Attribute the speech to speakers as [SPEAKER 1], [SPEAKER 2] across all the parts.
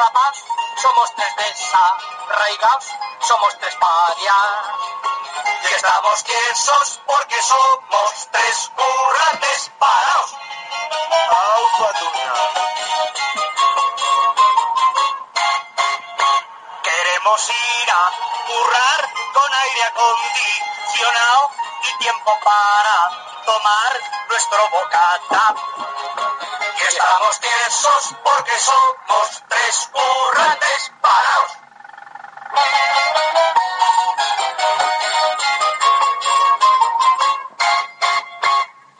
[SPEAKER 1] rapaz, somos tres desarraigados, somos tres parias.
[SPEAKER 2] Y estamos tiesos porque somos tres currantes parados. Au, cuatuna. Queremos ir a currar con aire acondicionado y tiempo para tomar nuestro bocata. Y estamos tiesos porque somos tres currantes parados.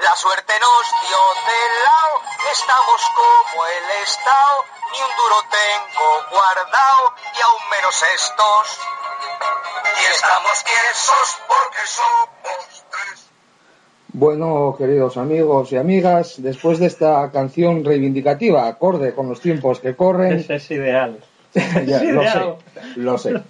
[SPEAKER 1] La suerte nos dio de lado, estamos como el estado, ni un duro tengo guardado y aún menos estos.
[SPEAKER 2] Y estamos tiesos porque somos tres.
[SPEAKER 3] Bueno, queridos amigos y amigas, después de esta canción reivindicativa, acorde con los tiempos que corren,
[SPEAKER 4] Ese Este es ideal.
[SPEAKER 3] ya,
[SPEAKER 4] Sí,
[SPEAKER 3] lo
[SPEAKER 4] ya.
[SPEAKER 3] sé, lo sé.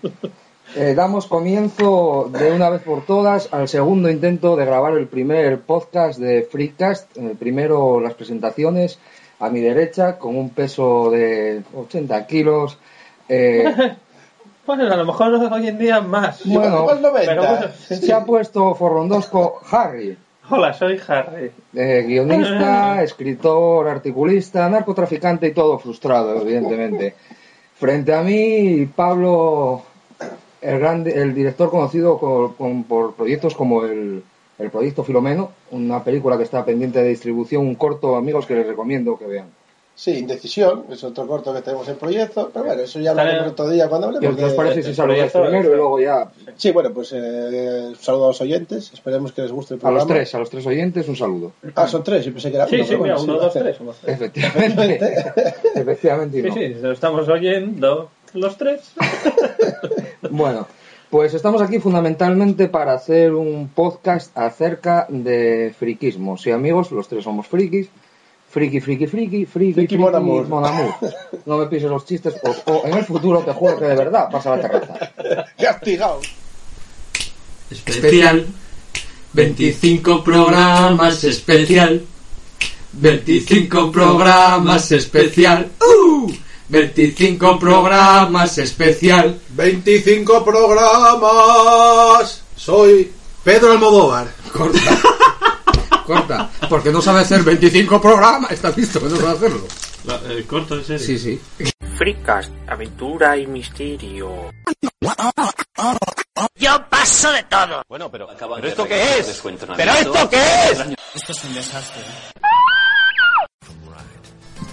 [SPEAKER 3] Eh, damos comienzo de una vez por todas al segundo intento de grabar el primer podcast de Freecast. Eh, primero las presentaciones a mi derecha con un peso de 80 kilos. eh,
[SPEAKER 4] Bueno, a lo mejor hoy en día más.
[SPEAKER 3] Bueno,
[SPEAKER 5] Los 90.
[SPEAKER 4] pero bueno,
[SPEAKER 3] se ha puesto forrondosco Harry.
[SPEAKER 4] Hola, soy Harry.
[SPEAKER 3] Eh, guionista, escritor, articulista, narcotraficante y todo frustrado, evidentemente. Frente a mí, Pablo, el, gran, el director conocido co- con- por proyectos como el, el Proyecto Filomeno, una película que está pendiente de distribución, un corto, amigos, que les recomiendo que vean.
[SPEAKER 5] Sí, Indecisión, es otro corto que tenemos en proyecto, pero bueno, eso ya hablaremos
[SPEAKER 4] Claro.
[SPEAKER 5] otro día cuando
[SPEAKER 3] ¿Qué
[SPEAKER 5] hablemos.
[SPEAKER 3] os os
[SPEAKER 5] de-
[SPEAKER 3] parece si
[SPEAKER 4] el
[SPEAKER 3] saludáis
[SPEAKER 4] proyecto-
[SPEAKER 3] primero y luego ya
[SPEAKER 5] Sí, bueno, pues eh, saludo a los oyentes, esperemos que les guste
[SPEAKER 3] a
[SPEAKER 5] el programa.
[SPEAKER 3] los tres, a los tres oyentes, un saludo?
[SPEAKER 5] Ah, son tres, yo pensé que era
[SPEAKER 4] Sí,
[SPEAKER 5] uno,
[SPEAKER 4] sí,
[SPEAKER 5] pero
[SPEAKER 4] mira,
[SPEAKER 5] bueno,
[SPEAKER 4] uno,
[SPEAKER 5] sí,
[SPEAKER 4] dos,
[SPEAKER 5] hace-
[SPEAKER 4] tres. uno, tres.
[SPEAKER 3] Efectivamente. Efectivamente. y
[SPEAKER 4] Sí,
[SPEAKER 3] no.
[SPEAKER 4] sí, lo estamos oyendo los tres.
[SPEAKER 3] Bueno, pues estamos aquí fundamentalmente para hacer un podcast acerca de friquismo. Sí, amigos, los tres somos frikis. Friki, friki, friki, friki, friki,
[SPEAKER 5] mon amour.
[SPEAKER 3] mon amour. No me pises los chistes o, o en el futuro te juro que de verdad pasa a la terraza.
[SPEAKER 5] Castigado.
[SPEAKER 6] Especial. 25 programas especial. 25 programas especial. ¡Uh! 25 programas especial.
[SPEAKER 7] 25 programas. Soy Pedro Almodóvar.
[SPEAKER 6] Corta. Corta. Porque no sabe hacer 25 programas. ¿Estás listo? No sabe hacerlo.
[SPEAKER 8] corto, en serio.
[SPEAKER 6] Sí, sí.
[SPEAKER 9] Fricas, aventura y misterio.
[SPEAKER 8] ¿Pero esto qué es? ¿Pero
[SPEAKER 2] esto
[SPEAKER 8] qué es?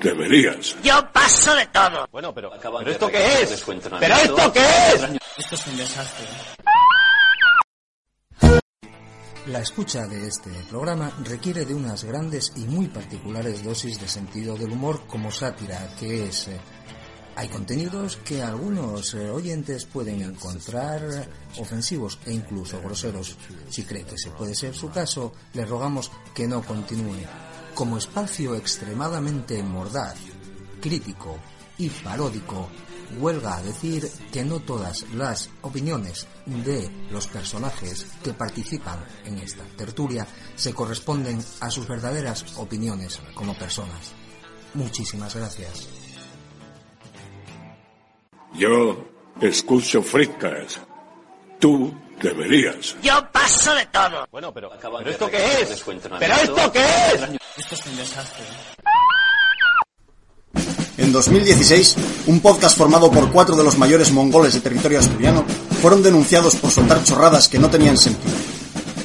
[SPEAKER 7] deberías.
[SPEAKER 9] Yo paso de todo.
[SPEAKER 8] ¿Pero esto qué es? ¿Pero
[SPEAKER 2] esto
[SPEAKER 8] qué es?
[SPEAKER 6] La escucha de este programa requiere de unas grandes y muy particulares dosis de sentido del humor como sátira, que es... eh, hay contenidos que algunos eh, oyentes pueden encontrar ofensivos e incluso groseros. Si cree que ese puede ser su caso, le rogamos que no continúe. Como espacio extremadamente mordaz, crítico y paródico, huelga a decir que no todas las opiniones de los personajes que participan en esta tertulia se corresponden a sus verdaderas opiniones como personas. Muchísimas gracias.
[SPEAKER 7] Yo escucho fricas. Tú deberías.
[SPEAKER 9] Yo paso de todo.
[SPEAKER 8] ¿Pero esto qué es? ¿Pero
[SPEAKER 2] esto
[SPEAKER 8] qué es?
[SPEAKER 10] En 2016, un podcast formado por cuatro de los mayores mongoles de territorio asturiano fueron denunciados por soltar chorradas que no tenían sentido.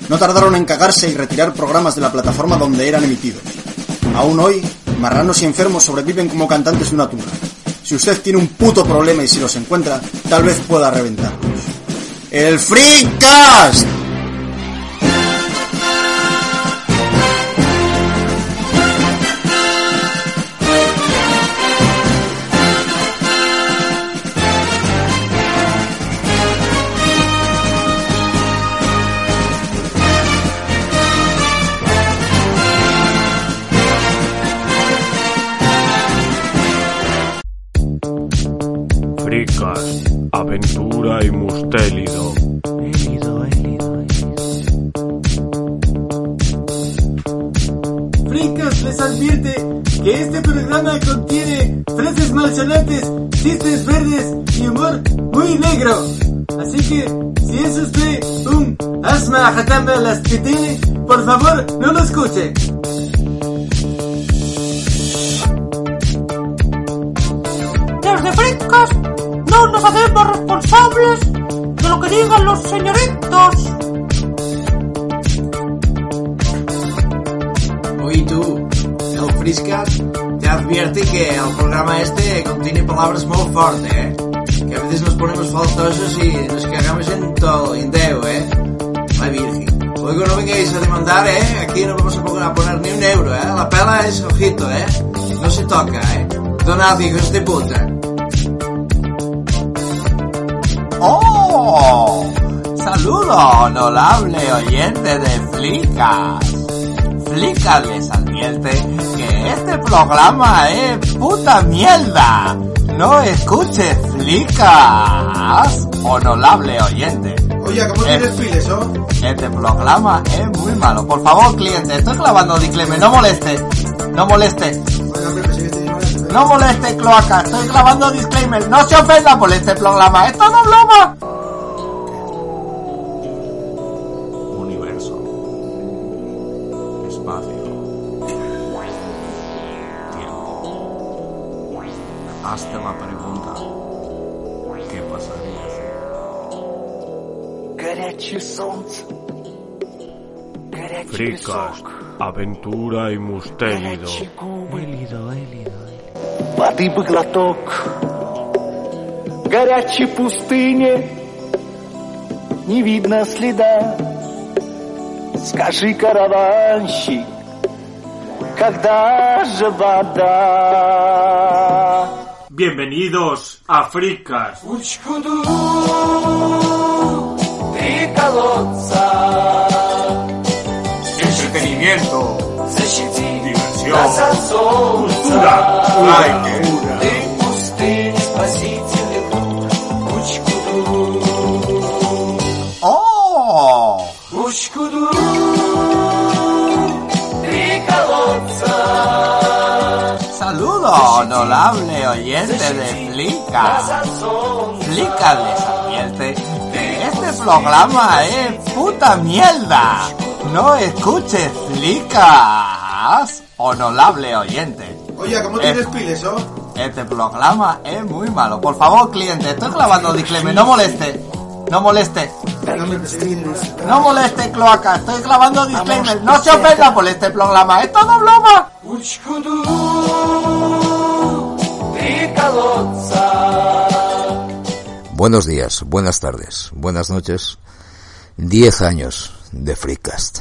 [SPEAKER 10] No tardaron en cagarse y retirar programas de la plataforma donde eran emitidos. Aún hoy, marranos y enfermos sobreviven como cantantes de una tumba. Si usted tiene un puto problema y si los encuentra, tal vez pueda reventarlos. ¡El FreeCast!
[SPEAKER 11] que este programa contiene frases malsonantes, chistes verdes y humor muy negro. Así que, si es usted un asma jatamba las que tiene, por favor, no lo escuche.
[SPEAKER 2] Desde Frincas no nos hacemos responsables de lo que digan los señoritos.
[SPEAKER 12] Oye tu, el Friscas te advierte que el programa este contiene palabras molt fort, eh? Que a veces nos ponemos faltosos y nos cagamos en todo, en Deu, eh? La Virgen. Luego no vengáis a demandar, eh? Aquí no vamos a poner, a poner ni un euro, eh? La pela es ojito, eh? No se toca, eh? Donad, hijos de puta.
[SPEAKER 10] ¡Oh! Saludo, honorable oyente de Flicas. Flicas les advierte que este programa es puta mierda. No escuche Flicas, honorable oyente.
[SPEAKER 9] Oye, ¿cómo
[SPEAKER 10] Eh,
[SPEAKER 9] tienes files, oh?
[SPEAKER 10] Este programa es muy malo. Por favor, cliente, estoy clavando dicleme, no moleste. No moleste. No moleste, cloaca. Estoy clavando disclaimer. No se ofenda por este programa. Esto no es broma.
[SPEAKER 13] Universo. Espacio. Tiempo. Hasta la pregunta. ¿Qué pasaría si?
[SPEAKER 7] Fricas, aventura y mustélido.
[SPEAKER 14] Воды глоток горячей пустыни Не видно следа Скажи, караванщик, когда же вода?
[SPEAKER 13] Bienvenidos a Fricas.
[SPEAKER 14] Три колодца
[SPEAKER 13] Entretenimiento.
[SPEAKER 14] Защити
[SPEAKER 13] Diversión.
[SPEAKER 14] нас от солнца
[SPEAKER 13] Cultura. Like.
[SPEAKER 14] Ты пустыни спаситель
[SPEAKER 10] ¡Oh!
[SPEAKER 14] Учкуду Три колодца
[SPEAKER 10] Saludo, honorable oyente de Flicas. Flicas les advierte que este programa es puta mierda. No escuche Flicas, honorable oyente.
[SPEAKER 9] Oye, ¿cómo
[SPEAKER 10] Eh,
[SPEAKER 9] tienes piles, oh?
[SPEAKER 10] Este programa es muy malo. Por favor, cliente, estoy clavando disclaimer. No moleste. No moleste. No moleste, cloaca. Estoy clavando disclaimer. No se ofenda por este programa. Esto no es broma.
[SPEAKER 14] Три колодца
[SPEAKER 15] Buenos días, buenas tardes, buenas noches. Diez años de Freecast.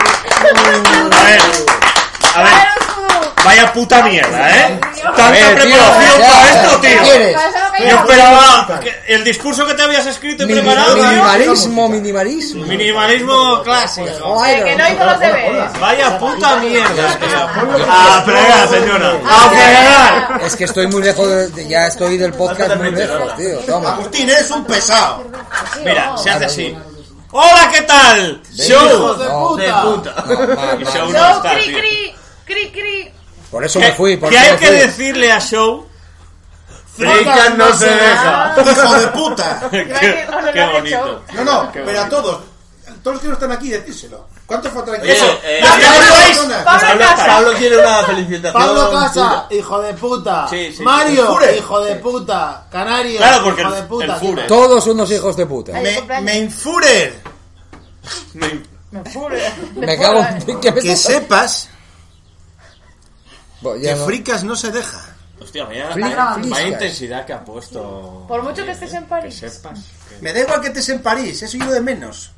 [SPEAKER 4] A ver, a ver. Vaya puta mierda, ¿eh? Tanta
[SPEAKER 15] ver, tío,
[SPEAKER 4] preparación
[SPEAKER 15] ya,
[SPEAKER 4] para
[SPEAKER 15] ya,
[SPEAKER 4] esto,
[SPEAKER 15] ¿qué
[SPEAKER 4] tío.
[SPEAKER 15] quieres?
[SPEAKER 4] Yo esperaba que el discurso que te habías escrito y preparado, tío.
[SPEAKER 3] Minimalismo, minimalismo.
[SPEAKER 4] Minimalismo clásico.
[SPEAKER 3] Joder. Que no hizo los deberes.
[SPEAKER 4] Vaya puta mierda, tío.
[SPEAKER 3] Ah,
[SPEAKER 4] fregar, señora.
[SPEAKER 3] ¡A fregar! Es que estoy muy lejos, de- de- ya estoy del podcast muy lejos, tío. Toma.
[SPEAKER 9] Agustín es un pesado.
[SPEAKER 4] Mira, se hace así. Hola, ¿qué tal? Show
[SPEAKER 3] hijos de puta.
[SPEAKER 4] Y Show no está,
[SPEAKER 2] cri,
[SPEAKER 4] tío.
[SPEAKER 2] cri, cri, cri.
[SPEAKER 3] Por eso me fui, por
[SPEAKER 4] ¿Qué
[SPEAKER 3] eso
[SPEAKER 4] hay
[SPEAKER 3] me
[SPEAKER 4] Eh, que
[SPEAKER 3] fui.
[SPEAKER 4] decirle a Show? Fricas no se deja.
[SPEAKER 9] ¡Hijo de puta!
[SPEAKER 4] Qué- Qué bonito.
[SPEAKER 9] No, no,
[SPEAKER 4] Qué
[SPEAKER 9] pero a
[SPEAKER 4] bonito.
[SPEAKER 9] todos. Todos los que no están aquí, decírselo. ¿Cuántos faltan aquí?
[SPEAKER 4] Oye,
[SPEAKER 9] Eso,
[SPEAKER 4] eh,
[SPEAKER 9] las
[SPEAKER 4] eh,
[SPEAKER 9] que no
[SPEAKER 4] Pablo
[SPEAKER 9] estáis.
[SPEAKER 4] Casa.
[SPEAKER 9] Pablo Casa.
[SPEAKER 16] Pablo quiere una felicitación.
[SPEAKER 17] Pablo Casa, hijo de puta.
[SPEAKER 16] Sí, sí.
[SPEAKER 17] Mario,
[SPEAKER 16] El Fure.
[SPEAKER 17] hijo de puta. Canario,
[SPEAKER 16] Claro, porque
[SPEAKER 17] hijo
[SPEAKER 16] el-
[SPEAKER 17] de puta.
[SPEAKER 16] el Fure.
[SPEAKER 3] Todos unos hijos de puta.
[SPEAKER 16] Me, me infure.
[SPEAKER 3] Me cago en ti, ¿qué me
[SPEAKER 16] Que
[SPEAKER 3] estás-
[SPEAKER 16] sepas
[SPEAKER 3] Bo- ya
[SPEAKER 16] que
[SPEAKER 3] no.
[SPEAKER 16] Fricas no se deja.
[SPEAKER 4] Hostia, vaya,
[SPEAKER 16] Fricas.
[SPEAKER 4] vaya- vaya
[SPEAKER 16] Fricas.
[SPEAKER 4] intensidad que ha puesto.
[SPEAKER 2] Por mucho que estés en París.
[SPEAKER 16] Me da igual que estés en París, eso yo de menos.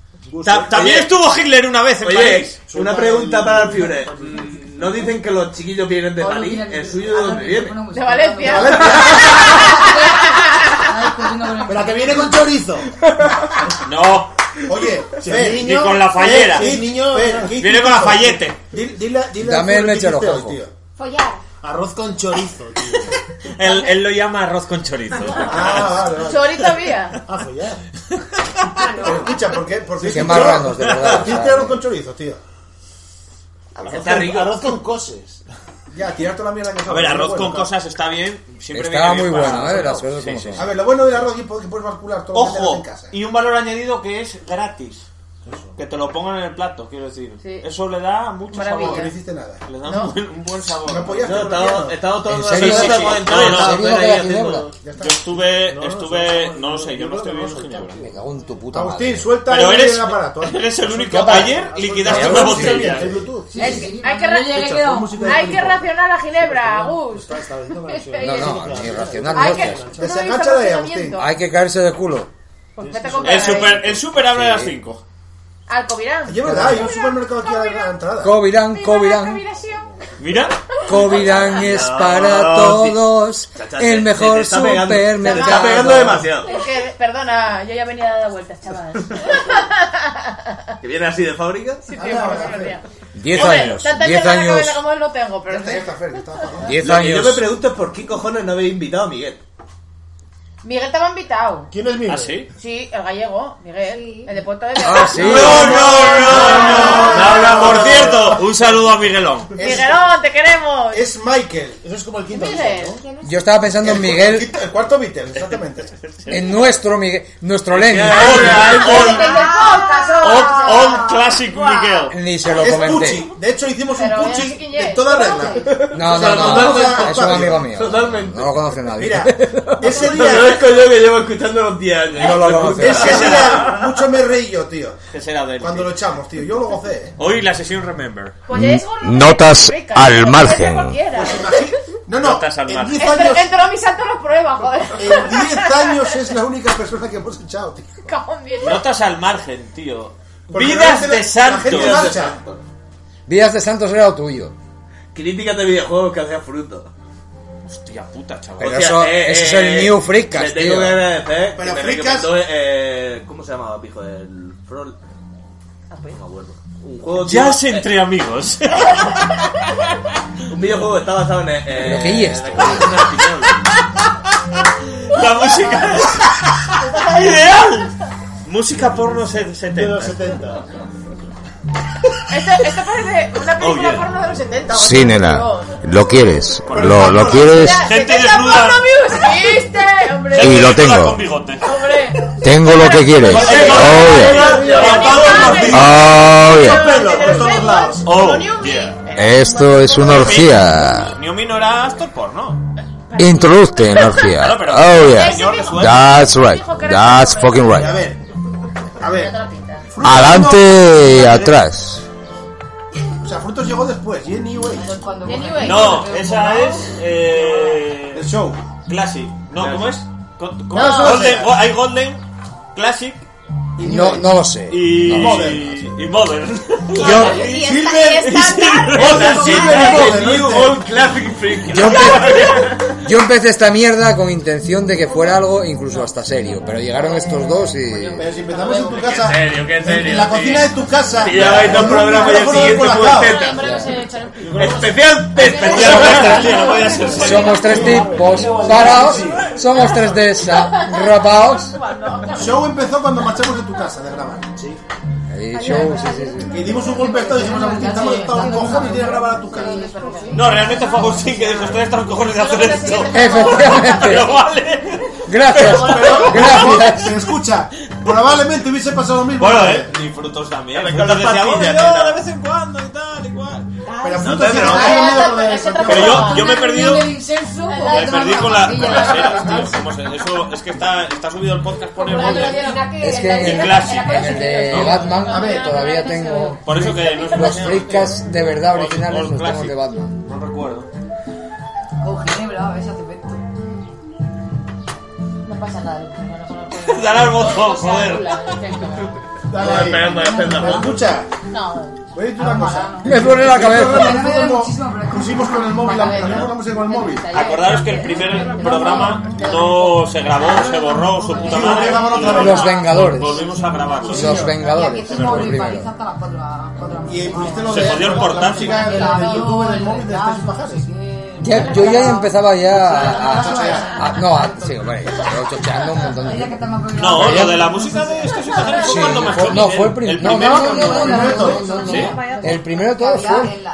[SPEAKER 4] Ta- también estuvo Hitler una vez en
[SPEAKER 16] Oye,
[SPEAKER 4] París.
[SPEAKER 16] una pregunta para el Führer. Mm, No dicen que los chiquillos vienen de París, el suyo de dónde viene.
[SPEAKER 2] De Valencia.
[SPEAKER 17] Pero a que viene con chorizo.
[SPEAKER 4] No.
[SPEAKER 17] Oye,
[SPEAKER 4] si el niño- Ni con la fallera.
[SPEAKER 17] El niño,
[SPEAKER 10] Ah.
[SPEAKER 4] Fer, viene con la fallete.
[SPEAKER 17] Dile, dile, dile
[SPEAKER 4] Dame
[SPEAKER 17] al Fure
[SPEAKER 4] el
[SPEAKER 17] qué
[SPEAKER 4] mechero,
[SPEAKER 17] hiciste hoy,
[SPEAKER 4] Jojo.
[SPEAKER 17] tío.
[SPEAKER 2] Follar.
[SPEAKER 17] Arroz con chorizo, tío.
[SPEAKER 4] Él, él lo llama arroz con chorizo.
[SPEAKER 16] Ah,
[SPEAKER 10] Ah,
[SPEAKER 2] Chorito había.
[SPEAKER 17] Ah, follar. Pero escucha, ¿por qué? Por qué
[SPEAKER 3] Qué marranos, de verdad, o sea.
[SPEAKER 17] ¿Quién te arroz con chorizo, tío?
[SPEAKER 4] Está rico.
[SPEAKER 5] Arroz con cosas. Ya, tirar toda la mierda que
[SPEAKER 9] A ver, arroz con cosas está bien. Siempre
[SPEAKER 5] Estaba
[SPEAKER 9] viene bien
[SPEAKER 5] muy
[SPEAKER 9] para-
[SPEAKER 5] bueno, eh, las
[SPEAKER 9] Sí, sí, sí.
[SPEAKER 5] A ver, lo bueno del arroz es que puedes vascular todo lo que tengas
[SPEAKER 9] Ojo,
[SPEAKER 5] en casa.
[SPEAKER 9] y un valor añadido que es gratis. Que te lo pongan en el plato, quiero decir. Eso le da mucho
[SPEAKER 5] Maravilla.
[SPEAKER 9] sabor.
[SPEAKER 5] No hiciste nada.
[SPEAKER 9] Le da
[SPEAKER 5] No.
[SPEAKER 9] un, buen, un buen sabor.
[SPEAKER 5] No podías No, hacer estaba- nada. estaba todo-
[SPEAKER 9] Sí,
[SPEAKER 5] ¿En serio?
[SPEAKER 9] sí, sí.
[SPEAKER 5] No, no,
[SPEAKER 9] No, no,
[SPEAKER 5] se dijo
[SPEAKER 9] no,
[SPEAKER 5] que era
[SPEAKER 9] yo
[SPEAKER 5] ginebra.
[SPEAKER 9] tengo-
[SPEAKER 5] Ya está.
[SPEAKER 9] Yo estuve,
[SPEAKER 5] No, no,
[SPEAKER 9] estuve, no lo sé, yo no estoy viendo Ginebra.
[SPEAKER 3] Me cago en tu puta
[SPEAKER 5] Agustín,
[SPEAKER 3] madre.
[SPEAKER 5] suelta
[SPEAKER 9] Pero
[SPEAKER 5] ahí
[SPEAKER 9] eres,
[SPEAKER 5] el aparato.
[SPEAKER 9] eres el único.
[SPEAKER 3] aparato?
[SPEAKER 9] Ayer liquidaste
[SPEAKER 3] Sí,
[SPEAKER 9] una
[SPEAKER 3] sí,
[SPEAKER 9] botella.
[SPEAKER 3] sí,
[SPEAKER 10] Es que hay que, ra-
[SPEAKER 3] hecho,
[SPEAKER 10] hay
[SPEAKER 3] con música de
[SPEAKER 10] que
[SPEAKER 3] película.
[SPEAKER 10] racionar la ginebra, Gus.
[SPEAKER 3] No, no, ni racional,
[SPEAKER 10] Hay que-
[SPEAKER 3] gracias.
[SPEAKER 10] tú no viste Desengancha de ahí, Agustín.
[SPEAKER 3] Hay que caerse de culo.
[SPEAKER 10] Pues vete a comprar
[SPEAKER 9] El super, el super abre a las
[SPEAKER 3] Sí.
[SPEAKER 9] 5.
[SPEAKER 10] Al Covirán.
[SPEAKER 5] Yo, verdad, hay un supermercado aquí a la entrada.
[SPEAKER 3] Covirán, Covirán.
[SPEAKER 9] Mira.
[SPEAKER 3] Covirán es
[SPEAKER 9] No,
[SPEAKER 3] para
[SPEAKER 9] sí.
[SPEAKER 3] todos
[SPEAKER 9] Chacha, te-
[SPEAKER 3] el
[SPEAKER 9] te
[SPEAKER 3] mejor
[SPEAKER 9] está pegando- te está
[SPEAKER 3] supermercado.
[SPEAKER 9] pegando demasiado.
[SPEAKER 10] Es que, perdona, yo ya venía dada vueltas, chaval.
[SPEAKER 4] Que viene así de fábrica.
[SPEAKER 10] Sí, tío, por eso venía.
[SPEAKER 3] Diez
[SPEAKER 10] Hombre,
[SPEAKER 3] años,
[SPEAKER 10] Tanta
[SPEAKER 3] diez
[SPEAKER 10] mierda en la
[SPEAKER 3] años.
[SPEAKER 10] cabeza como él no tengo, pero...
[SPEAKER 3] Diez
[SPEAKER 4] Lo que
[SPEAKER 3] años.
[SPEAKER 4] Yo me pregunto es por qué cojones no habéis invitado a Miguel.
[SPEAKER 10] Miguel te me ha invitado.
[SPEAKER 5] ¿Quién es
[SPEAKER 4] ¿Ah, sí?
[SPEAKER 10] Sí, el gallego, Miguel, el de Puerto de
[SPEAKER 9] Ah, sí. No, no, No, no, por cierto, un saludo a Miguelón.
[SPEAKER 10] Miguelón, te queremos.
[SPEAKER 5] Es Michael. Eso es como el quinto
[SPEAKER 10] Miguel.
[SPEAKER 5] Beatles, ¿no?
[SPEAKER 3] Yo estaba pensando en Miguel,
[SPEAKER 5] El cuarto Beatles, exactamente.
[SPEAKER 3] en nuestro Miguel, nuestro Lenny.
[SPEAKER 9] Classic Miguel.
[SPEAKER 3] Ni se lo
[SPEAKER 5] Es
[SPEAKER 3] comenté.
[SPEAKER 5] Pucci. De hecho, hicimos
[SPEAKER 10] Pero
[SPEAKER 5] un
[SPEAKER 10] ya sé
[SPEAKER 5] Pucci
[SPEAKER 10] quién
[SPEAKER 5] de
[SPEAKER 10] es.
[SPEAKER 5] toda regla.
[SPEAKER 3] No,
[SPEAKER 5] O sea,
[SPEAKER 3] no, no,
[SPEAKER 5] totalmente.
[SPEAKER 3] es un amigo mío.
[SPEAKER 4] Totalmente.
[SPEAKER 3] No lo conoce nadie.
[SPEAKER 5] Mira,
[SPEAKER 4] Ese
[SPEAKER 5] ese
[SPEAKER 4] día
[SPEAKER 5] día-
[SPEAKER 4] no es yo que llevo escuchando los 10 años.
[SPEAKER 3] No lo conozco.
[SPEAKER 5] Ese día mucho me reí yo, tío.
[SPEAKER 9] ¿Qué será de él?
[SPEAKER 5] Cuando lo echamos, tío. Yo lo gocé, ¿eh?
[SPEAKER 9] Hoy la sesión Remember.
[SPEAKER 3] Notas al margen.
[SPEAKER 5] No, no.
[SPEAKER 9] en
[SPEAKER 5] diez
[SPEAKER 10] Entre,
[SPEAKER 5] años-
[SPEAKER 10] entre mis santos los pruebas, joder.
[SPEAKER 5] En 10 años es la única persona que hemos echado, tío.
[SPEAKER 10] Cago en diez.
[SPEAKER 9] Notas al margen, tío.
[SPEAKER 5] Porque
[SPEAKER 9] Vidas
[SPEAKER 5] la-
[SPEAKER 9] de
[SPEAKER 5] la
[SPEAKER 9] santos.
[SPEAKER 5] gente marcha.
[SPEAKER 3] Vidas de Santos era lo tuyo.
[SPEAKER 4] Críticas de videojuegos que hacía fruto.
[SPEAKER 9] Hostia eh, puta, chaval.
[SPEAKER 3] Pero eso- eso es el New Freecast,
[SPEAKER 4] Le tengo
[SPEAKER 3] tío.
[SPEAKER 4] que agradecer.
[SPEAKER 3] Pero
[SPEAKER 4] que me
[SPEAKER 3] Freecast-
[SPEAKER 4] recomendó, eh, ¿Cómo se llamaba, pijo? El Frol. No me acuerdo. Un juego.
[SPEAKER 9] Ya
[SPEAKER 4] tío,
[SPEAKER 9] es
[SPEAKER 4] eh,
[SPEAKER 9] entre amigos.
[SPEAKER 4] Un videojuego que está basado en. eh,
[SPEAKER 9] ¿Pero qué es esto?
[SPEAKER 4] en la canción de Piñol.
[SPEAKER 9] La música es ideal. Música porno se- 70. De los
[SPEAKER 5] 70.
[SPEAKER 10] Esto, esto parece una película
[SPEAKER 9] Oh, yeah.
[SPEAKER 10] porno de los 70.
[SPEAKER 3] Sí, nena.
[SPEAKER 9] eh,
[SPEAKER 3] Lo quieres. Lo, lo quieres.
[SPEAKER 10] Gente desnuda. porno music, ¿viste? Hombre.
[SPEAKER 3] Y lo tengo.
[SPEAKER 10] Hombre.
[SPEAKER 3] Tengo lo que quieres. Oh, yeah. Oh, yeah.
[SPEAKER 9] Oh,
[SPEAKER 3] Esto es una orgía.
[SPEAKER 9] Newmin no era actor porno.
[SPEAKER 3] Introduce en orgía. Oh, yeah. That's right. That's fucking
[SPEAKER 5] A
[SPEAKER 3] right.
[SPEAKER 5] ver. A ver.
[SPEAKER 3] Adelante y atrás.
[SPEAKER 5] O sea, Frutos llegó después. Jenny Way.
[SPEAKER 9] No, esa es. Eh,
[SPEAKER 5] El show.
[SPEAKER 9] Classic. No, ¿cómo es? Con- con-
[SPEAKER 5] No, eso no
[SPEAKER 9] Golden-
[SPEAKER 5] sé.
[SPEAKER 9] Go- hay Golden, Classic
[SPEAKER 3] No, no lo sé.
[SPEAKER 9] y.
[SPEAKER 3] No lo sé.
[SPEAKER 9] Y Modern.
[SPEAKER 3] Yo-
[SPEAKER 9] Y Silver y Silver.
[SPEAKER 4] Modern, Silver y Modern,
[SPEAKER 9] New
[SPEAKER 4] ¿oíste?
[SPEAKER 9] Gold Classic Freak.
[SPEAKER 3] Yo empecé, yo empecé esta mierda con intención de que fuera algo incluso hasta serio, pero llegaron estos dos y...
[SPEAKER 5] Pero si empezamos en tu casa.
[SPEAKER 9] ¿En serio? ¿Qué en serio?
[SPEAKER 5] En la cocina de tu casa.
[SPEAKER 9] Y ya vais dos
[SPEAKER 5] con un
[SPEAKER 9] programas y el
[SPEAKER 5] micrófono de
[SPEAKER 9] siguiente
[SPEAKER 5] colacao.
[SPEAKER 9] puede ser Especial
[SPEAKER 3] Somos tres tipos paraos, somos tres de esa, rapaos.
[SPEAKER 5] Show empezó cuando marchamos de tu casa de grabar. Sí.
[SPEAKER 3] show, sí, sí, sí.
[SPEAKER 5] Y dimos un golpe de estado y dijimos, Agustín, estamos todos cojones y ir a grabar a tu casa.
[SPEAKER 9] No, realmente fue Agustín que dijo: Ustedes están cojones de hacer esto.
[SPEAKER 3] Efectivamente.
[SPEAKER 9] Pero vale.
[SPEAKER 3] Gracias,
[SPEAKER 5] Pero-
[SPEAKER 3] gracias.
[SPEAKER 5] Pero escucha, probablemente hubiese pasado lo mismo.
[SPEAKER 9] Bueno, eh, y frutos también.
[SPEAKER 5] con
[SPEAKER 9] Frutos
[SPEAKER 5] las
[SPEAKER 9] decía,
[SPEAKER 5] pastillas,
[SPEAKER 9] "Bueno,
[SPEAKER 5] nena".
[SPEAKER 9] de vez en cuando y tal, igual.
[SPEAKER 5] Pero
[SPEAKER 9] No
[SPEAKER 5] frutos
[SPEAKER 9] te
[SPEAKER 5] llegó
[SPEAKER 9] drogas.
[SPEAKER 5] después de-
[SPEAKER 9] Pero yo, yo me he perdido. Me
[SPEAKER 10] Me
[SPEAKER 9] perdí con, la, con las eras, tío. ¿Cómo se- eso es que está, está subido el podcast por el Modern.
[SPEAKER 3] Es que en
[SPEAKER 9] Y
[SPEAKER 3] el,
[SPEAKER 9] Classic.
[SPEAKER 3] en Pues el de Batman todavía tengo...
[SPEAKER 9] Por eso que no es
[SPEAKER 3] Los fricas de verdad originales los tengo de Batman.
[SPEAKER 9] No recuerdo.
[SPEAKER 10] Oh, Ginebra, ese cemento. No pasa nada.
[SPEAKER 9] Dale al botón, joder.
[SPEAKER 5] Dale ahí. Pero Escucha,
[SPEAKER 10] No.
[SPEAKER 5] voy a decir una cosa.
[SPEAKER 3] Me duele la cabeza.
[SPEAKER 5] Pusimos con el móvil, la la música con el móvil.
[SPEAKER 9] Acordaros que el primer programa no se grabó, se borró, su puta madre.
[SPEAKER 3] Los Vengadores.
[SPEAKER 9] Volvimos a grabar.
[SPEAKER 3] Los Vengadores.
[SPEAKER 9] Se me fue el primero.
[SPEAKER 5] Y pusiste lo
[SPEAKER 9] Se
[SPEAKER 5] de
[SPEAKER 9] jodió el
[SPEAKER 5] la
[SPEAKER 10] Ah,
[SPEAKER 9] portátil.
[SPEAKER 5] música de la de YouTube en el móvil de Jesús Pajares.
[SPEAKER 3] Ya- yo ya empezaba ya a, a- a- no, a- sí, hombre, estaba chocheando un montón de
[SPEAKER 9] No, lo de la música de estos imaginarios
[SPEAKER 3] Sí,
[SPEAKER 9] fue cuando más
[SPEAKER 3] fue- no, fue el
[SPEAKER 9] primero.
[SPEAKER 3] prim- no, no, no, no, no, no, no, no, no.
[SPEAKER 9] ¿Sí?
[SPEAKER 3] El primero de todos fue
[SPEAKER 10] El- el-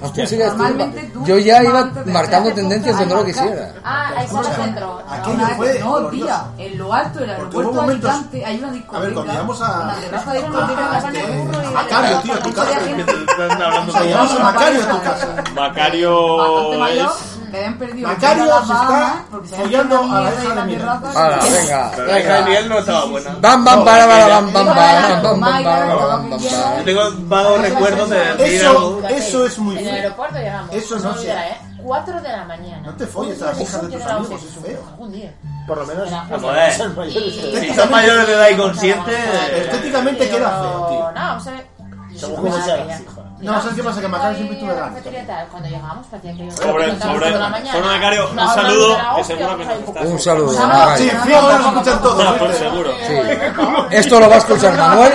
[SPEAKER 3] las músicas
[SPEAKER 10] Normalmente
[SPEAKER 3] turba.
[SPEAKER 10] tú-
[SPEAKER 3] Yo ya iba
[SPEAKER 10] antes de-
[SPEAKER 3] marcando
[SPEAKER 10] antes de-
[SPEAKER 3] tendencias donde lo quisiera.
[SPEAKER 10] Ah, ahí estaba el centro. Una vez-
[SPEAKER 5] fue
[SPEAKER 10] No,
[SPEAKER 5] glorioso.
[SPEAKER 10] tía, en lo alto del aeropuerto
[SPEAKER 5] hubo
[SPEAKER 10] de
[SPEAKER 5] momentos-
[SPEAKER 10] Alicante hay una discoteca.
[SPEAKER 5] A ver, cuando llegamos a-
[SPEAKER 10] Una terraza de discoteca la carne de burro y-
[SPEAKER 5] A Macario, tío, a tu casa.
[SPEAKER 9] Hablando
[SPEAKER 5] O sea, llevamos a Macario a tu casa.
[SPEAKER 10] Bastante
[SPEAKER 9] Macario
[SPEAKER 10] mayor,
[SPEAKER 9] es...
[SPEAKER 10] que habían perdido
[SPEAKER 5] Macario
[SPEAKER 10] el pelo a las
[SPEAKER 5] se está
[SPEAKER 10] Bahamas, porque se
[SPEAKER 5] follando
[SPEAKER 10] había hecho una
[SPEAKER 5] a la hija de
[SPEAKER 10] mierda y la
[SPEAKER 5] Miguel.
[SPEAKER 10] terraza-
[SPEAKER 3] Hala, venga,
[SPEAKER 4] La hija de
[SPEAKER 3] venga.
[SPEAKER 4] Miguel no estaba buena.
[SPEAKER 3] Bam, bam, para, para, bam, bam, bam,
[SPEAKER 10] Toda la
[SPEAKER 3] bam, bam,
[SPEAKER 10] Mayra,
[SPEAKER 3] bam,
[SPEAKER 10] todo
[SPEAKER 3] bam,
[SPEAKER 10] lo que
[SPEAKER 3] bam,
[SPEAKER 10] quieras.
[SPEAKER 3] bam.
[SPEAKER 4] Yo tengo vagos recuerdos de decir algo.
[SPEAKER 5] Eso, eso es muy
[SPEAKER 10] En el
[SPEAKER 5] feo.
[SPEAKER 10] aeropuerto llegamos.
[SPEAKER 5] Eso no
[SPEAKER 10] Nueve
[SPEAKER 5] sé.
[SPEAKER 10] de la- eh, Cuatro de la mañana.
[SPEAKER 5] No te folles a las hijas de tus amigos, es feo.
[SPEAKER 10] Un día.
[SPEAKER 5] Por lo menos. hasta
[SPEAKER 4] Vamos a
[SPEAKER 5] que
[SPEAKER 4] ver.
[SPEAKER 5] sean mayores.
[SPEAKER 4] Si son mayores de edad y conscientes...
[SPEAKER 5] Estéticamente queda feo, tío.
[SPEAKER 10] No, o sea...
[SPEAKER 5] Según cómo se haga, sí, joder. No, ¿sabes qué pasa? Que Macario siempre tuve ganas.
[SPEAKER 10] Cuando llegamos, parecía que yo.
[SPEAKER 5] Sobre- sobre-
[SPEAKER 9] sobre Macario, un saludo, que seguro
[SPEAKER 10] pues,
[SPEAKER 9] que nos está
[SPEAKER 3] Un saludo.
[SPEAKER 10] Ah,
[SPEAKER 3] Magal.
[SPEAKER 10] sí, fijo, lo escuchan todos,
[SPEAKER 9] Ya, por seguro.
[SPEAKER 3] Esto lo va a escuchar Manuel.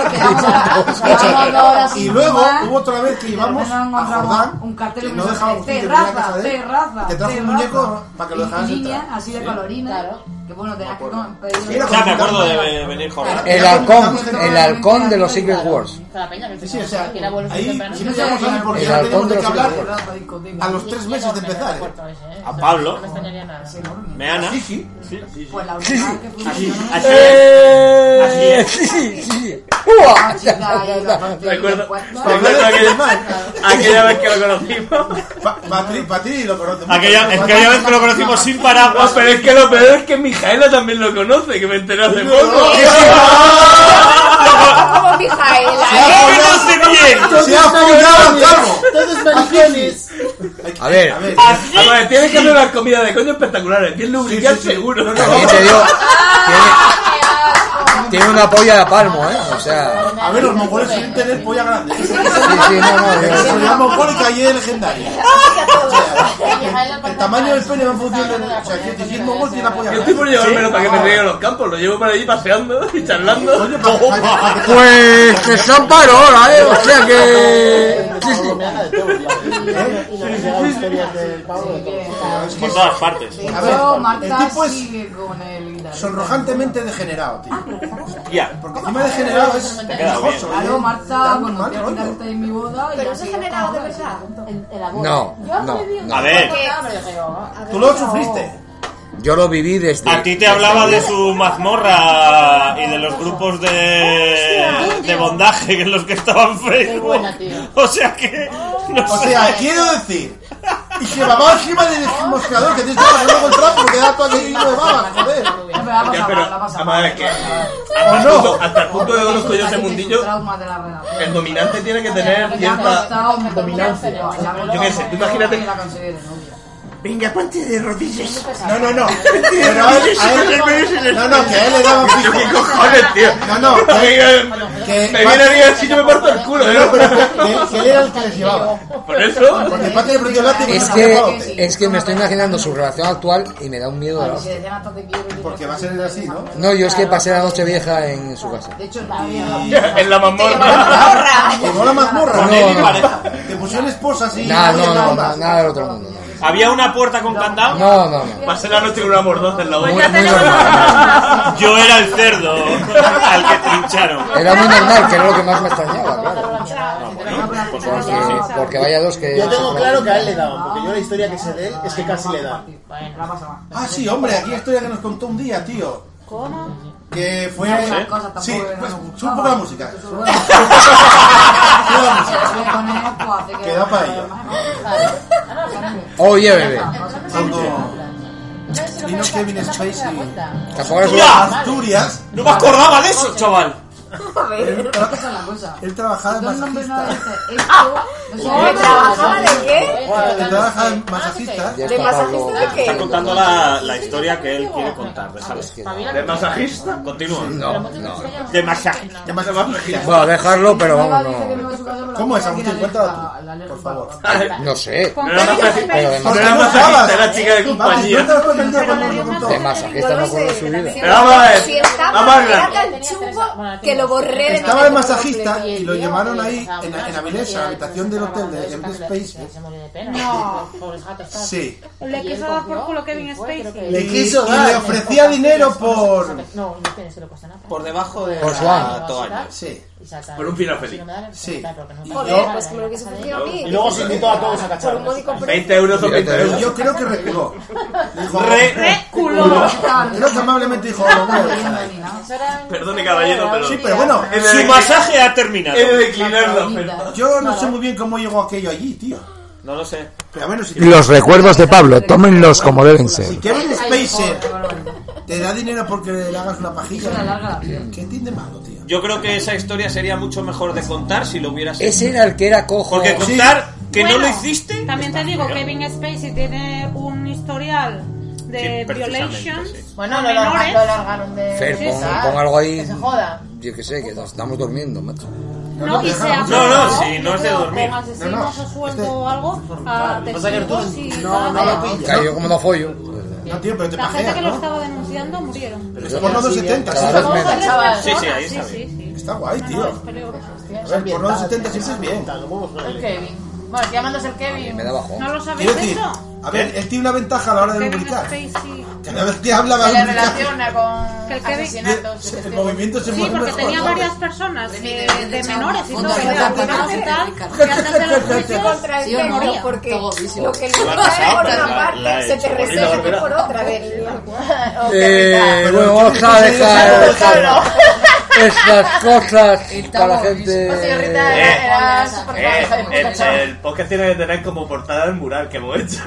[SPEAKER 5] Y luego hubo otra vez que íbamos a Jordán,
[SPEAKER 10] un cartel
[SPEAKER 5] que
[SPEAKER 10] que
[SPEAKER 5] no
[SPEAKER 10] nos
[SPEAKER 5] dejábamos
[SPEAKER 10] decía,
[SPEAKER 5] ni terminar la
[SPEAKER 10] terraza,
[SPEAKER 5] casa de él,
[SPEAKER 10] terraza,
[SPEAKER 5] que trajo un
[SPEAKER 10] terraza.
[SPEAKER 5] muñeco para que lo
[SPEAKER 10] Y-
[SPEAKER 5] dejaras
[SPEAKER 10] y
[SPEAKER 5] entrar.
[SPEAKER 10] línea, así de
[SPEAKER 5] Sí.
[SPEAKER 10] colorina. que bueno, tenías que tomar- pedir-
[SPEAKER 9] Ya me acuerdo de venir Jorge.
[SPEAKER 3] El halcón, el halcón de los Secret Wars.
[SPEAKER 10] Con la peña que
[SPEAKER 5] Sí, sí, o
[SPEAKER 10] tomaba,
[SPEAKER 5] sea,
[SPEAKER 10] que era vuelo
[SPEAKER 5] ahí
[SPEAKER 10] temprano.
[SPEAKER 5] siempre estábamos ahí porque
[SPEAKER 3] El
[SPEAKER 5] ya teníamos
[SPEAKER 3] halcón de
[SPEAKER 5] de qué
[SPEAKER 3] los
[SPEAKER 5] hablar
[SPEAKER 10] Terraza, discoteca.
[SPEAKER 5] a los tres meses de empezar. ¿eh?
[SPEAKER 9] A
[SPEAKER 3] Ah,
[SPEAKER 9] Pablo.
[SPEAKER 10] No tenía nada.
[SPEAKER 9] Meana.
[SPEAKER 5] Sí, sí.
[SPEAKER 10] Pues la última vez que fui-
[SPEAKER 9] Así, así
[SPEAKER 3] Eh,
[SPEAKER 9] es. Así es.
[SPEAKER 3] sí, sí.
[SPEAKER 10] Ah, chica, y la-
[SPEAKER 4] Recuerdo,
[SPEAKER 5] Pa-
[SPEAKER 4] recuerdo aquella, aquella vez que lo conocimos.
[SPEAKER 5] Pa- Patri, Patri lo conoce. mucho.
[SPEAKER 4] Aquella, es que aquella vez que lo conocimos sin paraguas. Pero es que lo peor es que Mijaela también lo conoce, que me enteré hace poco.
[SPEAKER 10] Como Mijaela, ¿eh?
[SPEAKER 5] Se ha follado al carro. maricones.
[SPEAKER 3] A ver,
[SPEAKER 4] A ver, tienes que hacer unas comidas de coño espectaculares. Tienes lubricante seguro.
[SPEAKER 3] también te digo, tiene, tiene una polla de palmo, ¿eh? O sea,
[SPEAKER 5] A ver, los mongoles suelen tener polla grande. Sí,
[SPEAKER 3] sí, no, no, yo-
[SPEAKER 5] Se llama mongólica y es legendaria. El tamaño del pene va en función de. O sea, si- si es mongol, tiene la polla
[SPEAKER 4] Yo
[SPEAKER 5] grande.
[SPEAKER 4] estoy por llevármelo para que me traiga a los campos. Lo llevo para allí paseando y charlando.
[SPEAKER 3] pues que se han parado ahora, ¿eh? O sea que.
[SPEAKER 9] Por todas partes.
[SPEAKER 5] A ver,
[SPEAKER 10] Yo,
[SPEAKER 5] el
[SPEAKER 10] Marta,
[SPEAKER 5] tipo es
[SPEAKER 10] sigue con el guitarrista.
[SPEAKER 5] sonrojantemente degenerado, tío.
[SPEAKER 9] Ya.
[SPEAKER 5] Porque encima degenerado es
[SPEAKER 9] Te queda bien.
[SPEAKER 5] pegajoso.
[SPEAKER 10] Claro, Marta, cuando fui a
[SPEAKER 5] rollo.
[SPEAKER 10] quitarte en mi boda. Pero eso generado de verdad. En la boda.
[SPEAKER 3] No,
[SPEAKER 10] Yo
[SPEAKER 3] no,
[SPEAKER 10] viví un
[SPEAKER 3] no.
[SPEAKER 9] A ver.
[SPEAKER 10] poco de hambre, yo digo, a ver,
[SPEAKER 5] Tú lo
[SPEAKER 10] no.
[SPEAKER 5] sufriste.
[SPEAKER 3] Yo lo viví desde.
[SPEAKER 9] A ti te hablaba de su mazmorra y de los grupos de, de bondaje que en los que estaba en Facebook. O sea que. No
[SPEAKER 5] O
[SPEAKER 9] sé.
[SPEAKER 5] sea, quiero decir. Y se bababa encima del mosqueador que tienes que pasarlo con trapo porque da todo aquel hilo de baba, joder.
[SPEAKER 10] Ya, pero vamos a
[SPEAKER 4] pero,
[SPEAKER 10] hablar, vamos a
[SPEAKER 4] vamos a ver, que
[SPEAKER 5] ¿O
[SPEAKER 4] hasta, el
[SPEAKER 5] no?
[SPEAKER 4] punto, hasta el punto de conozco yo ese mundillo,
[SPEAKER 10] Trauma de la relación.
[SPEAKER 4] el dominante tiene que tener
[SPEAKER 10] Ya me ha
[SPEAKER 4] cierta...
[SPEAKER 10] costado, me tocó una cena, ya me
[SPEAKER 4] Yo qué sé, tú
[SPEAKER 10] que
[SPEAKER 4] imagínate...
[SPEAKER 10] la conseguí de novia.
[SPEAKER 4] Venga, ponte de rodillas.
[SPEAKER 5] No, no, no. Pero a él, a él- no, no, que a él le daban fijo.
[SPEAKER 4] ¿Qué cojones, tío?
[SPEAKER 5] No, no, que, que-
[SPEAKER 4] Me viene alguien así, yo me parto el culo.
[SPEAKER 5] No, pero
[SPEAKER 4] ¿eh?
[SPEAKER 5] que, que él era el que les llevaba.
[SPEAKER 4] Por eso...
[SPEAKER 5] Porque el padre le prohibió el látigo y
[SPEAKER 3] Es
[SPEAKER 5] se acabó.
[SPEAKER 3] que, es que me estoy imaginando su relación actual y me da un miedo.
[SPEAKER 10] Porque decían hasta te quiero, yo
[SPEAKER 5] Porque va a ser así, ¿no?
[SPEAKER 3] No, yo es que pasé la noche vieja en su casa.
[SPEAKER 10] De hecho, todavía
[SPEAKER 4] En la
[SPEAKER 5] mazmorra. Llegó la mazmorra.
[SPEAKER 9] Con él y pareja.
[SPEAKER 5] Te pusieron esposas y...
[SPEAKER 3] Nada, no, no, no, nada del otro mundo. no.
[SPEAKER 9] Había una puerta con candado.
[SPEAKER 3] No, no, no.
[SPEAKER 4] Pasé la noche con una mordaza en la
[SPEAKER 9] Pues
[SPEAKER 3] Muy,
[SPEAKER 4] boca.
[SPEAKER 3] muy normal.
[SPEAKER 9] Yo era el cerdo al que trincharon.
[SPEAKER 3] Era muy normal, que era lo que más me extrañaba, claro. Porque, porque vaya dos que.
[SPEAKER 18] Yo tengo claro que a él le daban, porque yo la historia que sé de él es que casi le daban.
[SPEAKER 5] Ah, sí, hombre, aquí la historia que nos contó un día, tío.
[SPEAKER 10] ¿Cómo?
[SPEAKER 5] Que fue...
[SPEAKER 10] No, una cosa tampoco
[SPEAKER 5] Sí,
[SPEAKER 10] que no
[SPEAKER 5] pues,
[SPEAKER 10] nos gustaba.
[SPEAKER 5] sube un poco la música.
[SPEAKER 10] Sube
[SPEAKER 5] la música. Queda para ello.
[SPEAKER 3] Oye, bebé.
[SPEAKER 5] Y no Kevin Spacey.
[SPEAKER 3] Tampoco es
[SPEAKER 9] ¡Ya!
[SPEAKER 5] Asturias.
[SPEAKER 9] No me acordaba de eso, chaval.
[SPEAKER 5] Él trabajaba en masajista.
[SPEAKER 10] ¿Trabajaba de qué?
[SPEAKER 5] Él trabajaba en masajista.
[SPEAKER 3] Ya está, Pablo.
[SPEAKER 9] Está contando la, la historia que él quiere contar, déjalo.
[SPEAKER 4] ¿De masajista?
[SPEAKER 9] Continúa.
[SPEAKER 3] No, no. no.
[SPEAKER 9] De masaje.
[SPEAKER 5] De masajista.
[SPEAKER 3] Bueno, dejarlo, pero vamos, no.
[SPEAKER 5] ¿Cómo es, Agustín? Cuéntala tú, por favor.
[SPEAKER 3] No sé.
[SPEAKER 4] No era masajista,
[SPEAKER 3] Pero de
[SPEAKER 4] no era
[SPEAKER 3] masajista.
[SPEAKER 4] masajista, era chica de compañía.
[SPEAKER 5] Cuéntala tú, cuéntala tú, cuando nos lo contó.
[SPEAKER 3] De masajista no acuerdo de su vida.
[SPEAKER 4] Pero vamos a ver,
[SPEAKER 10] Si estaba,
[SPEAKER 4] vamos a hablar.
[SPEAKER 10] era tan chungo que lo borré de
[SPEAKER 5] Estaba el
[SPEAKER 10] momento
[SPEAKER 5] masajista
[SPEAKER 10] completo.
[SPEAKER 5] y lo llevaron ahí
[SPEAKER 10] Ah,
[SPEAKER 5] en, en
[SPEAKER 10] bueno,
[SPEAKER 5] Avilés, a la habitación del hotel de Empty Space.
[SPEAKER 10] No.
[SPEAKER 5] Sí.
[SPEAKER 10] Le quiso dar por culo Kevin Spacey.
[SPEAKER 5] Le quiso dar. Y le ofrecía dinero por.
[SPEAKER 10] No, no tienes que lo pasa nada.
[SPEAKER 19] Por debajo de
[SPEAKER 5] Por
[SPEAKER 19] la
[SPEAKER 5] Juan.
[SPEAKER 19] toalla.
[SPEAKER 5] Sí.
[SPEAKER 20] Por un final feliz.
[SPEAKER 5] Sí.
[SPEAKER 10] Joder, pues me lo quiso ofrecer a mí.
[SPEAKER 5] Y luego se invitó a todos a cacharlo.
[SPEAKER 10] Por un módico precio.
[SPEAKER 20] 20 euros o 20 euros.
[SPEAKER 5] Yo creo que reculó. Dijo,
[SPEAKER 20] Re-
[SPEAKER 10] reculó.
[SPEAKER 5] Creo que amablemente dijo, "Lo voy a dejar ahí".
[SPEAKER 9] Perdone, caballero, pero.
[SPEAKER 5] Sí, pero bueno,
[SPEAKER 9] su masaje ha terminado.
[SPEAKER 5] Yo no sé muy bien cómo llegó aquello allí, tío.
[SPEAKER 9] No lo sé.
[SPEAKER 5] Pero bueno, si
[SPEAKER 21] Los recuerdos de Pablo, tómenlos como deben ser.
[SPEAKER 5] Kevin Spacer te da dinero porque le hagas una pajilla. ¿Qué entiende malo, tío?
[SPEAKER 9] Yo creo que esa historia sería mucho mejor de contar si lo hubieras
[SPEAKER 19] Ese era el que era cojo.
[SPEAKER 9] Porque contar que no lo
[SPEAKER 19] Bueno.
[SPEAKER 9] hiciste.
[SPEAKER 22] También te digo, Kevin Spacey tiene un historial de
[SPEAKER 19] Sí, precisamente,
[SPEAKER 22] violations.
[SPEAKER 19] Bueno,
[SPEAKER 22] a
[SPEAKER 19] lo larga-
[SPEAKER 22] menores.
[SPEAKER 19] lo largaron de-
[SPEAKER 21] Fer,
[SPEAKER 22] Sí,
[SPEAKER 21] pon,
[SPEAKER 22] sí.
[SPEAKER 21] pon algo ahí.
[SPEAKER 22] joda.
[SPEAKER 21] Yo que sé, que nos estamos durmiendo, macho.
[SPEAKER 22] No, y se
[SPEAKER 21] No, no, sí,
[SPEAKER 22] no
[SPEAKER 21] no es de dormir.
[SPEAKER 22] No, no. O
[SPEAKER 5] Este
[SPEAKER 22] sueldo o algo a
[SPEAKER 21] Pasa que
[SPEAKER 22] testigos y
[SPEAKER 5] No, no lo pillas.
[SPEAKER 21] Claro, yo como no follo.
[SPEAKER 3] pues,
[SPEAKER 5] No, tío, pero te
[SPEAKER 22] La gente que
[SPEAKER 5] pajeas,
[SPEAKER 22] lo
[SPEAKER 5] ¿no?
[SPEAKER 22] estaba denunciando murieron.
[SPEAKER 5] Pero es porno de 70, sí.
[SPEAKER 21] Cada vez menos.
[SPEAKER 5] Sí, sí, ahí está
[SPEAKER 22] Sí, sí,
[SPEAKER 5] Está guay,
[SPEAKER 22] No,
[SPEAKER 5] tío.
[SPEAKER 22] no, es peligroso.
[SPEAKER 5] A ver, porno de 70 siempre es bien.
[SPEAKER 22] El Kevin. Bueno, llamándose el Kevin.
[SPEAKER 5] Me da bajón.
[SPEAKER 22] ¿No lo sabéis
[SPEAKER 5] Quiero decir,
[SPEAKER 22] eso?
[SPEAKER 5] a ver, él tiene una ventaja a la hora de
[SPEAKER 22] Kevin
[SPEAKER 5] lubricar.
[SPEAKER 22] Spacey.
[SPEAKER 5] Cada vez que habla va a
[SPEAKER 22] Se le
[SPEAKER 5] lubricar.
[SPEAKER 22] relaciona con asesinatos.
[SPEAKER 5] Sí, El movimiento se
[SPEAKER 22] Sí,
[SPEAKER 5] mueve
[SPEAKER 22] porque
[SPEAKER 5] mejor.
[SPEAKER 22] tenía varias personas de, de menores y todo,
[SPEAKER 5] Fundación
[SPEAKER 22] de
[SPEAKER 5] Fundación
[SPEAKER 22] abogados y tal, que antes de los juicios
[SPEAKER 10] Contra el
[SPEAKER 22] sí o no,
[SPEAKER 10] género, porque lo que
[SPEAKER 19] Lo
[SPEAKER 10] le
[SPEAKER 19] ha
[SPEAKER 10] trae
[SPEAKER 19] pasado,
[SPEAKER 10] por
[SPEAKER 19] pero
[SPEAKER 10] una
[SPEAKER 19] la- la
[SPEAKER 10] parte
[SPEAKER 19] he
[SPEAKER 10] se
[SPEAKER 19] hecho
[SPEAKER 10] te
[SPEAKER 19] por
[SPEAKER 10] resete
[SPEAKER 19] ahí.
[SPEAKER 10] por otra vez. Oh,
[SPEAKER 21] Eh, bueno, vamos a dejar estas cosas para la
[SPEAKER 5] Eh,
[SPEAKER 21] gente.
[SPEAKER 10] Era- era súper
[SPEAKER 4] Eh,
[SPEAKER 10] guay, muy
[SPEAKER 4] el-
[SPEAKER 10] cachado.
[SPEAKER 4] el podcast tiene que tener como portada el mural que hemos hecho.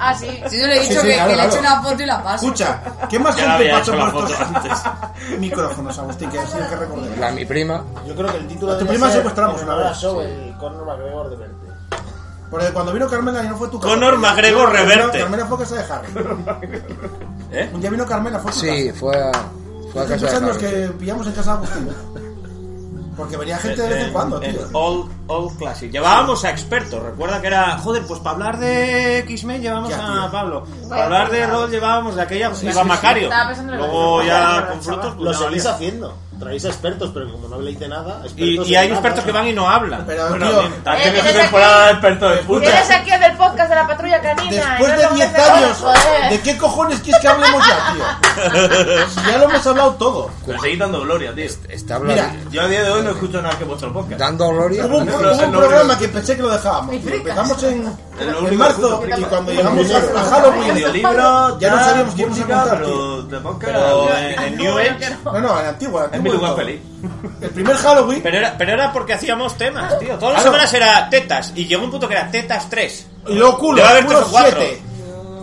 [SPEAKER 10] Ah, sí.
[SPEAKER 23] Sí, yo le he dicho
[SPEAKER 5] Sí, sí,
[SPEAKER 23] que, que
[SPEAKER 5] claro,
[SPEAKER 23] le he
[SPEAKER 5] claro.
[SPEAKER 23] hecho una foto y la paso.
[SPEAKER 5] Escucha, ¿qué más
[SPEAKER 4] Ya la
[SPEAKER 5] gente
[SPEAKER 4] había
[SPEAKER 5] pasó
[SPEAKER 4] hecho la
[SPEAKER 5] por
[SPEAKER 4] foto
[SPEAKER 5] estos micrófonos, Agustín? Que hay que recordar.
[SPEAKER 21] La mi prima.
[SPEAKER 24] Yo creo que el título
[SPEAKER 5] A tu
[SPEAKER 24] debería
[SPEAKER 5] prima
[SPEAKER 24] ser
[SPEAKER 5] secuestramos
[SPEAKER 24] en
[SPEAKER 5] una
[SPEAKER 24] honor a
[SPEAKER 5] vez.
[SPEAKER 24] Joel, Conor McGregor de Verde.
[SPEAKER 5] Porque cuando vino Carmela y no fue tu casa.
[SPEAKER 24] Conor McGregor
[SPEAKER 5] Carmela-
[SPEAKER 24] Reverte.
[SPEAKER 5] Carmela fue a casa de Harry. Un día vino Carmela, fue a su
[SPEAKER 21] Sí, fue a, fue a
[SPEAKER 5] casa. Estoy
[SPEAKER 21] casa de
[SPEAKER 5] pensando los
[SPEAKER 21] Javi.
[SPEAKER 5] que pillamos en casa de Agustín. Porque
[SPEAKER 24] Eh,
[SPEAKER 5] venía gente de vez en cuando, tío.
[SPEAKER 9] Old, old Classic. Llevábamos a expertos. Recuerda que era. Joder, pues para hablar de X-Men llevamos a Pablo. Para hablar de Rod llevábamos de aquella. Pues,
[SPEAKER 24] Sí,
[SPEAKER 9] iba
[SPEAKER 24] sí, sí.
[SPEAKER 9] Macario.
[SPEAKER 24] Estaba pensando en lo
[SPEAKER 9] Luego
[SPEAKER 24] que-
[SPEAKER 9] ya con frutos. pues,
[SPEAKER 24] Lo
[SPEAKER 9] ya
[SPEAKER 24] seguís
[SPEAKER 9] valía.
[SPEAKER 24] haciendo. Traéis expertos, pero como no habléis de nada.
[SPEAKER 9] Y, y hay expertos que van y no hablan. Pero,
[SPEAKER 24] hacemos una
[SPEAKER 9] temporada de expertos de
[SPEAKER 10] Eres aquí el del podcast de la patrulla canina.
[SPEAKER 5] Después
[SPEAKER 10] y
[SPEAKER 5] de
[SPEAKER 10] no
[SPEAKER 5] 10
[SPEAKER 10] te-
[SPEAKER 5] años,
[SPEAKER 10] Joder.
[SPEAKER 5] ¿de qué cojones quieres que hablemos ya, tío? Si ya lo hemos hablado todo.
[SPEAKER 4] Pero seguís dando gloria, tío.
[SPEAKER 5] Este,
[SPEAKER 21] Está
[SPEAKER 5] hablando-
[SPEAKER 4] Yo a día de hoy no escucho nada que vuestro podcast.
[SPEAKER 21] Dando gloria.
[SPEAKER 5] Hubo un, hubo un programa que pensé que lo dejábamos. tío. Empezamos en, en marzo y cuando
[SPEAKER 24] Pues
[SPEAKER 5] llegamos a, a Halloween
[SPEAKER 4] Audiolibro,
[SPEAKER 5] ya no
[SPEAKER 4] tal,
[SPEAKER 5] sabíamos qué íbamos a
[SPEAKER 4] música,
[SPEAKER 5] contar. tío.
[SPEAKER 4] Pero de podcast.
[SPEAKER 9] Pero en, en New Age.
[SPEAKER 5] No, no, en antiguo, en
[SPEAKER 9] En mi
[SPEAKER 5] antiguo.
[SPEAKER 9] lugar feliz.
[SPEAKER 5] El primer Halloween.
[SPEAKER 9] Pero era, pero era porque hacíamos temas, tío. Todas las
[SPEAKER 5] Claro.
[SPEAKER 9] semanas era tetas. Y llegó un punto que era tetas 3.
[SPEAKER 5] Y luego culo,
[SPEAKER 9] Debe haber
[SPEAKER 5] culo
[SPEAKER 9] tres o cuatro.
[SPEAKER 5] siete.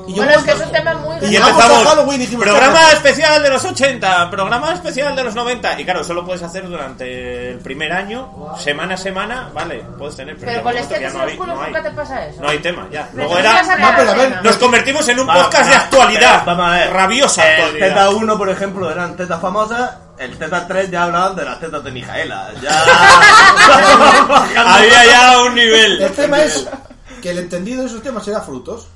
[SPEAKER 5] Y
[SPEAKER 10] Bueno, es que es un tema muy...
[SPEAKER 9] Y
[SPEAKER 5] llegamos
[SPEAKER 9] empezamos
[SPEAKER 5] a Halloween y dijimos,
[SPEAKER 9] programa
[SPEAKER 5] "Chaval".
[SPEAKER 9] especial de los 80, programa especial de los 90. Y claro, eso lo puedes hacer durante el primer año, semana a semana, vale, puedes tener.
[SPEAKER 10] Pero
[SPEAKER 9] llega
[SPEAKER 10] con
[SPEAKER 9] un
[SPEAKER 10] los
[SPEAKER 9] momento que ya
[SPEAKER 10] tetas en los culos
[SPEAKER 9] no hay,
[SPEAKER 10] nunca te pasa eso.
[SPEAKER 9] no hay tema, ya.
[SPEAKER 10] Pero
[SPEAKER 9] Luego
[SPEAKER 10] tú
[SPEAKER 9] era.
[SPEAKER 10] ibas a No, pero a ver, crear
[SPEAKER 9] nos
[SPEAKER 10] temas.
[SPEAKER 9] convertimos en un
[SPEAKER 4] Va,
[SPEAKER 9] podcast
[SPEAKER 4] va,
[SPEAKER 9] de actualidad.
[SPEAKER 4] pero vamos a ver.
[SPEAKER 9] Rabiosa
[SPEAKER 4] El
[SPEAKER 9] actualidad.
[SPEAKER 4] Teta 1, por ejemplo, eran tetas famosas. El Teta 3 ya hablaban de las tetas de Mijaela. Ya.
[SPEAKER 9] Había ya un nivel.
[SPEAKER 5] El tema es que el entendido de esos temas era frutos.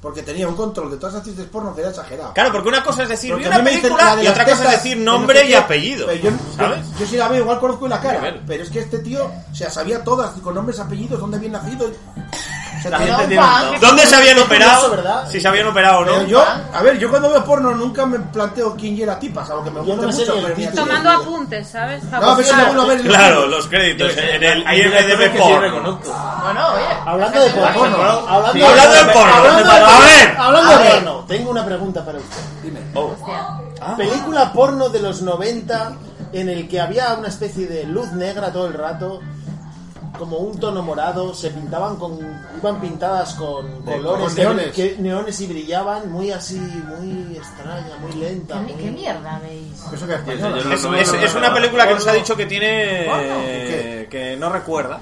[SPEAKER 5] Porque tenía un control de todas las actrices porno que era exagerado.
[SPEAKER 9] Claro, porque una cosa es decir,
[SPEAKER 5] Ah. Porque
[SPEAKER 9] vi
[SPEAKER 5] a
[SPEAKER 9] una
[SPEAKER 5] mí me dicen
[SPEAKER 9] película
[SPEAKER 5] la de
[SPEAKER 9] y
[SPEAKER 5] las
[SPEAKER 9] otra cosa es
[SPEAKER 5] tetas,
[SPEAKER 9] decir
[SPEAKER 5] que no
[SPEAKER 9] nombre
[SPEAKER 5] sé
[SPEAKER 9] y
[SPEAKER 5] qué.
[SPEAKER 9] apellido.
[SPEAKER 5] Pero yo, yo-
[SPEAKER 9] ¿Sabes?
[SPEAKER 10] Ah,
[SPEAKER 5] yo sí la veo, igual conozco la cara.
[SPEAKER 9] Nivel.
[SPEAKER 5] Pero es que este tío, o sea, sabía todas, con nombres, apellidos, dónde habían nacido. O sea,
[SPEAKER 9] La
[SPEAKER 5] tío,
[SPEAKER 9] gente
[SPEAKER 5] no,
[SPEAKER 9] tiene
[SPEAKER 5] pa,
[SPEAKER 9] un
[SPEAKER 5] qué
[SPEAKER 9] don. ¿Dónde se habían
[SPEAKER 5] curioso,
[SPEAKER 9] operado?
[SPEAKER 5] ¿verdad?
[SPEAKER 9] Si se habían operado o
[SPEAKER 5] Pero
[SPEAKER 9] no.
[SPEAKER 5] yo, a ver, yo cuando veo porno nunca me planteo quién era tipas, algo que me gusta
[SPEAKER 24] no me sé
[SPEAKER 5] mucho.
[SPEAKER 24] ni el
[SPEAKER 5] pero ni este
[SPEAKER 24] título.
[SPEAKER 5] a ti.
[SPEAKER 22] Tomando apuntes, ¿sabes?
[SPEAKER 5] No, a ver si me vuelvo a ver el-
[SPEAKER 9] Claro, los créditos en el
[SPEAKER 4] Hay directores
[SPEAKER 9] IMDB
[SPEAKER 4] que sí
[SPEAKER 9] Porn.
[SPEAKER 10] Bueno, oye.
[SPEAKER 24] Hablando de porno,
[SPEAKER 9] Bueno,
[SPEAKER 24] hablando,
[SPEAKER 9] sí, hablando de porno.
[SPEAKER 24] hablando
[SPEAKER 9] A ver.
[SPEAKER 24] hablando
[SPEAKER 9] A
[SPEAKER 24] de
[SPEAKER 9] ver.
[SPEAKER 24] porno, tengo una pregunta para usted. Dime.
[SPEAKER 10] Hostia.
[SPEAKER 5] Ah.
[SPEAKER 24] Película porno de los 90 en el que había una especie de luz negra todo el rato, como un tono morado, se pintaban con iban pintadas con
[SPEAKER 4] De-
[SPEAKER 24] colores
[SPEAKER 4] con neones.
[SPEAKER 24] que- neones y brillaban muy así, muy extraña, muy lenta. muy... ¿Qué mierda veis?
[SPEAKER 9] Es, es- es una película que nos ha dicho que tiene. que no recuerda.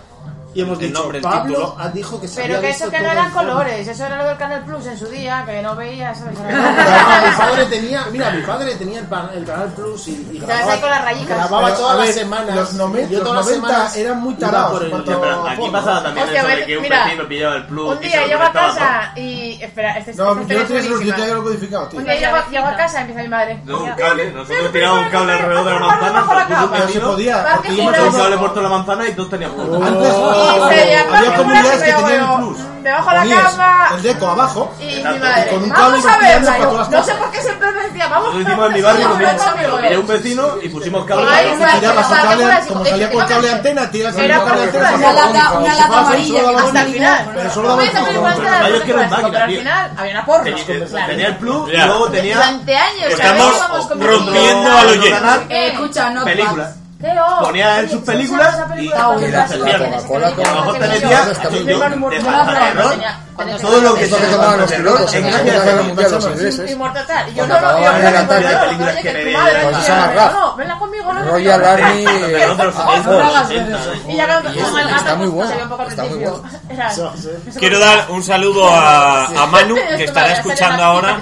[SPEAKER 5] Y hemos
[SPEAKER 7] el
[SPEAKER 5] dicho,
[SPEAKER 7] nombre, el
[SPEAKER 5] Pablo
[SPEAKER 7] título.
[SPEAKER 5] ah, dijo que se
[SPEAKER 10] Pero
[SPEAKER 5] había
[SPEAKER 10] que
[SPEAKER 5] visto
[SPEAKER 10] eso que no
[SPEAKER 5] todo
[SPEAKER 10] eran
[SPEAKER 5] el fondo.
[SPEAKER 10] colores, eso era lo del Canal Plus en su día, que no veías. ¿sabes?
[SPEAKER 5] Ah, mi padre tenía, mira, mi padre tenía el, pan- el Canal Plus y, y
[SPEAKER 10] Estabas
[SPEAKER 5] grababa,
[SPEAKER 10] ahí con las rayicas.
[SPEAKER 5] grababa
[SPEAKER 7] Pero,
[SPEAKER 5] todas
[SPEAKER 7] a
[SPEAKER 5] las
[SPEAKER 7] ver,
[SPEAKER 5] semanas.
[SPEAKER 7] los noven-
[SPEAKER 5] Y yo
[SPEAKER 7] los
[SPEAKER 5] todas las
[SPEAKER 7] 90
[SPEAKER 5] semanas
[SPEAKER 7] eran muy
[SPEAKER 5] iba
[SPEAKER 7] tarados
[SPEAKER 5] por el-
[SPEAKER 7] por todo-
[SPEAKER 5] pero
[SPEAKER 7] aquí pasaba también
[SPEAKER 10] Hostia,
[SPEAKER 7] eso de
[SPEAKER 10] vete-
[SPEAKER 7] que un
[SPEAKER 10] mira,
[SPEAKER 7] vecino pillaba el plus
[SPEAKER 10] Un
[SPEAKER 7] y se
[SPEAKER 10] día
[SPEAKER 7] lo
[SPEAKER 10] llego a
[SPEAKER 7] prestaba
[SPEAKER 10] casa y. Espera, este
[SPEAKER 5] No,
[SPEAKER 10] esta historia
[SPEAKER 5] yo tres
[SPEAKER 10] es
[SPEAKER 5] los que
[SPEAKER 10] buenísima.
[SPEAKER 5] te había codificado, tío.
[SPEAKER 10] Un día llego a- llego a casa y empieza mi madre.
[SPEAKER 7] todo.
[SPEAKER 10] Mira,
[SPEAKER 7] Un cable, nosotros tirábamos un cable alrededor de la manzana,
[SPEAKER 10] bajo la
[SPEAKER 7] puso un
[SPEAKER 10] cama.
[SPEAKER 7] vecino,
[SPEAKER 10] No se podía,
[SPEAKER 7] puso
[SPEAKER 10] porque
[SPEAKER 7] un
[SPEAKER 10] íbamos-
[SPEAKER 7] cable por toda la manzana y todos teníamos uno.
[SPEAKER 5] Antes
[SPEAKER 10] Y se llama
[SPEAKER 5] había
[SPEAKER 10] mi
[SPEAKER 5] comunidades
[SPEAKER 10] madre,
[SPEAKER 5] que
[SPEAKER 10] me
[SPEAKER 5] tenían
[SPEAKER 10] hago-
[SPEAKER 5] el plus.
[SPEAKER 10] Me bajo a la
[SPEAKER 5] Ponías
[SPEAKER 10] cama.
[SPEAKER 5] El deco abajo.
[SPEAKER 10] Y
[SPEAKER 5] Exacto.
[SPEAKER 10] mi madre.
[SPEAKER 5] Y con un cable
[SPEAKER 10] vamos a
[SPEAKER 5] iba
[SPEAKER 10] ver,
[SPEAKER 5] tirando para todas las
[SPEAKER 10] no sé
[SPEAKER 5] casas.
[SPEAKER 10] por qué siempre me decía, vamos
[SPEAKER 7] Lo hicimos en mi barrio, lo
[SPEAKER 10] vamos,
[SPEAKER 7] mismo.
[SPEAKER 10] vamos,
[SPEAKER 7] Lo
[SPEAKER 10] vamos.
[SPEAKER 7] miré a un vecino y pusimos cable.
[SPEAKER 10] Ahí
[SPEAKER 7] por
[SPEAKER 5] Y
[SPEAKER 7] la
[SPEAKER 5] tirabas un
[SPEAKER 7] manzana.
[SPEAKER 5] cable,
[SPEAKER 10] una chico-
[SPEAKER 5] como salía por el cable de antena, tirabas por el
[SPEAKER 10] Era
[SPEAKER 5] cable de antena.
[SPEAKER 10] una
[SPEAKER 5] sacabas
[SPEAKER 10] lata-
[SPEAKER 5] todo.
[SPEAKER 10] una
[SPEAKER 5] Si
[SPEAKER 10] lata
[SPEAKER 5] fueras
[SPEAKER 10] amarilla
[SPEAKER 5] solo
[SPEAKER 10] que
[SPEAKER 5] daba
[SPEAKER 10] hasta el
[SPEAKER 5] bonito,
[SPEAKER 10] final.
[SPEAKER 5] Pero solo
[SPEAKER 10] No
[SPEAKER 5] daba
[SPEAKER 10] veis la película
[SPEAKER 5] bonito.
[SPEAKER 10] esta de
[SPEAKER 7] Yo es que era un
[SPEAKER 10] clásico, pero
[SPEAKER 7] máquina,
[SPEAKER 10] al
[SPEAKER 7] tío.
[SPEAKER 10] final había una porno.
[SPEAKER 7] Tenía el plus y
[SPEAKER 9] Ya.
[SPEAKER 7] luego tenía
[SPEAKER 10] Durante años.
[SPEAKER 7] Estamos rompiendo al oyente.
[SPEAKER 10] Eh, escucha, no.
[SPEAKER 7] películas.
[SPEAKER 10] Teo.
[SPEAKER 7] Ponía en sus películas y las hacían. Y a lo mejor te metías de Fantasma Error, todo lo que
[SPEAKER 3] Es lo que tomaban los pilotos en la Segunda Guerra Mundial los
[SPEAKER 10] Y
[SPEAKER 3] ingleses.
[SPEAKER 10] Mortal. Y yo
[SPEAKER 3] Cuando
[SPEAKER 10] no, no,
[SPEAKER 3] acababan
[SPEAKER 10] yo
[SPEAKER 3] de
[SPEAKER 10] no,
[SPEAKER 3] la
[SPEAKER 10] no,
[SPEAKER 3] tarde.
[SPEAKER 10] no,
[SPEAKER 3] Películas
[SPEAKER 10] oye,
[SPEAKER 3] que
[SPEAKER 10] que tu
[SPEAKER 3] veía.
[SPEAKER 10] madre,
[SPEAKER 3] Cuando
[SPEAKER 10] oye,
[SPEAKER 3] se llama
[SPEAKER 10] no,
[SPEAKER 3] Raf.
[SPEAKER 10] no, venla conmigo, no, no,
[SPEAKER 3] Royal
[SPEAKER 10] no, no,
[SPEAKER 3] Army.
[SPEAKER 10] no, no, no, no, no, no, no, no, no, no, no, Y ya cuando-
[SPEAKER 3] Y es-
[SPEAKER 10] como el gato
[SPEAKER 3] está muy
[SPEAKER 10] se
[SPEAKER 3] guay.
[SPEAKER 10] ve un poco al
[SPEAKER 3] Está muy
[SPEAKER 10] principio.
[SPEAKER 3] guay.
[SPEAKER 10] Era-
[SPEAKER 9] Quiero dar un saludo a, a Manu, que estará escuchando ahora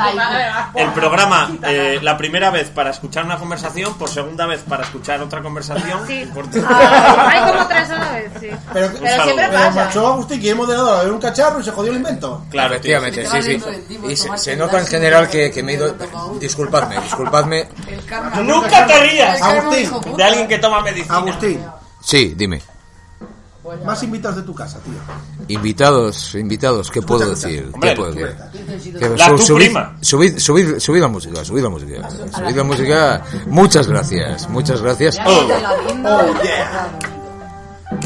[SPEAKER 9] el programa eh, la primera vez para escuchar una conversación, por segunda vez para escuchar otra conversación. y por-
[SPEAKER 10] Ah, Hay como tres a la vez, sí.
[SPEAKER 5] Pero,
[SPEAKER 9] saludo. siempre
[SPEAKER 5] pero
[SPEAKER 9] pasa.
[SPEAKER 5] marchó Agustín, que es moderador, a ver un cacharro y se jodió el invento.
[SPEAKER 9] Claro,
[SPEAKER 3] Efectivamente, sí, sí. Y se, se nota en general que, que me he ido... Disculpadme, disculpadme.
[SPEAKER 9] Nunca te rías
[SPEAKER 5] Agustín.
[SPEAKER 9] de alguien que toma medicina.
[SPEAKER 5] Agustín,
[SPEAKER 25] Sí, dime.
[SPEAKER 5] más invitados de tu casa, tío.
[SPEAKER 25] Invitados, invitados, ¿qué puedo decir? ¿Qué
[SPEAKER 5] Hombre,
[SPEAKER 25] puedo decir?
[SPEAKER 5] La
[SPEAKER 25] Que su-
[SPEAKER 5] tu
[SPEAKER 25] subid,
[SPEAKER 5] prima.
[SPEAKER 25] subid, subid, subid la música, subid la música. Subid la música. Muchas gracias, muchas gracias.
[SPEAKER 5] Oh, yeah.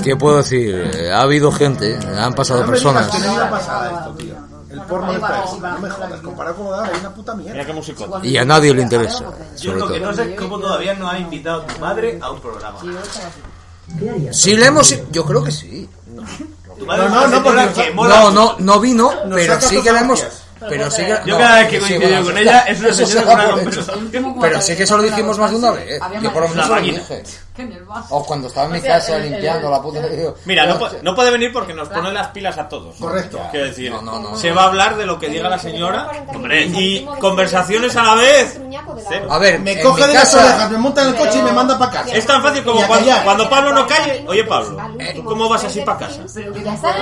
[SPEAKER 25] ¿Qué puedo decir? Eh, Ha habido gente, han pasado
[SPEAKER 5] No me digas
[SPEAKER 25] personas.
[SPEAKER 5] que no era pasada esto, tío. El porno de Pez, no me jodas, comparado con lo de ahora, es una puta mierda.
[SPEAKER 9] Mira qué músico.
[SPEAKER 25] Y a nadie le interesa,
[SPEAKER 7] Yo
[SPEAKER 25] sobre
[SPEAKER 7] lo
[SPEAKER 25] todo.
[SPEAKER 7] que no sé es cómo todavía no ha invitado a tu madre a un programa.
[SPEAKER 3] Si le hemos... Yo creo que sí.
[SPEAKER 7] Tu madre es una señora que mola
[SPEAKER 3] no,
[SPEAKER 7] mucho.
[SPEAKER 3] no, no vino,
[SPEAKER 7] Nos
[SPEAKER 3] pero
[SPEAKER 7] saca
[SPEAKER 3] sí
[SPEAKER 7] tus
[SPEAKER 3] que la hemos...
[SPEAKER 7] hostias.
[SPEAKER 3] Pero sí que... no,
[SPEAKER 7] Yo cada vez que
[SPEAKER 3] sí,
[SPEAKER 7] coincido
[SPEAKER 3] bueno,
[SPEAKER 7] con ella es una
[SPEAKER 3] eso
[SPEAKER 7] sesión
[SPEAKER 3] se
[SPEAKER 7] con una
[SPEAKER 3] da por hecho.
[SPEAKER 7] conversación.
[SPEAKER 3] Pero sí que eso lo dijimos más de una vez. Yo por lo menos
[SPEAKER 9] La
[SPEAKER 3] se lo
[SPEAKER 9] máquina.
[SPEAKER 3] dije. O cuando estaba en mi casa limpiando la puta...
[SPEAKER 9] Mira, no, po- no puede venir porque nos pone las pilas a todos.
[SPEAKER 3] Correcto.
[SPEAKER 9] Quiero decir,
[SPEAKER 3] no,
[SPEAKER 9] se
[SPEAKER 3] no.
[SPEAKER 9] va a hablar de lo que diga la señora y conversaciones a la vez. Cero.
[SPEAKER 3] A ver,
[SPEAKER 5] Me coge de las orejas, me monta en el coche y me manda para casa.
[SPEAKER 9] Es tan fácil como
[SPEAKER 5] Y a
[SPEAKER 9] cuando,
[SPEAKER 5] callar.
[SPEAKER 9] cuando Pablo no calle. Oye, Pablo, ¿tú cómo vas así para casa?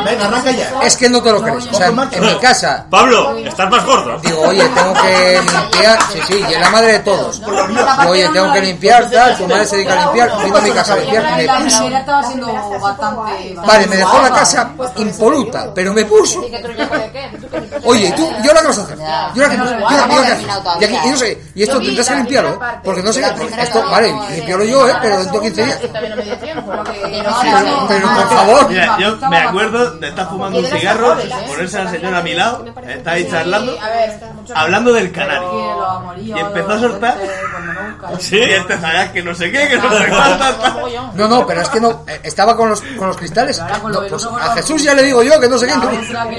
[SPEAKER 5] Venga, arranca ya.
[SPEAKER 3] Es que no te lo crees. O sea, en mi casa.
[SPEAKER 9] Pablo, estás más gordo.
[SPEAKER 3] Digo, oye, tengo que limpiar. Sí, sí, y es la madre de todos. Digo, oye, tengo que limpiar, tal. Tu madre se dedica a limpiar. Voy a mi casa a limpiar. Me puso.
[SPEAKER 26] estaba siendo bastante.
[SPEAKER 3] Vale, me dejó la casa impoluta, pero me puso. Oye, ¿y tú, ¿y ahora qué vas a hacer? Yo ahora qué vas a hacer? Yo ahora qué vas a hacer? Y aquí, y no sé, y esto tendrás que limpiarlo, ¿eh? Porque no sé qué. Esto, vale, limpiarlo yo, ¿eh? Pero dentro de 15 días. Pero, pero,
[SPEAKER 5] Ah,
[SPEAKER 3] por favor.
[SPEAKER 7] Mira, yo me acuerdo de estar fumando un cigarro,
[SPEAKER 10] ¿eh?
[SPEAKER 7] ponerse a la señora a mi lado, está ahí charlando, hablando del canario. Y empezó a soltar. Sí, este zagal que no sé qué, que
[SPEAKER 3] Ah,
[SPEAKER 7] no sé cuántas.
[SPEAKER 3] No, no, pero es que no. eh, Estaba con los, con los cristales. No, pues a Jesús ya le digo yo que no sé qué.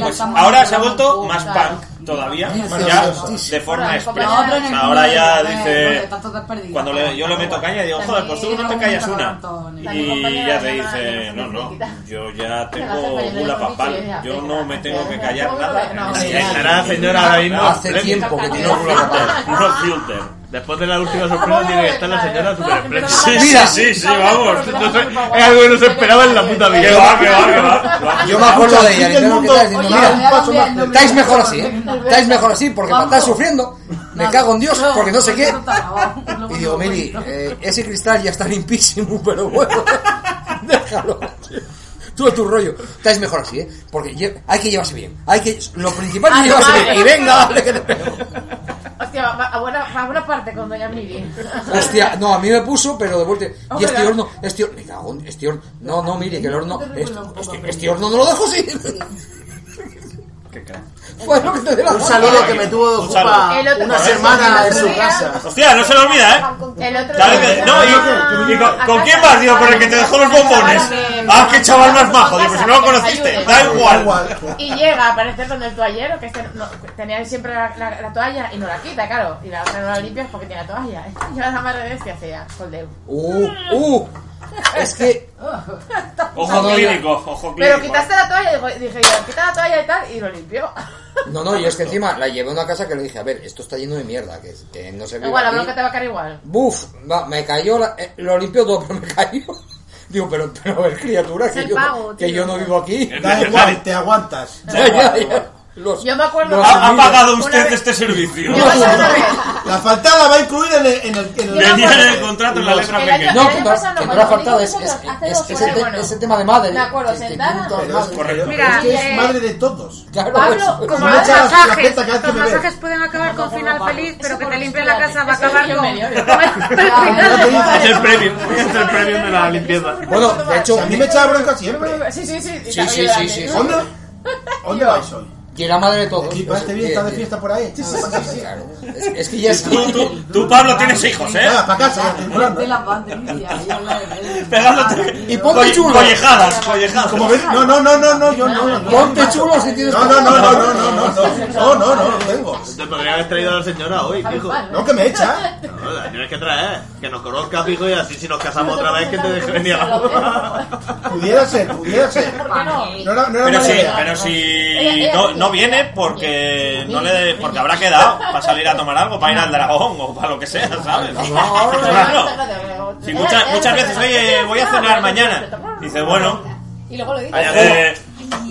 [SPEAKER 9] Pues ahora se ha vuelto más punk todavía, ya de forma expresa. O sea, ahora ya dice. Cuando le- yo le meto caña, digo, joder, pues tú no te callas una. Y ya te dice, no, no, yo ya tengo bula papal, yo no me tengo que callar nada.
[SPEAKER 7] Y ahí estará la señora ahora mismo.
[SPEAKER 3] Hace tiempo que tiene
[SPEAKER 7] No filter, no filter. Después de la última sorpresa tiene que estar la señora super
[SPEAKER 3] Mira.
[SPEAKER 7] sí, sí, vamos. No sé, es algo que no se esperaba en la puta vida.
[SPEAKER 3] Que va, que va, que
[SPEAKER 7] va.
[SPEAKER 3] Yo me acuerdo de ella, diciendo que estáis diciendo, mira, estáis mejor así, ¿eh? estáis mejor así porque me estás sufriendo, me cago en Dios porque no sé qué. Y digo, Mili, eh, ese cristal ya está limpísimo, pero bueno, déjalo. Tú a tu rollo, estáis mejor así, ¿eh? Porque lle- hay que llevarse bien, hay que, lo principal es
[SPEAKER 10] Ah,
[SPEAKER 3] llevarse
[SPEAKER 10] vale.
[SPEAKER 3] bien. Y venga, dale, que te pego.
[SPEAKER 10] Hostia, va- va- a buena, a buena parte con Doña Miri.
[SPEAKER 3] Hostia, no, a mí me puso, pero de vuelta. Y
[SPEAKER 2] Ah,
[SPEAKER 10] Hombre,
[SPEAKER 3] este
[SPEAKER 10] la-
[SPEAKER 3] horno, este horno, me cago en- este horno, no, no, mire, que el horno, este, este- este horno no lo dejo así. Fue lo que te dé la
[SPEAKER 5] Un
[SPEAKER 3] gana.
[SPEAKER 5] saludo que me tuvo de
[SPEAKER 9] Un saludo.
[SPEAKER 5] ocupa
[SPEAKER 10] El otro-
[SPEAKER 5] una
[SPEAKER 10] el
[SPEAKER 5] semana en
[SPEAKER 10] otro
[SPEAKER 5] su
[SPEAKER 10] día-
[SPEAKER 5] casa.
[SPEAKER 9] Hostia, no se lo olvida, ¿eh?
[SPEAKER 10] El otro
[SPEAKER 9] Dale,
[SPEAKER 10] día-
[SPEAKER 9] que- no, y, y con, ¿con quién vas? Digo, con el que te dejó los bombones. Ah, qué chaval más majo. Digo, pues si no lo conociste, da igual.
[SPEAKER 10] Y llega a aparecer donde el toallero, que este no- tenía siempre la, la- la toalla y no la quita, claro. Y la otra no la limpias porque tiene la toalla. Y yo la madre de este hacía, con
[SPEAKER 3] Uh, uh, Es que.
[SPEAKER 9] Ojo
[SPEAKER 3] No, no, ya.
[SPEAKER 9] clínico, ojo clínico.
[SPEAKER 2] Pero quitaste la toalla, digo- dije yo, quita la toalla y tal, y lo limpió.
[SPEAKER 3] No, no, yo es que encima la llevé a una casa que le dije, a ver, esto está lleno de mierda, que, que no se ve.
[SPEAKER 2] Igual, la bronca te va a caer igual.
[SPEAKER 3] Buf, va, me cayó, la- eh, lo limpió todo, pero me cayó. Digo, pero, pero a ver, criatura,
[SPEAKER 2] Es
[SPEAKER 3] que
[SPEAKER 2] el
[SPEAKER 3] yo,
[SPEAKER 2] pago,
[SPEAKER 3] que
[SPEAKER 2] tío.
[SPEAKER 3] yo no vivo aquí.
[SPEAKER 5] Da igual, te aguantas.
[SPEAKER 3] Ya, ya, ya.
[SPEAKER 2] Yo me acuerdo.
[SPEAKER 5] Los
[SPEAKER 9] ¿Ha, ha
[SPEAKER 5] amigos.
[SPEAKER 9] pagado
[SPEAKER 5] Una
[SPEAKER 9] usted
[SPEAKER 5] vez-
[SPEAKER 9] este servicio?
[SPEAKER 5] La faltada va incluida en el, en el, en el-
[SPEAKER 9] Venía en el contrato en la letra
[SPEAKER 2] El año-
[SPEAKER 9] pequeña.
[SPEAKER 2] el año pasado no,
[SPEAKER 3] que no
[SPEAKER 2] cuando
[SPEAKER 3] ha faltado,
[SPEAKER 2] vinimos
[SPEAKER 3] es- es-
[SPEAKER 2] nosotros, hace
[SPEAKER 3] es-
[SPEAKER 2] dos
[SPEAKER 3] ese
[SPEAKER 2] años,
[SPEAKER 3] te-
[SPEAKER 2] bueno.
[SPEAKER 3] ese tema de madre.
[SPEAKER 2] Me acuerdo,
[SPEAKER 3] Que- que
[SPEAKER 2] sentada.
[SPEAKER 3] punto
[SPEAKER 2] Pero es
[SPEAKER 3] madre.
[SPEAKER 5] correcto.
[SPEAKER 27] Mira,
[SPEAKER 5] es que
[SPEAKER 27] eh,
[SPEAKER 5] es madre de todos.
[SPEAKER 3] Claro,
[SPEAKER 27] Pablo, como
[SPEAKER 5] Me
[SPEAKER 27] los
[SPEAKER 5] echa la- la
[SPEAKER 27] masajes,
[SPEAKER 5] jeta cada vez que
[SPEAKER 27] los
[SPEAKER 5] me ve.
[SPEAKER 27] masajes pueden acabar con final feliz, pero que te limpien la casa va a
[SPEAKER 2] Eso es
[SPEAKER 27] acabar
[SPEAKER 2] yo
[SPEAKER 27] con...
[SPEAKER 2] me lloro.
[SPEAKER 6] Es el premio, es el premio de la limpieza.
[SPEAKER 3] Bueno, de hecho,
[SPEAKER 5] a mí me echa la bronca siempre.
[SPEAKER 2] Sí, sí, sí. y también
[SPEAKER 3] Sí, sí,
[SPEAKER 2] llorando.
[SPEAKER 3] sí, sí, sí.
[SPEAKER 5] ¿Dónde, dónde vais hoy?
[SPEAKER 3] Y la madre de todos.
[SPEAKER 5] Equipaste bien, estás de fiesta por ahí.
[SPEAKER 3] Es, es que ya es.
[SPEAKER 9] Tú, tú, tú, Pablo, tienes hijos, ¿eh?
[SPEAKER 5] Venga, para casa, temblando.
[SPEAKER 9] Pegándote.
[SPEAKER 3] Y ponte
[SPEAKER 9] colle-
[SPEAKER 3] chulo.
[SPEAKER 9] Collejadas, collejadas.
[SPEAKER 5] Como ves, no, no, no, no, no, yo no. no.
[SPEAKER 3] Ponte chulo si tienes
[SPEAKER 5] No, no, no, no, no, no, no, no, no, no, no, no tengo.
[SPEAKER 6] Te podría haber traído a la señora hoy, fijo.
[SPEAKER 5] No, que me echa.
[SPEAKER 6] No, la tienes que
[SPEAKER 9] ¿eh?
[SPEAKER 6] traer. Que nos conozca, fijo, y así si nos casamos otra vez que te deje venir a la
[SPEAKER 5] Pudiera ser, pudiera ser. No era, no era
[SPEAKER 9] Pero
[SPEAKER 5] mala
[SPEAKER 9] si,
[SPEAKER 5] idea.
[SPEAKER 9] pero si no, no viene porque no le porque habrá quedado para salir a tomar algo, para ir al dragón o para lo que sea, ¿sabes? Claro. Si muchas, muchas veces, oye, voy a cenar mañana. Dice, bueno,
[SPEAKER 10] Y luego lo dices.
[SPEAKER 9] eh,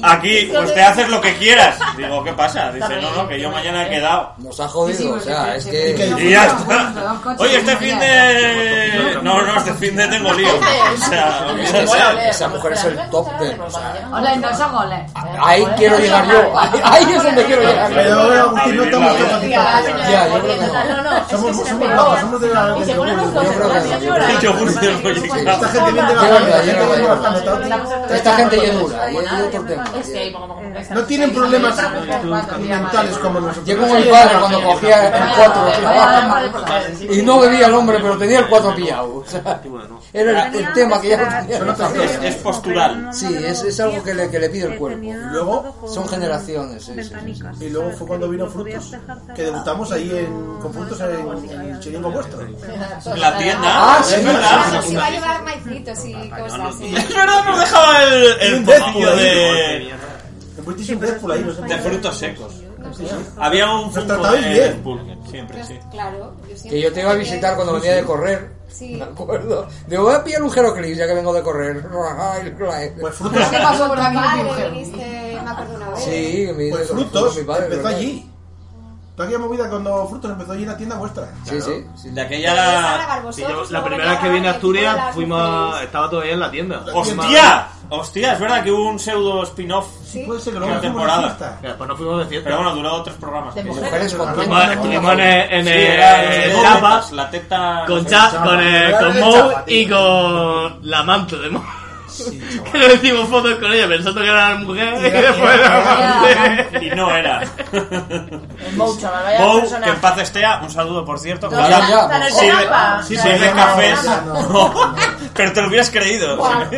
[SPEAKER 9] aquí pues te haces lo que quieras. Digo, ¿qué pasa? Dice, no, no, que yo mañana he quedado.
[SPEAKER 3] Nos ha jodido, o sea, es que.
[SPEAKER 9] Y ya está. Oye, este fin de... No, no, este fin de tengo lío. O sea,
[SPEAKER 3] Esa, esa-
[SPEAKER 9] olvídate.
[SPEAKER 3] esa mujer es el top del. o sea,
[SPEAKER 10] Ole, no son goles.
[SPEAKER 3] ahí quiero llegar yo. Ahí, ahí es donde quiero llegar.
[SPEAKER 5] Pero, eh, Agustín, no estamos
[SPEAKER 3] Ya,
[SPEAKER 5] capacitados.
[SPEAKER 3] yo creo que no.
[SPEAKER 2] No, no, es
[SPEAKER 5] Somos,
[SPEAKER 2] que se me
[SPEAKER 5] somos
[SPEAKER 2] pegó.
[SPEAKER 5] guapos, somos de la...
[SPEAKER 2] Y se ponen los
[SPEAKER 5] Yo
[SPEAKER 2] dos,
[SPEAKER 5] creo que
[SPEAKER 2] se
[SPEAKER 5] no.
[SPEAKER 2] lloran.
[SPEAKER 9] Yo Murcia no he llegado.
[SPEAKER 5] Esta gente viene de
[SPEAKER 3] Yo creo que
[SPEAKER 5] la...
[SPEAKER 3] no, yo creo que no.
[SPEAKER 5] Esta gente viene de la...
[SPEAKER 3] Esta gente ya es dura, ya es otro tema.
[SPEAKER 2] Es que ahí, poco, poco, poco,
[SPEAKER 5] No tienen problemas mentales como
[SPEAKER 3] Yo
[SPEAKER 5] nosotros.
[SPEAKER 3] como mi padre cuando cogía el 4 y no bebía el hombre, pero tenía el 4 pillado. o sea, era el, el tema que ya lo tenía.
[SPEAKER 9] Es, es postural.
[SPEAKER 3] Sí, es, es algo que le, que le pide el cuerpo.
[SPEAKER 5] Luego,
[SPEAKER 3] Son generaciones. sí, sí, sí.
[SPEAKER 5] y luego fue cuando vino Frutos, que debutamos ahí en, con Frutos en, en el chiringo vuestro.
[SPEAKER 9] La tienda.
[SPEAKER 3] Ah, sí,
[SPEAKER 9] es verdad.
[SPEAKER 10] Iba a llevar maicitos y cosas. y-
[SPEAKER 9] Es verdad, nos dejaba el, el pocillo de,
[SPEAKER 5] Te pusiste un Deadpool ahí, pues, no sé por
[SPEAKER 9] de
[SPEAKER 5] qué.
[SPEAKER 9] frutos secos. Había un
[SPEAKER 5] Nos
[SPEAKER 9] funko
[SPEAKER 5] tratabais
[SPEAKER 9] de
[SPEAKER 5] bien.
[SPEAKER 9] Pulque, siempre, sí.
[SPEAKER 10] Claro. yo siempre-
[SPEAKER 3] Que yo te iba a visitar cuando venía de correr.
[SPEAKER 10] Sí.
[SPEAKER 3] Me acuerdo. Digo, voy a pillar un Heroclix ya que vengo de correr. Ay, ay.
[SPEAKER 5] Pues Frutos,
[SPEAKER 10] ¿Qué pasó por padre? Viniste, me acuerdo una vez.
[SPEAKER 3] Sí, que me hice
[SPEAKER 5] pues
[SPEAKER 3] con-
[SPEAKER 5] Frutos
[SPEAKER 3] con mi padre,
[SPEAKER 5] empezó
[SPEAKER 3] ¿verdad?
[SPEAKER 5] allí. Toda aquella movida cuando Frutos empezó allí en la tienda vuestra.
[SPEAKER 3] Sí, sí. sí.
[SPEAKER 9] De
[SPEAKER 10] Sara
[SPEAKER 9] aquella.
[SPEAKER 10] Garbosot,
[SPEAKER 6] Sí, yo la
[SPEAKER 10] luego
[SPEAKER 6] primera vez que vine a
[SPEAKER 10] llegaba el tipo de
[SPEAKER 6] Asturias
[SPEAKER 10] las
[SPEAKER 6] fuimos a- estaba todavía en la tienda.
[SPEAKER 9] ¡Hostia! ¡Hostia! Es verdad que hubo un pseudo spin-off.
[SPEAKER 5] Puede ser que
[SPEAKER 9] Una
[SPEAKER 5] luego fuimos
[SPEAKER 9] temporada.
[SPEAKER 5] de fiesta.
[SPEAKER 6] Que Después nos fuimos de fiesta.
[SPEAKER 9] Pero bueno, duró tres programas.
[SPEAKER 2] De
[SPEAKER 9] Sí,
[SPEAKER 2] mujer.
[SPEAKER 3] Mujeres con
[SPEAKER 6] Estuvimos- Estuvimos en, el- en, el-
[SPEAKER 9] era
[SPEAKER 6] en
[SPEAKER 9] el
[SPEAKER 6] Chapa,
[SPEAKER 9] Chapa, la teta.
[SPEAKER 6] con,
[SPEAKER 9] no sé.
[SPEAKER 6] Cha- con, el-
[SPEAKER 5] Era
[SPEAKER 6] con
[SPEAKER 5] de
[SPEAKER 6] Mou
[SPEAKER 5] Chapa, tío.
[SPEAKER 6] y con la amante de Mou. Que le hicimos fotos con ella pensando que era la mujer y después era la amante.
[SPEAKER 9] Y no era.
[SPEAKER 2] El Mou, chaval, vaya
[SPEAKER 9] Bow,
[SPEAKER 2] persona.
[SPEAKER 9] que en
[SPEAKER 10] Ah,
[SPEAKER 9] paz estea. Un saludo, por cierto. que
[SPEAKER 3] Ya,
[SPEAKER 9] ahora
[SPEAKER 3] ya.
[SPEAKER 2] Tan el
[SPEAKER 9] Sirve,
[SPEAKER 2] Chapa.
[SPEAKER 9] sí,
[SPEAKER 5] Ya,
[SPEAKER 9] sirve
[SPEAKER 5] ya,
[SPEAKER 9] cafés.
[SPEAKER 5] ya, no,
[SPEAKER 9] Pero te lo hubieras creído.
[SPEAKER 2] Claro.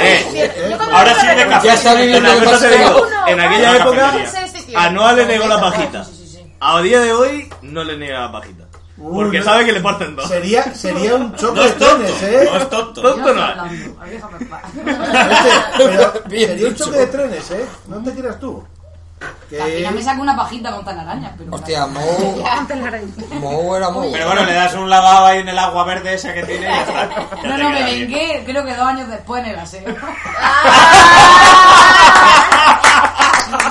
[SPEAKER 9] Eh,
[SPEAKER 2] Yo cuando
[SPEAKER 9] Ahora
[SPEAKER 2] iba a
[SPEAKER 9] sirve
[SPEAKER 2] la-
[SPEAKER 9] café.
[SPEAKER 3] Ya está viviendo
[SPEAKER 6] Una
[SPEAKER 3] en
[SPEAKER 6] cosa te digo,
[SPEAKER 3] Barcelona.
[SPEAKER 2] Uno,
[SPEAKER 6] en aquella
[SPEAKER 9] una
[SPEAKER 6] época
[SPEAKER 9] cafetería.
[SPEAKER 6] a Noa le negó la pajita. A día de hoy no le niega la pajita.
[SPEAKER 5] Uy,
[SPEAKER 6] Porque
[SPEAKER 5] no.
[SPEAKER 6] sabe que le parten dos.
[SPEAKER 5] Sería, sería un choque
[SPEAKER 9] No
[SPEAKER 5] de
[SPEAKER 9] es tonto.
[SPEAKER 5] trenes, ¿eh?
[SPEAKER 9] No es tonto.
[SPEAKER 6] Tonto no es.
[SPEAKER 10] Hablando, déjame en paz.
[SPEAKER 5] Pero
[SPEAKER 3] Bien
[SPEAKER 5] sería un
[SPEAKER 3] dicho.
[SPEAKER 5] choque de trenes, ¿eh? No te quieras tú.
[SPEAKER 10] Y
[SPEAKER 5] Que...
[SPEAKER 10] ya me saco una pajita con telarañas, pero...
[SPEAKER 3] Hostia, Mou. Mou era Mou.
[SPEAKER 9] Pero bueno, le das un lavado ahí en el agua verde esa que tiene y ya está. Ya
[SPEAKER 10] No,
[SPEAKER 9] te
[SPEAKER 10] no, me
[SPEAKER 9] queda bien.
[SPEAKER 10] vengué, creo que dos años después en el aseo.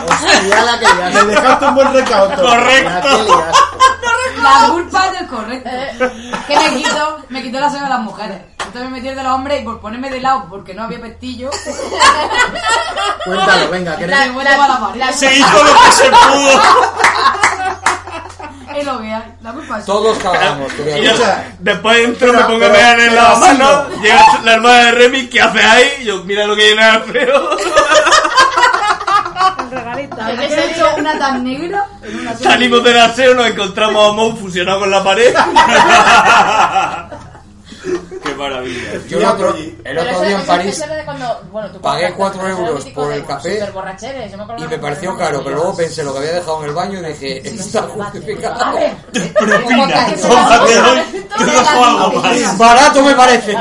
[SPEAKER 28] Hostia, la que liaste.
[SPEAKER 5] Le dejaste un buen recaudo.
[SPEAKER 9] Correcto.
[SPEAKER 28] La que liaste.
[SPEAKER 10] La culpa es correcta. Eh, Que me quitó, me quitó el aseo de las mujeres. Entonces me metí el de los hombres y por ponerme de lado, porque no había pestillo,
[SPEAKER 28] Cuéntalo, venga, que
[SPEAKER 10] me vuelvo a la pared.
[SPEAKER 9] Se hizo lo que se pudo.
[SPEAKER 10] Es lo que hay. La culpa es
[SPEAKER 3] Todos cagamos.
[SPEAKER 6] Y yo,
[SPEAKER 3] creo.
[SPEAKER 5] Escucha.
[SPEAKER 6] después entro, me
[SPEAKER 5] Pero-
[SPEAKER 6] pongo a
[SPEAKER 5] pero-
[SPEAKER 6] pegar en
[SPEAKER 5] pero
[SPEAKER 6] la
[SPEAKER 5] así
[SPEAKER 6] mano,
[SPEAKER 5] no.
[SPEAKER 6] llega la hermana de Remy, ¿qué hace ahí? Y yo, mira lo que llena el feo.
[SPEAKER 27] El regalito.
[SPEAKER 10] Habéis hecho una tan negra en una sola.
[SPEAKER 6] Salimos del aseo, nos encontramos a Mou fusionado con la pared.
[SPEAKER 9] Qué maravilla.
[SPEAKER 3] Yo el otro, el otro día en París pagué 4
[SPEAKER 10] 4
[SPEAKER 3] euros por el café y me pareció caro, pero luego pensé lo que había dejado en el baño y dije, esto está justificado.
[SPEAKER 29] Propina.
[SPEAKER 3] Barato me parece.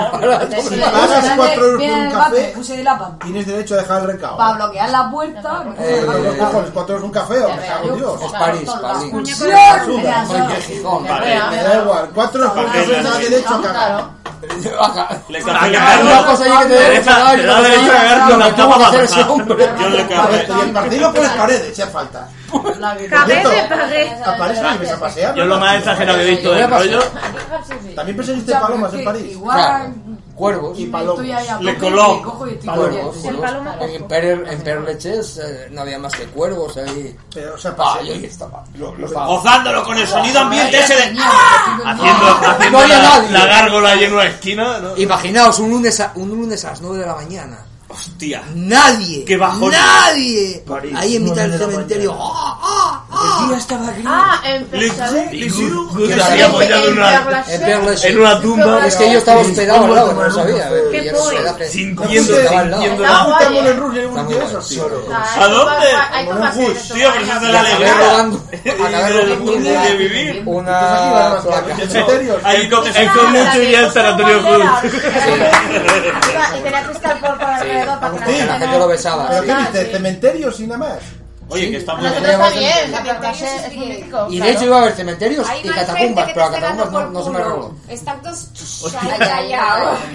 [SPEAKER 5] Si pagas 4 euros por un café,
[SPEAKER 6] puse de la pan.
[SPEAKER 5] tienes derecho a dejar el recado.
[SPEAKER 6] Para bloquear la puerta. me puse
[SPEAKER 5] Eh,
[SPEAKER 6] de la
[SPEAKER 5] ¿Los
[SPEAKER 6] pan.
[SPEAKER 5] cojones 4 euros un café o me cago en Dios?
[SPEAKER 6] Es París, París.
[SPEAKER 5] Me
[SPEAKER 6] Mira,
[SPEAKER 5] da igual, 4 euros por un café me da derecho a cagar.
[SPEAKER 9] Le
[SPEAKER 5] Ah,
[SPEAKER 9] cagar.
[SPEAKER 5] una cosa allí que te dé derecho a cagar,
[SPEAKER 9] Te da
[SPEAKER 5] yo no
[SPEAKER 9] derecho a
[SPEAKER 5] sé,
[SPEAKER 9] cagar
[SPEAKER 5] yo
[SPEAKER 9] con
[SPEAKER 5] no
[SPEAKER 9] la
[SPEAKER 5] sé
[SPEAKER 9] tapa
[SPEAKER 5] cómo hacer
[SPEAKER 9] bajada.
[SPEAKER 5] ese hombre.
[SPEAKER 9] Yo le cago.
[SPEAKER 5] Y el partido por las paredes, si hace falta.
[SPEAKER 22] Cabeza de
[SPEAKER 10] Ah,
[SPEAKER 5] Aparece y ves a pasear.
[SPEAKER 9] Yo lo más exagerado que he visto
[SPEAKER 5] Voy a
[SPEAKER 9] del
[SPEAKER 5] pasear.
[SPEAKER 9] rollo.
[SPEAKER 5] También perseguiste palomas en París.
[SPEAKER 6] Igual.
[SPEAKER 3] Cuervos.
[SPEAKER 5] Y palomas.
[SPEAKER 6] Estoy ahí a
[SPEAKER 3] Le
[SPEAKER 6] tope,
[SPEAKER 3] coló.
[SPEAKER 6] le cojo y estoy
[SPEAKER 3] Cuervos,
[SPEAKER 6] cogiendo.
[SPEAKER 3] cuervos. En Pere- en Perleches eh, no había más que cuervos ahí.
[SPEAKER 5] Pero, o sea, pues, eh,
[SPEAKER 3] ah, yo ahí estaba. Lo- lo estaba.
[SPEAKER 9] Gozándolo con el sonido ambiente ese de.
[SPEAKER 3] Ah,
[SPEAKER 9] Haciendo
[SPEAKER 3] no había
[SPEAKER 9] la,
[SPEAKER 3] nadie.
[SPEAKER 9] la gárgola ahí en una esquina. ¿no?
[SPEAKER 3] Imaginaos un lunes a, un lunes a las 9 de la mañana.
[SPEAKER 9] Hostia.
[SPEAKER 3] Nadie.
[SPEAKER 9] Qué bajón.
[SPEAKER 3] Nadie.
[SPEAKER 9] París,
[SPEAKER 3] ahí en mitad del
[SPEAKER 9] nueve de la
[SPEAKER 3] cementerio. ¡Ah!
[SPEAKER 9] El día estaba gris.
[SPEAKER 10] Ah, en
[SPEAKER 9] Le-
[SPEAKER 10] Fechadé.
[SPEAKER 9] le hicieron-
[SPEAKER 3] Good-
[SPEAKER 9] que
[SPEAKER 3] good-
[SPEAKER 9] se había apoyado en una-
[SPEAKER 3] En Perles-
[SPEAKER 9] en una tumba.
[SPEAKER 3] Es que yo estaba hospedado al lado, no lo sabía. eh,
[SPEAKER 10] Qué
[SPEAKER 3] y era
[SPEAKER 10] pobre.
[SPEAKER 3] hospedaje.
[SPEAKER 9] Sintiendo-
[SPEAKER 3] Estaba al lado.
[SPEAKER 9] sintiendo-
[SPEAKER 10] Está guay,
[SPEAKER 5] Estamos
[SPEAKER 10] eh.
[SPEAKER 5] en Rusia, en un tío
[SPEAKER 9] ¿A dónde?
[SPEAKER 10] Hay
[SPEAKER 9] Como
[SPEAKER 10] tomas
[SPEAKER 9] un
[SPEAKER 10] en
[SPEAKER 9] bus,
[SPEAKER 10] eso,
[SPEAKER 9] tío,
[SPEAKER 10] hay
[SPEAKER 9] pero eso es de
[SPEAKER 3] Y
[SPEAKER 9] la
[SPEAKER 3] acabé
[SPEAKER 9] alegría.
[SPEAKER 3] robando, acabé robando
[SPEAKER 9] de vivir.
[SPEAKER 3] una placa.
[SPEAKER 9] Ahí con,
[SPEAKER 10] Era
[SPEAKER 9] ahí con
[SPEAKER 10] Ah, la
[SPEAKER 9] mucho
[SPEAKER 10] de
[SPEAKER 9] y el sanatorio
[SPEAKER 10] Era-
[SPEAKER 9] Cruz.
[SPEAKER 10] Y tenía cristal por por alrededor para que
[SPEAKER 5] Agustín,
[SPEAKER 10] no-
[SPEAKER 5] que
[SPEAKER 3] yo lo besaba,
[SPEAKER 5] ¿Pero
[SPEAKER 3] sí.
[SPEAKER 5] qué viste? ¿Cementerios y nada más?
[SPEAKER 9] Oye, que está muy
[SPEAKER 10] Nosotros está bien, la Fechadé es muy mítico.
[SPEAKER 3] Y de hecho iba a haber cementerios y catacumbas, pero a catacumbas no, no se me robó.
[SPEAKER 30] Están dos.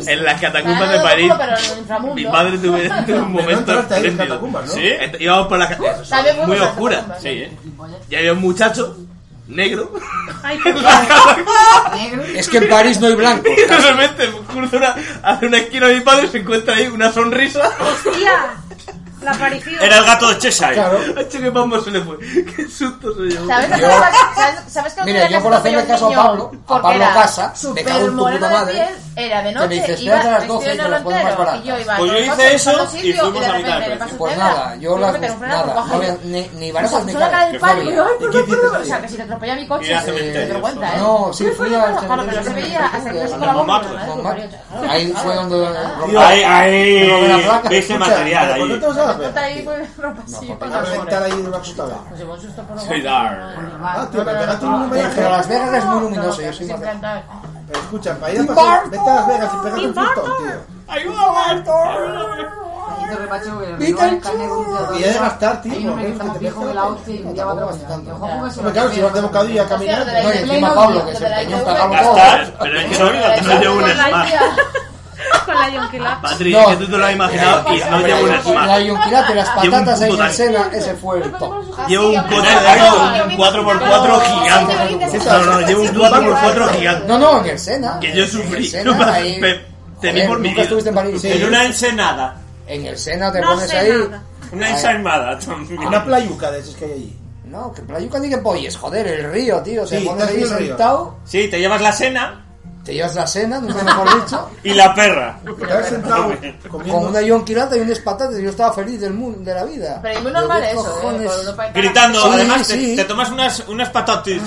[SPEAKER 4] En las catacumbas
[SPEAKER 10] Nada,
[SPEAKER 4] de
[SPEAKER 10] no
[SPEAKER 4] París,
[SPEAKER 10] culo, pero en el inframundo.
[SPEAKER 4] mi padre tuvo tuvo un momento espléndido. Sí, ent- íbamos por las catacumbas,
[SPEAKER 10] También fuimos
[SPEAKER 4] muy
[SPEAKER 10] a las
[SPEAKER 4] oscuras.
[SPEAKER 10] catacumbas,
[SPEAKER 4] Sí, ¿eh? Y había un muchacho negro.
[SPEAKER 10] Ay,
[SPEAKER 3] Es que en París no hay blancos.
[SPEAKER 4] Y de repente cruza una, hace una esquina de mi padre y se encuentra ahí una sonrisa.
[SPEAKER 22] ¡Hostia! La aparición.
[SPEAKER 9] Era el gato de Cheshire.
[SPEAKER 4] Hacho, que mambo se le fue. Qué susto se llevó.
[SPEAKER 10] ¿Sabes
[SPEAKER 4] Yo-
[SPEAKER 10] lo que ¿Sabes, sabes que
[SPEAKER 3] Mira,
[SPEAKER 10] otro día
[SPEAKER 3] yo por
[SPEAKER 10] casi
[SPEAKER 3] hacerle
[SPEAKER 10] atropelló
[SPEAKER 3] caso a
[SPEAKER 10] un niño?
[SPEAKER 3] Pablo, a
[SPEAKER 10] Porque
[SPEAKER 3] Pablo
[SPEAKER 10] era
[SPEAKER 3] Casa, me cago en tu
[SPEAKER 10] supermoreno
[SPEAKER 3] puta
[SPEAKER 10] de
[SPEAKER 3] madre,
[SPEAKER 10] piel, Era de
[SPEAKER 3] que
[SPEAKER 10] noche,
[SPEAKER 3] me dices,
[SPEAKER 10] iba
[SPEAKER 3] "Espérate a las
[SPEAKER 10] vestido
[SPEAKER 3] 12 y
[SPEAKER 10] de
[SPEAKER 3] me las
[SPEAKER 10] negro
[SPEAKER 3] pones más
[SPEAKER 10] entero",
[SPEAKER 3] baratas.
[SPEAKER 10] y yo iba
[SPEAKER 3] Pues yo
[SPEAKER 10] en
[SPEAKER 3] hice
[SPEAKER 10] coche,
[SPEAKER 3] eso
[SPEAKER 10] en todos
[SPEAKER 3] y
[SPEAKER 10] sitios,
[SPEAKER 3] fuimos
[SPEAKER 10] de
[SPEAKER 3] a mitad de
[SPEAKER 10] repente me
[SPEAKER 3] precio.
[SPEAKER 10] pasó
[SPEAKER 3] Pues
[SPEAKER 10] cerca,
[SPEAKER 3] nada, yo
[SPEAKER 10] de
[SPEAKER 3] las-
[SPEAKER 10] repente, un
[SPEAKER 3] nada,
[SPEAKER 10] cojo.
[SPEAKER 3] no había ni- ni baratas
[SPEAKER 10] O sea,
[SPEAKER 3] ni
[SPEAKER 10] solo
[SPEAKER 3] caras,
[SPEAKER 10] cara del
[SPEAKER 3] que
[SPEAKER 10] palo,
[SPEAKER 3] fue
[SPEAKER 10] y yo, ay,
[SPEAKER 3] bien.
[SPEAKER 10] perdón,
[SPEAKER 3] ¿Y qué
[SPEAKER 10] perdón,
[SPEAKER 3] hiciste
[SPEAKER 10] o sea, que si te atropella mi
[SPEAKER 3] Ir
[SPEAKER 10] coche,
[SPEAKER 3] a
[SPEAKER 10] se- se
[SPEAKER 3] cementerios,
[SPEAKER 10] vergüenza, ¿eh?
[SPEAKER 3] No, sí, fui al
[SPEAKER 10] Claro, pero
[SPEAKER 3] cementerio.
[SPEAKER 10] se veía hasta que no se
[SPEAKER 3] Al
[SPEAKER 10] colaba
[SPEAKER 3] Montmartre.
[SPEAKER 10] una, ¿eh?
[SPEAKER 3] Ahí fue donde robé-
[SPEAKER 9] Ahí, ahí,
[SPEAKER 3] robé la placa.
[SPEAKER 9] veis el material
[SPEAKER 5] ¿Por qué
[SPEAKER 9] ahí.
[SPEAKER 5] te vas a la
[SPEAKER 10] Está ahí con ropa así, con
[SPEAKER 5] Vas a
[SPEAKER 10] las
[SPEAKER 5] sentar ahí en una puta vez.
[SPEAKER 9] Soy Dar.
[SPEAKER 5] Ah, tío, pero pegaste un
[SPEAKER 3] Pero
[SPEAKER 5] homenaje.
[SPEAKER 3] pero Las Vegas es muy luminoso, yo soy más de-
[SPEAKER 5] Pero escucha, para ir a pasar, vete a Las Vegas y pégate un susto, tío.
[SPEAKER 9] ¡Ayuda,
[SPEAKER 6] Y te repacho que
[SPEAKER 5] Pita
[SPEAKER 6] no,
[SPEAKER 5] el
[SPEAKER 6] el carnet de un día a dos
[SPEAKER 5] Y he de
[SPEAKER 6] días.
[SPEAKER 5] gastar, tío,
[SPEAKER 6] Hay uno
[SPEAKER 5] porque
[SPEAKER 6] que
[SPEAKER 5] es
[SPEAKER 6] está
[SPEAKER 5] que
[SPEAKER 6] más
[SPEAKER 5] te
[SPEAKER 6] viejo
[SPEAKER 5] deja-
[SPEAKER 6] que la hostia y un día va a otro. Ojo, que se
[SPEAKER 5] Pero
[SPEAKER 6] lo
[SPEAKER 5] claro, si vas de bocadilla caminando.
[SPEAKER 6] Oye,
[SPEAKER 5] Oye,
[SPEAKER 6] encima
[SPEAKER 5] encima
[SPEAKER 6] Pablo,
[SPEAKER 5] Pablo, que se pregunta a
[SPEAKER 3] ¿eh?
[SPEAKER 4] Gastar, pero es que no, no llevo un smash.
[SPEAKER 22] Con la Yonquila.
[SPEAKER 4] Patrick, es que tú te lo has imaginado y no
[SPEAKER 3] eh, Hombre,
[SPEAKER 4] llevo un smash.
[SPEAKER 3] La yonquilate, las
[SPEAKER 4] Llevo un
[SPEAKER 3] patatas ahí en
[SPEAKER 4] puto
[SPEAKER 3] el Sena, ese fue el top.
[SPEAKER 4] Llevo un coche de un 4x4 gigante. No, no, llevo un 4x4 gigante.
[SPEAKER 3] No, no, en el Sena.
[SPEAKER 4] Que yo sufrí.
[SPEAKER 3] En el
[SPEAKER 4] No,
[SPEAKER 3] Sena, ahí-
[SPEAKER 4] pe- temí
[SPEAKER 3] Joder,
[SPEAKER 4] por mi
[SPEAKER 3] nunca
[SPEAKER 4] vida.
[SPEAKER 3] estuviste en París. Sí.
[SPEAKER 9] En una ensenada.
[SPEAKER 3] En el Sena te
[SPEAKER 9] No
[SPEAKER 3] pones
[SPEAKER 9] sé
[SPEAKER 3] ahí.
[SPEAKER 9] nada. Una ensaimada también.
[SPEAKER 5] Una playuca de esos que hay allí.
[SPEAKER 3] No, que playuca ni que polles, joder, el río, tío. Te
[SPEAKER 5] Sí,
[SPEAKER 3] pones
[SPEAKER 5] estás en
[SPEAKER 3] ahí
[SPEAKER 5] el río.
[SPEAKER 3] sentado,
[SPEAKER 9] Sí, te llevas la cena
[SPEAKER 3] te llevas la cena, nunca mejor dicho.
[SPEAKER 9] y la perra.
[SPEAKER 3] Con una yonquilata y unas patatas, yo estaba feliz del mundo, de la vida.
[SPEAKER 10] Pero es muy
[SPEAKER 3] Yo,
[SPEAKER 10] normal
[SPEAKER 3] ¿qué
[SPEAKER 10] eso, ¿eh?
[SPEAKER 3] cojones?
[SPEAKER 10] Por Europa y tal.
[SPEAKER 9] Gritando,
[SPEAKER 3] Sí,
[SPEAKER 9] además
[SPEAKER 3] sí.
[SPEAKER 9] Te, te tomas unas, unas patatis.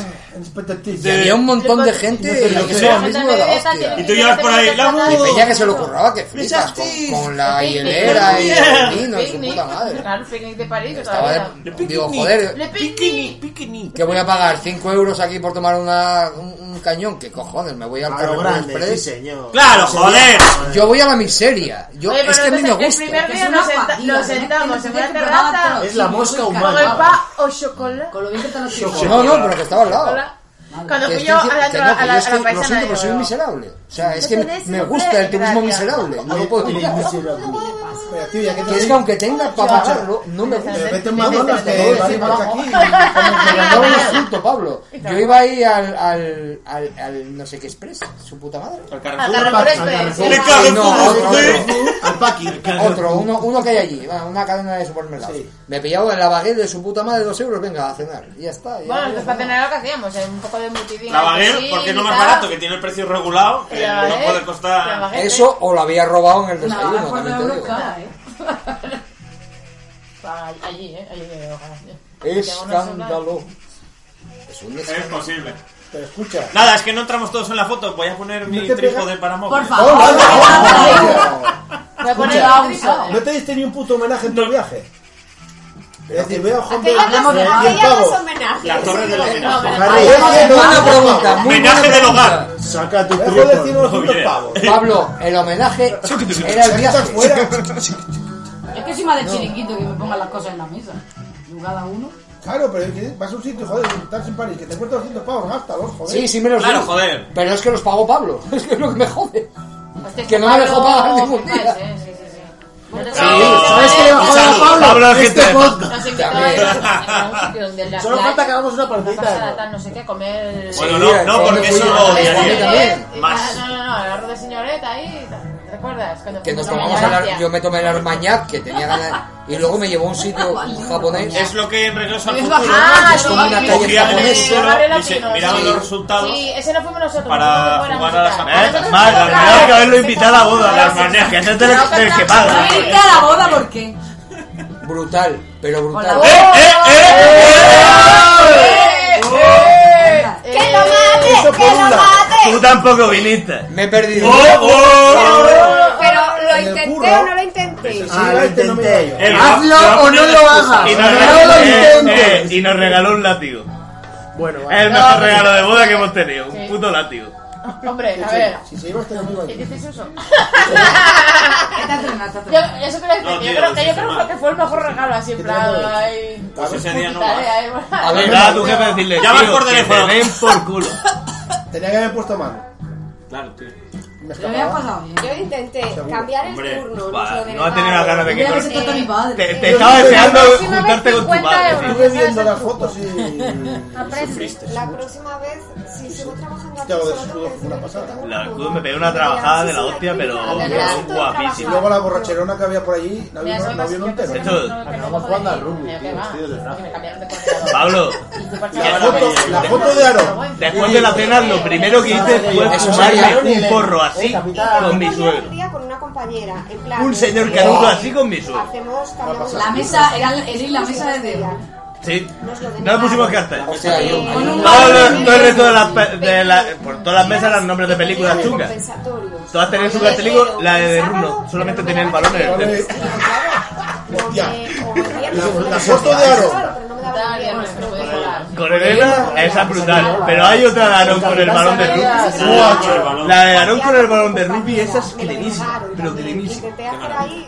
[SPEAKER 3] Y había un montón de gente
[SPEAKER 9] Yo
[SPEAKER 3] que
[SPEAKER 9] sé.
[SPEAKER 3] se lo mismo de la hostia.
[SPEAKER 9] Y tú llevas por ahí, la
[SPEAKER 3] Y peña que se lo curraba que flipas con, con la hielera y el vino y su
[SPEAKER 10] Picnic.
[SPEAKER 3] puta madre.
[SPEAKER 10] Claro, picnic de París,
[SPEAKER 3] Estaba de- digo, joder,
[SPEAKER 10] Le picnic, picnic.
[SPEAKER 3] que voy a pagar 5 euros aquí por tomar una, un, un cañón. ¿Qué cojones? Me voy al
[SPEAKER 24] lo
[SPEAKER 3] Carrefour
[SPEAKER 24] grande,
[SPEAKER 3] Express.
[SPEAKER 24] sí, señor.
[SPEAKER 9] ¡Claro, joder!
[SPEAKER 3] Yo voy a la miseria. Yo,
[SPEAKER 10] Oye, pero
[SPEAKER 3] es que a mí me
[SPEAKER 10] entonces,
[SPEAKER 3] gusta.
[SPEAKER 10] El primer día nos, senta- nos sentamos en una terraza.
[SPEAKER 24] Es la mosca humana.
[SPEAKER 10] Con el pa o chocolate. Con lo bien que te lo
[SPEAKER 3] No, no, pero que estaba al lado.
[SPEAKER 10] Cuando
[SPEAKER 3] Que
[SPEAKER 10] fui
[SPEAKER 3] estoy
[SPEAKER 10] yo a
[SPEAKER 3] dici-
[SPEAKER 10] la,
[SPEAKER 3] que
[SPEAKER 10] a
[SPEAKER 3] no,
[SPEAKER 10] la,
[SPEAKER 3] que
[SPEAKER 10] a la
[SPEAKER 3] yo estoy- Lo
[SPEAKER 10] paisana,
[SPEAKER 3] siento, pero soy
[SPEAKER 10] digo,
[SPEAKER 3] miserable. O sea, es que me,
[SPEAKER 10] Entonces,
[SPEAKER 3] me
[SPEAKER 10] no
[SPEAKER 3] gusta
[SPEAKER 10] puede
[SPEAKER 3] el turismo
[SPEAKER 10] gracias.
[SPEAKER 3] miserable. No lo puedo evitar.
[SPEAKER 5] Pero, tío, ya que
[SPEAKER 3] Que es que aunque tenga para pagarlo, no me gusta.
[SPEAKER 5] Pero vete a un McDonald's que va y marca aquí.
[SPEAKER 3] Pero no lo insulto, Pablo. Yo iba ahí al, al, al, al no sé qué express, su puta madre.
[SPEAKER 9] Al
[SPEAKER 10] Al Carrefour Express.
[SPEAKER 3] Al
[SPEAKER 10] Le cago en
[SPEAKER 3] No,
[SPEAKER 10] todo,
[SPEAKER 3] otro, otro.
[SPEAKER 5] Al paqui.
[SPEAKER 3] Otro, uno, uno que hay allí, va, una cadena de supermercados. Me pillaba en la baguette de su puta madre dos euros, venga, a cenar. Y Ya está. ya
[SPEAKER 10] Bueno,
[SPEAKER 3] voy a
[SPEAKER 10] entonces para tener lo que hacíamos, eh, un poco de multidín.
[SPEAKER 9] La
[SPEAKER 10] así,
[SPEAKER 9] baguette, porque no
[SPEAKER 10] y
[SPEAKER 9] más
[SPEAKER 10] tal.
[SPEAKER 9] barato, que tiene el precio regulado, que
[SPEAKER 10] La
[SPEAKER 9] no
[SPEAKER 10] baguette,
[SPEAKER 9] puede
[SPEAKER 10] la
[SPEAKER 9] costar.
[SPEAKER 10] baguette.
[SPEAKER 3] Eso o lo había robado en el
[SPEAKER 10] Nada,
[SPEAKER 3] desayuno.
[SPEAKER 10] por
[SPEAKER 3] también
[SPEAKER 10] la
[SPEAKER 3] te digo.
[SPEAKER 10] bruja, eh. Pa- Allí, eh, allí, eh, ojalá.
[SPEAKER 3] Escándalo. Es un
[SPEAKER 9] Es posible.
[SPEAKER 5] Te escucha.
[SPEAKER 6] Nada, es que no entramos todos en la foto. Voy a poner mi trípode para móviles.
[SPEAKER 31] Por favor.
[SPEAKER 5] Voy a poner
[SPEAKER 31] Escucha,
[SPEAKER 5] a uso. ¿No te diste ni un puto homenaje en tu viaje? Es decir, voy a Juan
[SPEAKER 2] Aquella
[SPEAKER 5] Boluda,
[SPEAKER 2] no es-
[SPEAKER 5] ¿eh? ¿Quién
[SPEAKER 2] aquella no es
[SPEAKER 5] pago?
[SPEAKER 2] homenaje.
[SPEAKER 5] La torre de los
[SPEAKER 2] No, pero-
[SPEAKER 5] Harry,
[SPEAKER 2] Aquella no es-
[SPEAKER 5] Homenaje del
[SPEAKER 6] hogar.
[SPEAKER 5] Saca tu
[SPEAKER 3] trípode.
[SPEAKER 5] pavos.
[SPEAKER 3] Pablo, el homenaje era el viaje.
[SPEAKER 31] Es que soy más de chiringuito que me pongan las cosas en la mesa. Yo cada uno.
[SPEAKER 5] Claro, pero es que vas a un sitio, joder, estás en París, que te cuesta 200 pavos, gástalos, joder.
[SPEAKER 3] Sí, sí me los
[SPEAKER 5] Claro,
[SPEAKER 3] di.
[SPEAKER 6] joder.
[SPEAKER 3] Pero es que los pagó Pablo. Es que es lo que me jode. Que no me dejó pagar ningún día.
[SPEAKER 10] Sí,
[SPEAKER 3] ¿sabes qué le va a joder a Pablo? Pablo, es que
[SPEAKER 5] Este
[SPEAKER 3] te-
[SPEAKER 5] podcast.
[SPEAKER 10] Nos invitó a ir a un sitio donde la
[SPEAKER 5] Solo
[SPEAKER 10] la-
[SPEAKER 5] falta que hagamos una
[SPEAKER 10] la
[SPEAKER 5] partidita.
[SPEAKER 10] pasada tal, no sé qué, a comer...
[SPEAKER 6] Bueno, no, no, porque eso lo odiaría.
[SPEAKER 10] Y-
[SPEAKER 3] Más.
[SPEAKER 10] No, no, no, arroz de señoreta ahí y tal. ¿Te acuerdas? Cuando
[SPEAKER 3] Que nos
[SPEAKER 10] fuimos a
[SPEAKER 3] tomamos el
[SPEAKER 10] Malasia.
[SPEAKER 3] ar- yo me tomé el armañac que tenía ganas y luego me llevó a un sitio japonés.
[SPEAKER 6] Es lo que en regreso al
[SPEAKER 10] Es
[SPEAKER 6] futuro.
[SPEAKER 10] bajada,
[SPEAKER 6] ¿no?
[SPEAKER 10] sí.
[SPEAKER 3] Una calle
[SPEAKER 6] Cogían el
[SPEAKER 3] japonesa.
[SPEAKER 6] libro
[SPEAKER 10] Abre la
[SPEAKER 6] y se
[SPEAKER 10] pino,
[SPEAKER 6] miraban
[SPEAKER 10] sí.
[SPEAKER 6] los resultados.
[SPEAKER 10] Sí, ese no fuimos nosotros.
[SPEAKER 6] Para
[SPEAKER 10] nosotros
[SPEAKER 6] jugar a las
[SPEAKER 10] fuimos
[SPEAKER 6] armañas.
[SPEAKER 10] nosotros.
[SPEAKER 6] Más,
[SPEAKER 10] Nosotros
[SPEAKER 6] las que haberlo
[SPEAKER 10] fuimos
[SPEAKER 6] invitado a la boda. Las armañas, que antes del del que Eh, paga.
[SPEAKER 31] No irte a la boda porque.
[SPEAKER 3] Brutal, pero brutal.
[SPEAKER 31] Hola. ¡Eh,
[SPEAKER 6] eh,
[SPEAKER 2] ¡Que lo mate! ¡Que lo mate!
[SPEAKER 6] eh,
[SPEAKER 9] Tú tampoco viniste.
[SPEAKER 3] Me he perdido.
[SPEAKER 9] ¡Oh, oh!
[SPEAKER 2] Pero lo intenté o no lo intenté.
[SPEAKER 9] Hazlo o no lo hagas.
[SPEAKER 2] No lo
[SPEAKER 9] intentes. Y nos regaló un látigo.
[SPEAKER 5] Bueno,
[SPEAKER 9] Es el
[SPEAKER 2] Ah.
[SPEAKER 9] mejor regalo de boda que hemos tenido. Un puto látigo.
[SPEAKER 10] Hombre, a ver.
[SPEAKER 5] Si seguimos teniendo muy
[SPEAKER 10] ¿Qué dices eso?
[SPEAKER 31] Yo,
[SPEAKER 10] eso quiero decir,
[SPEAKER 31] No,
[SPEAKER 10] yo
[SPEAKER 31] tío,
[SPEAKER 10] creo, que,
[SPEAKER 31] sí,
[SPEAKER 10] yo creo que fue el mejor regalo, así en plan.
[SPEAKER 31] tenemos?
[SPEAKER 10] ay, eh,
[SPEAKER 6] Pues ese día no
[SPEAKER 10] quitaré,
[SPEAKER 6] vas.
[SPEAKER 10] ay, bueno.
[SPEAKER 9] A ver, nada, tu jefe decirle.
[SPEAKER 6] Llamas
[SPEAKER 9] tío,
[SPEAKER 6] por
[SPEAKER 9] que
[SPEAKER 6] teléfono.
[SPEAKER 9] te den por culo.
[SPEAKER 5] Tenía que haber puesto mano.
[SPEAKER 6] Claro, tío.
[SPEAKER 5] Me
[SPEAKER 2] Yo
[SPEAKER 5] escapaba.
[SPEAKER 2] intenté cambiar el turno.
[SPEAKER 9] va, no ha tenido las ganas de que
[SPEAKER 2] Mira que
[SPEAKER 9] con-
[SPEAKER 2] se trata mi padre.
[SPEAKER 9] Te, te
[SPEAKER 2] Yo
[SPEAKER 9] estaba
[SPEAKER 2] no sé,
[SPEAKER 9] deseando
[SPEAKER 2] la próxima
[SPEAKER 9] juntarte
[SPEAKER 2] vez
[SPEAKER 9] con tu
[SPEAKER 2] 50
[SPEAKER 9] padre.
[SPEAKER 2] euros.
[SPEAKER 5] Estuve viendo las fotos y...
[SPEAKER 2] Aprende. La próxima vez, si sigo trabajando aquí,
[SPEAKER 5] Te hago de
[SPEAKER 2] solo
[SPEAKER 5] escudo fue una pasada.
[SPEAKER 9] La cruz me pegó una trabajada de la hostia, pero quedó
[SPEAKER 5] Y
[SPEAKER 9] guapísimo.
[SPEAKER 5] luego la borracherona que había por allí, la
[SPEAKER 10] Mira,
[SPEAKER 5] vio
[SPEAKER 10] eso
[SPEAKER 5] la
[SPEAKER 10] me
[SPEAKER 5] vio
[SPEAKER 10] pasó,
[SPEAKER 5] entero.
[SPEAKER 9] yo pensé que no
[SPEAKER 5] Acabamos jugando al rugby,
[SPEAKER 10] Mira, que
[SPEAKER 5] tío,
[SPEAKER 10] va.
[SPEAKER 5] vestidos de frac.
[SPEAKER 10] que me cambiaron de
[SPEAKER 9] Pablo,
[SPEAKER 5] La foto, la foto de Aaron.
[SPEAKER 9] después de la cena, lo primero que hice fue
[SPEAKER 5] Eso
[SPEAKER 9] fumarme
[SPEAKER 5] sería-
[SPEAKER 9] un porro así con mi
[SPEAKER 2] Yo
[SPEAKER 9] suegro.
[SPEAKER 2] un día con una compañera, en plan...
[SPEAKER 9] Un señor canuto así con mi suegro.
[SPEAKER 2] Hacemos, cambiamos
[SPEAKER 31] La mesa, era el- el- la mesa de Dios.
[SPEAKER 9] Sí. No le pusimos cartel.
[SPEAKER 3] yo-
[SPEAKER 9] No, no, todo el resto de las, pe- de la- por todas las mesas eran nombres de películas chungas. Todas tenían su cartelico, la de The Room no, solamente tenía el balón en el centro.
[SPEAKER 5] La, la foto de Aaron.
[SPEAKER 9] Con Elena, esa es brutal. Pero hay otra de Aarón con el balón de rugby. La de Aarón con el balón de rugby, esa es clenísima. Pero clenísima.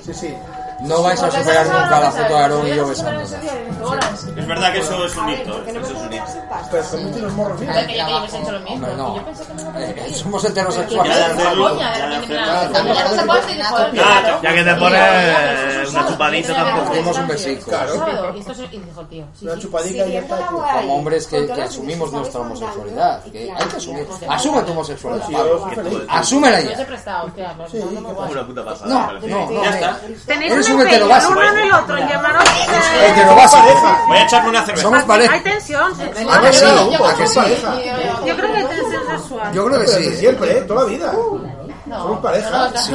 [SPEAKER 5] Sí, sí.
[SPEAKER 3] No vais a superar nunca la foto de Aaron y yo besando.
[SPEAKER 6] Es verdad que eso es un hito. Eso es un hito.
[SPEAKER 5] Pero son muchos los morros
[SPEAKER 10] A ver, que yo que yo hubiese hecho lo mismo.
[SPEAKER 3] Hombre, no.
[SPEAKER 10] que Yo pensé que no me
[SPEAKER 3] Eh, eh,
[SPEAKER 10] lo
[SPEAKER 3] somos heterosexuales.
[SPEAKER 10] Ya de hacerlo, ya de hacerlo. También la cosa puede ser, joder,
[SPEAKER 9] Ya, ya que te
[SPEAKER 10] claro.
[SPEAKER 9] pones una chupadita tampoco.
[SPEAKER 3] Dimos un besico.
[SPEAKER 10] Sábado, y esto es- y dijo el tío. sí, sí.
[SPEAKER 3] Como hombres que, que asumimos nuestra homosexualidad. Que hay que asumir. Asume tu homosexualidad.
[SPEAKER 5] Sí,
[SPEAKER 3] Pablo.
[SPEAKER 5] yo soy feliz.
[SPEAKER 6] Ah,
[SPEAKER 3] Asúmela
[SPEAKER 10] Yo os
[SPEAKER 3] ya.
[SPEAKER 10] he prestado, hostia, pero no me gusta.
[SPEAKER 9] Una puta pasada.
[SPEAKER 3] No,
[SPEAKER 9] pero sí.
[SPEAKER 3] no, no.
[SPEAKER 9] Ya está.
[SPEAKER 32] Tenéis un
[SPEAKER 3] Eres un
[SPEAKER 32] empeño, el
[SPEAKER 3] heterobásico.
[SPEAKER 32] uno en el otro, el llamaros.
[SPEAKER 3] Eh, que no vas a dejar.
[SPEAKER 6] Voy a echarme una cerveza.
[SPEAKER 3] Somos pareja.
[SPEAKER 32] Hay tensión sexual.
[SPEAKER 3] ¿A que sí? ¿A que sí?
[SPEAKER 32] Yo creo que hay tensión sexual.
[SPEAKER 3] Yo creo que
[SPEAKER 5] Pero
[SPEAKER 3] sí.
[SPEAKER 5] desde siempre, ¿eh? Toda la vida. Somos pareja.
[SPEAKER 3] Sí,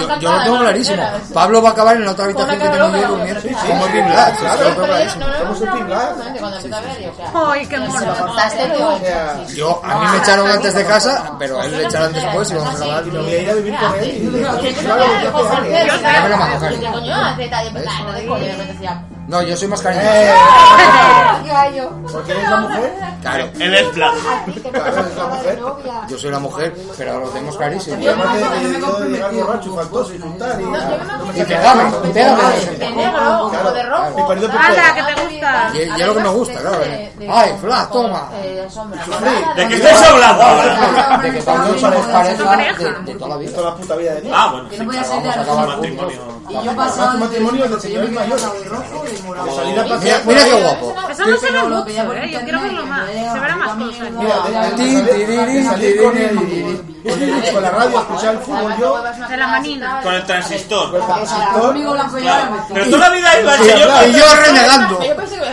[SPEAKER 3] Yo, yo lo tengo clarísimo. Pablo va a acabar en la otra habitación que tengo yo durmiendo. Como el Big Black, sí, sí, lo tengo clarísimo.
[SPEAKER 5] Somos un team black.
[SPEAKER 32] Ay, qué mono.
[SPEAKER 3] Yo, a mí me echaron antes de casa, pero a él le echaron después y vamos a acabar.
[SPEAKER 5] Y me voy a ir a vivir con él. y-
[SPEAKER 3] No, yo soy más cariñoso.
[SPEAKER 5] ¡Eh!
[SPEAKER 2] Porque
[SPEAKER 5] eres la mujer.
[SPEAKER 3] Claro.
[SPEAKER 9] Él es plan.
[SPEAKER 3] Yo soy la mujer, pero lo tenemos clarísimo.
[SPEAKER 5] Y además de- de- de- de llegar borracho, faltoso, insultar y...
[SPEAKER 3] Y pegame, y pégame.
[SPEAKER 10] Como de rojo.
[SPEAKER 5] Mi marido
[SPEAKER 32] Hala, que te gusta.
[SPEAKER 3] Y, y es lo que me gusta, claro. ¿eh? Ay, Flash, toma.
[SPEAKER 6] ¿De qué estáis hablando ahora?
[SPEAKER 3] De que cuando somos pareja de, de toda la vida.
[SPEAKER 5] Toda la puta vida de mí.
[SPEAKER 6] Ah, bueno.
[SPEAKER 31] Yo no voy a salir de la
[SPEAKER 6] Matrimonio.
[SPEAKER 31] Y yo pasaba de
[SPEAKER 5] matrimonio de
[SPEAKER 31] yo me
[SPEAKER 5] señores
[SPEAKER 31] quedaba
[SPEAKER 5] mayores.
[SPEAKER 31] de rojo y morado.
[SPEAKER 5] De salir a pasear
[SPEAKER 3] Mira,
[SPEAKER 5] por
[SPEAKER 3] mira
[SPEAKER 5] ahí.
[SPEAKER 3] qué guapo.
[SPEAKER 32] Eso no se ve
[SPEAKER 31] Pero lo
[SPEAKER 32] mucho,
[SPEAKER 31] veía por
[SPEAKER 32] eh. Yo
[SPEAKER 31] internet,
[SPEAKER 32] quiero verlo más.
[SPEAKER 31] veo,
[SPEAKER 32] Se verá más
[SPEAKER 31] digo,
[SPEAKER 32] cosas.
[SPEAKER 31] amigo,
[SPEAKER 5] Mira,
[SPEAKER 31] ya,
[SPEAKER 5] de-
[SPEAKER 31] ya,
[SPEAKER 5] de-
[SPEAKER 31] ya.
[SPEAKER 5] de salir con el- con el- con la radio, escuchar el fútbol yo...
[SPEAKER 32] De la manina.
[SPEAKER 6] Con el transistor.
[SPEAKER 31] Amigo blanco y árabe.
[SPEAKER 6] Pero toda la vida iba el señor.
[SPEAKER 3] Y yo renegando.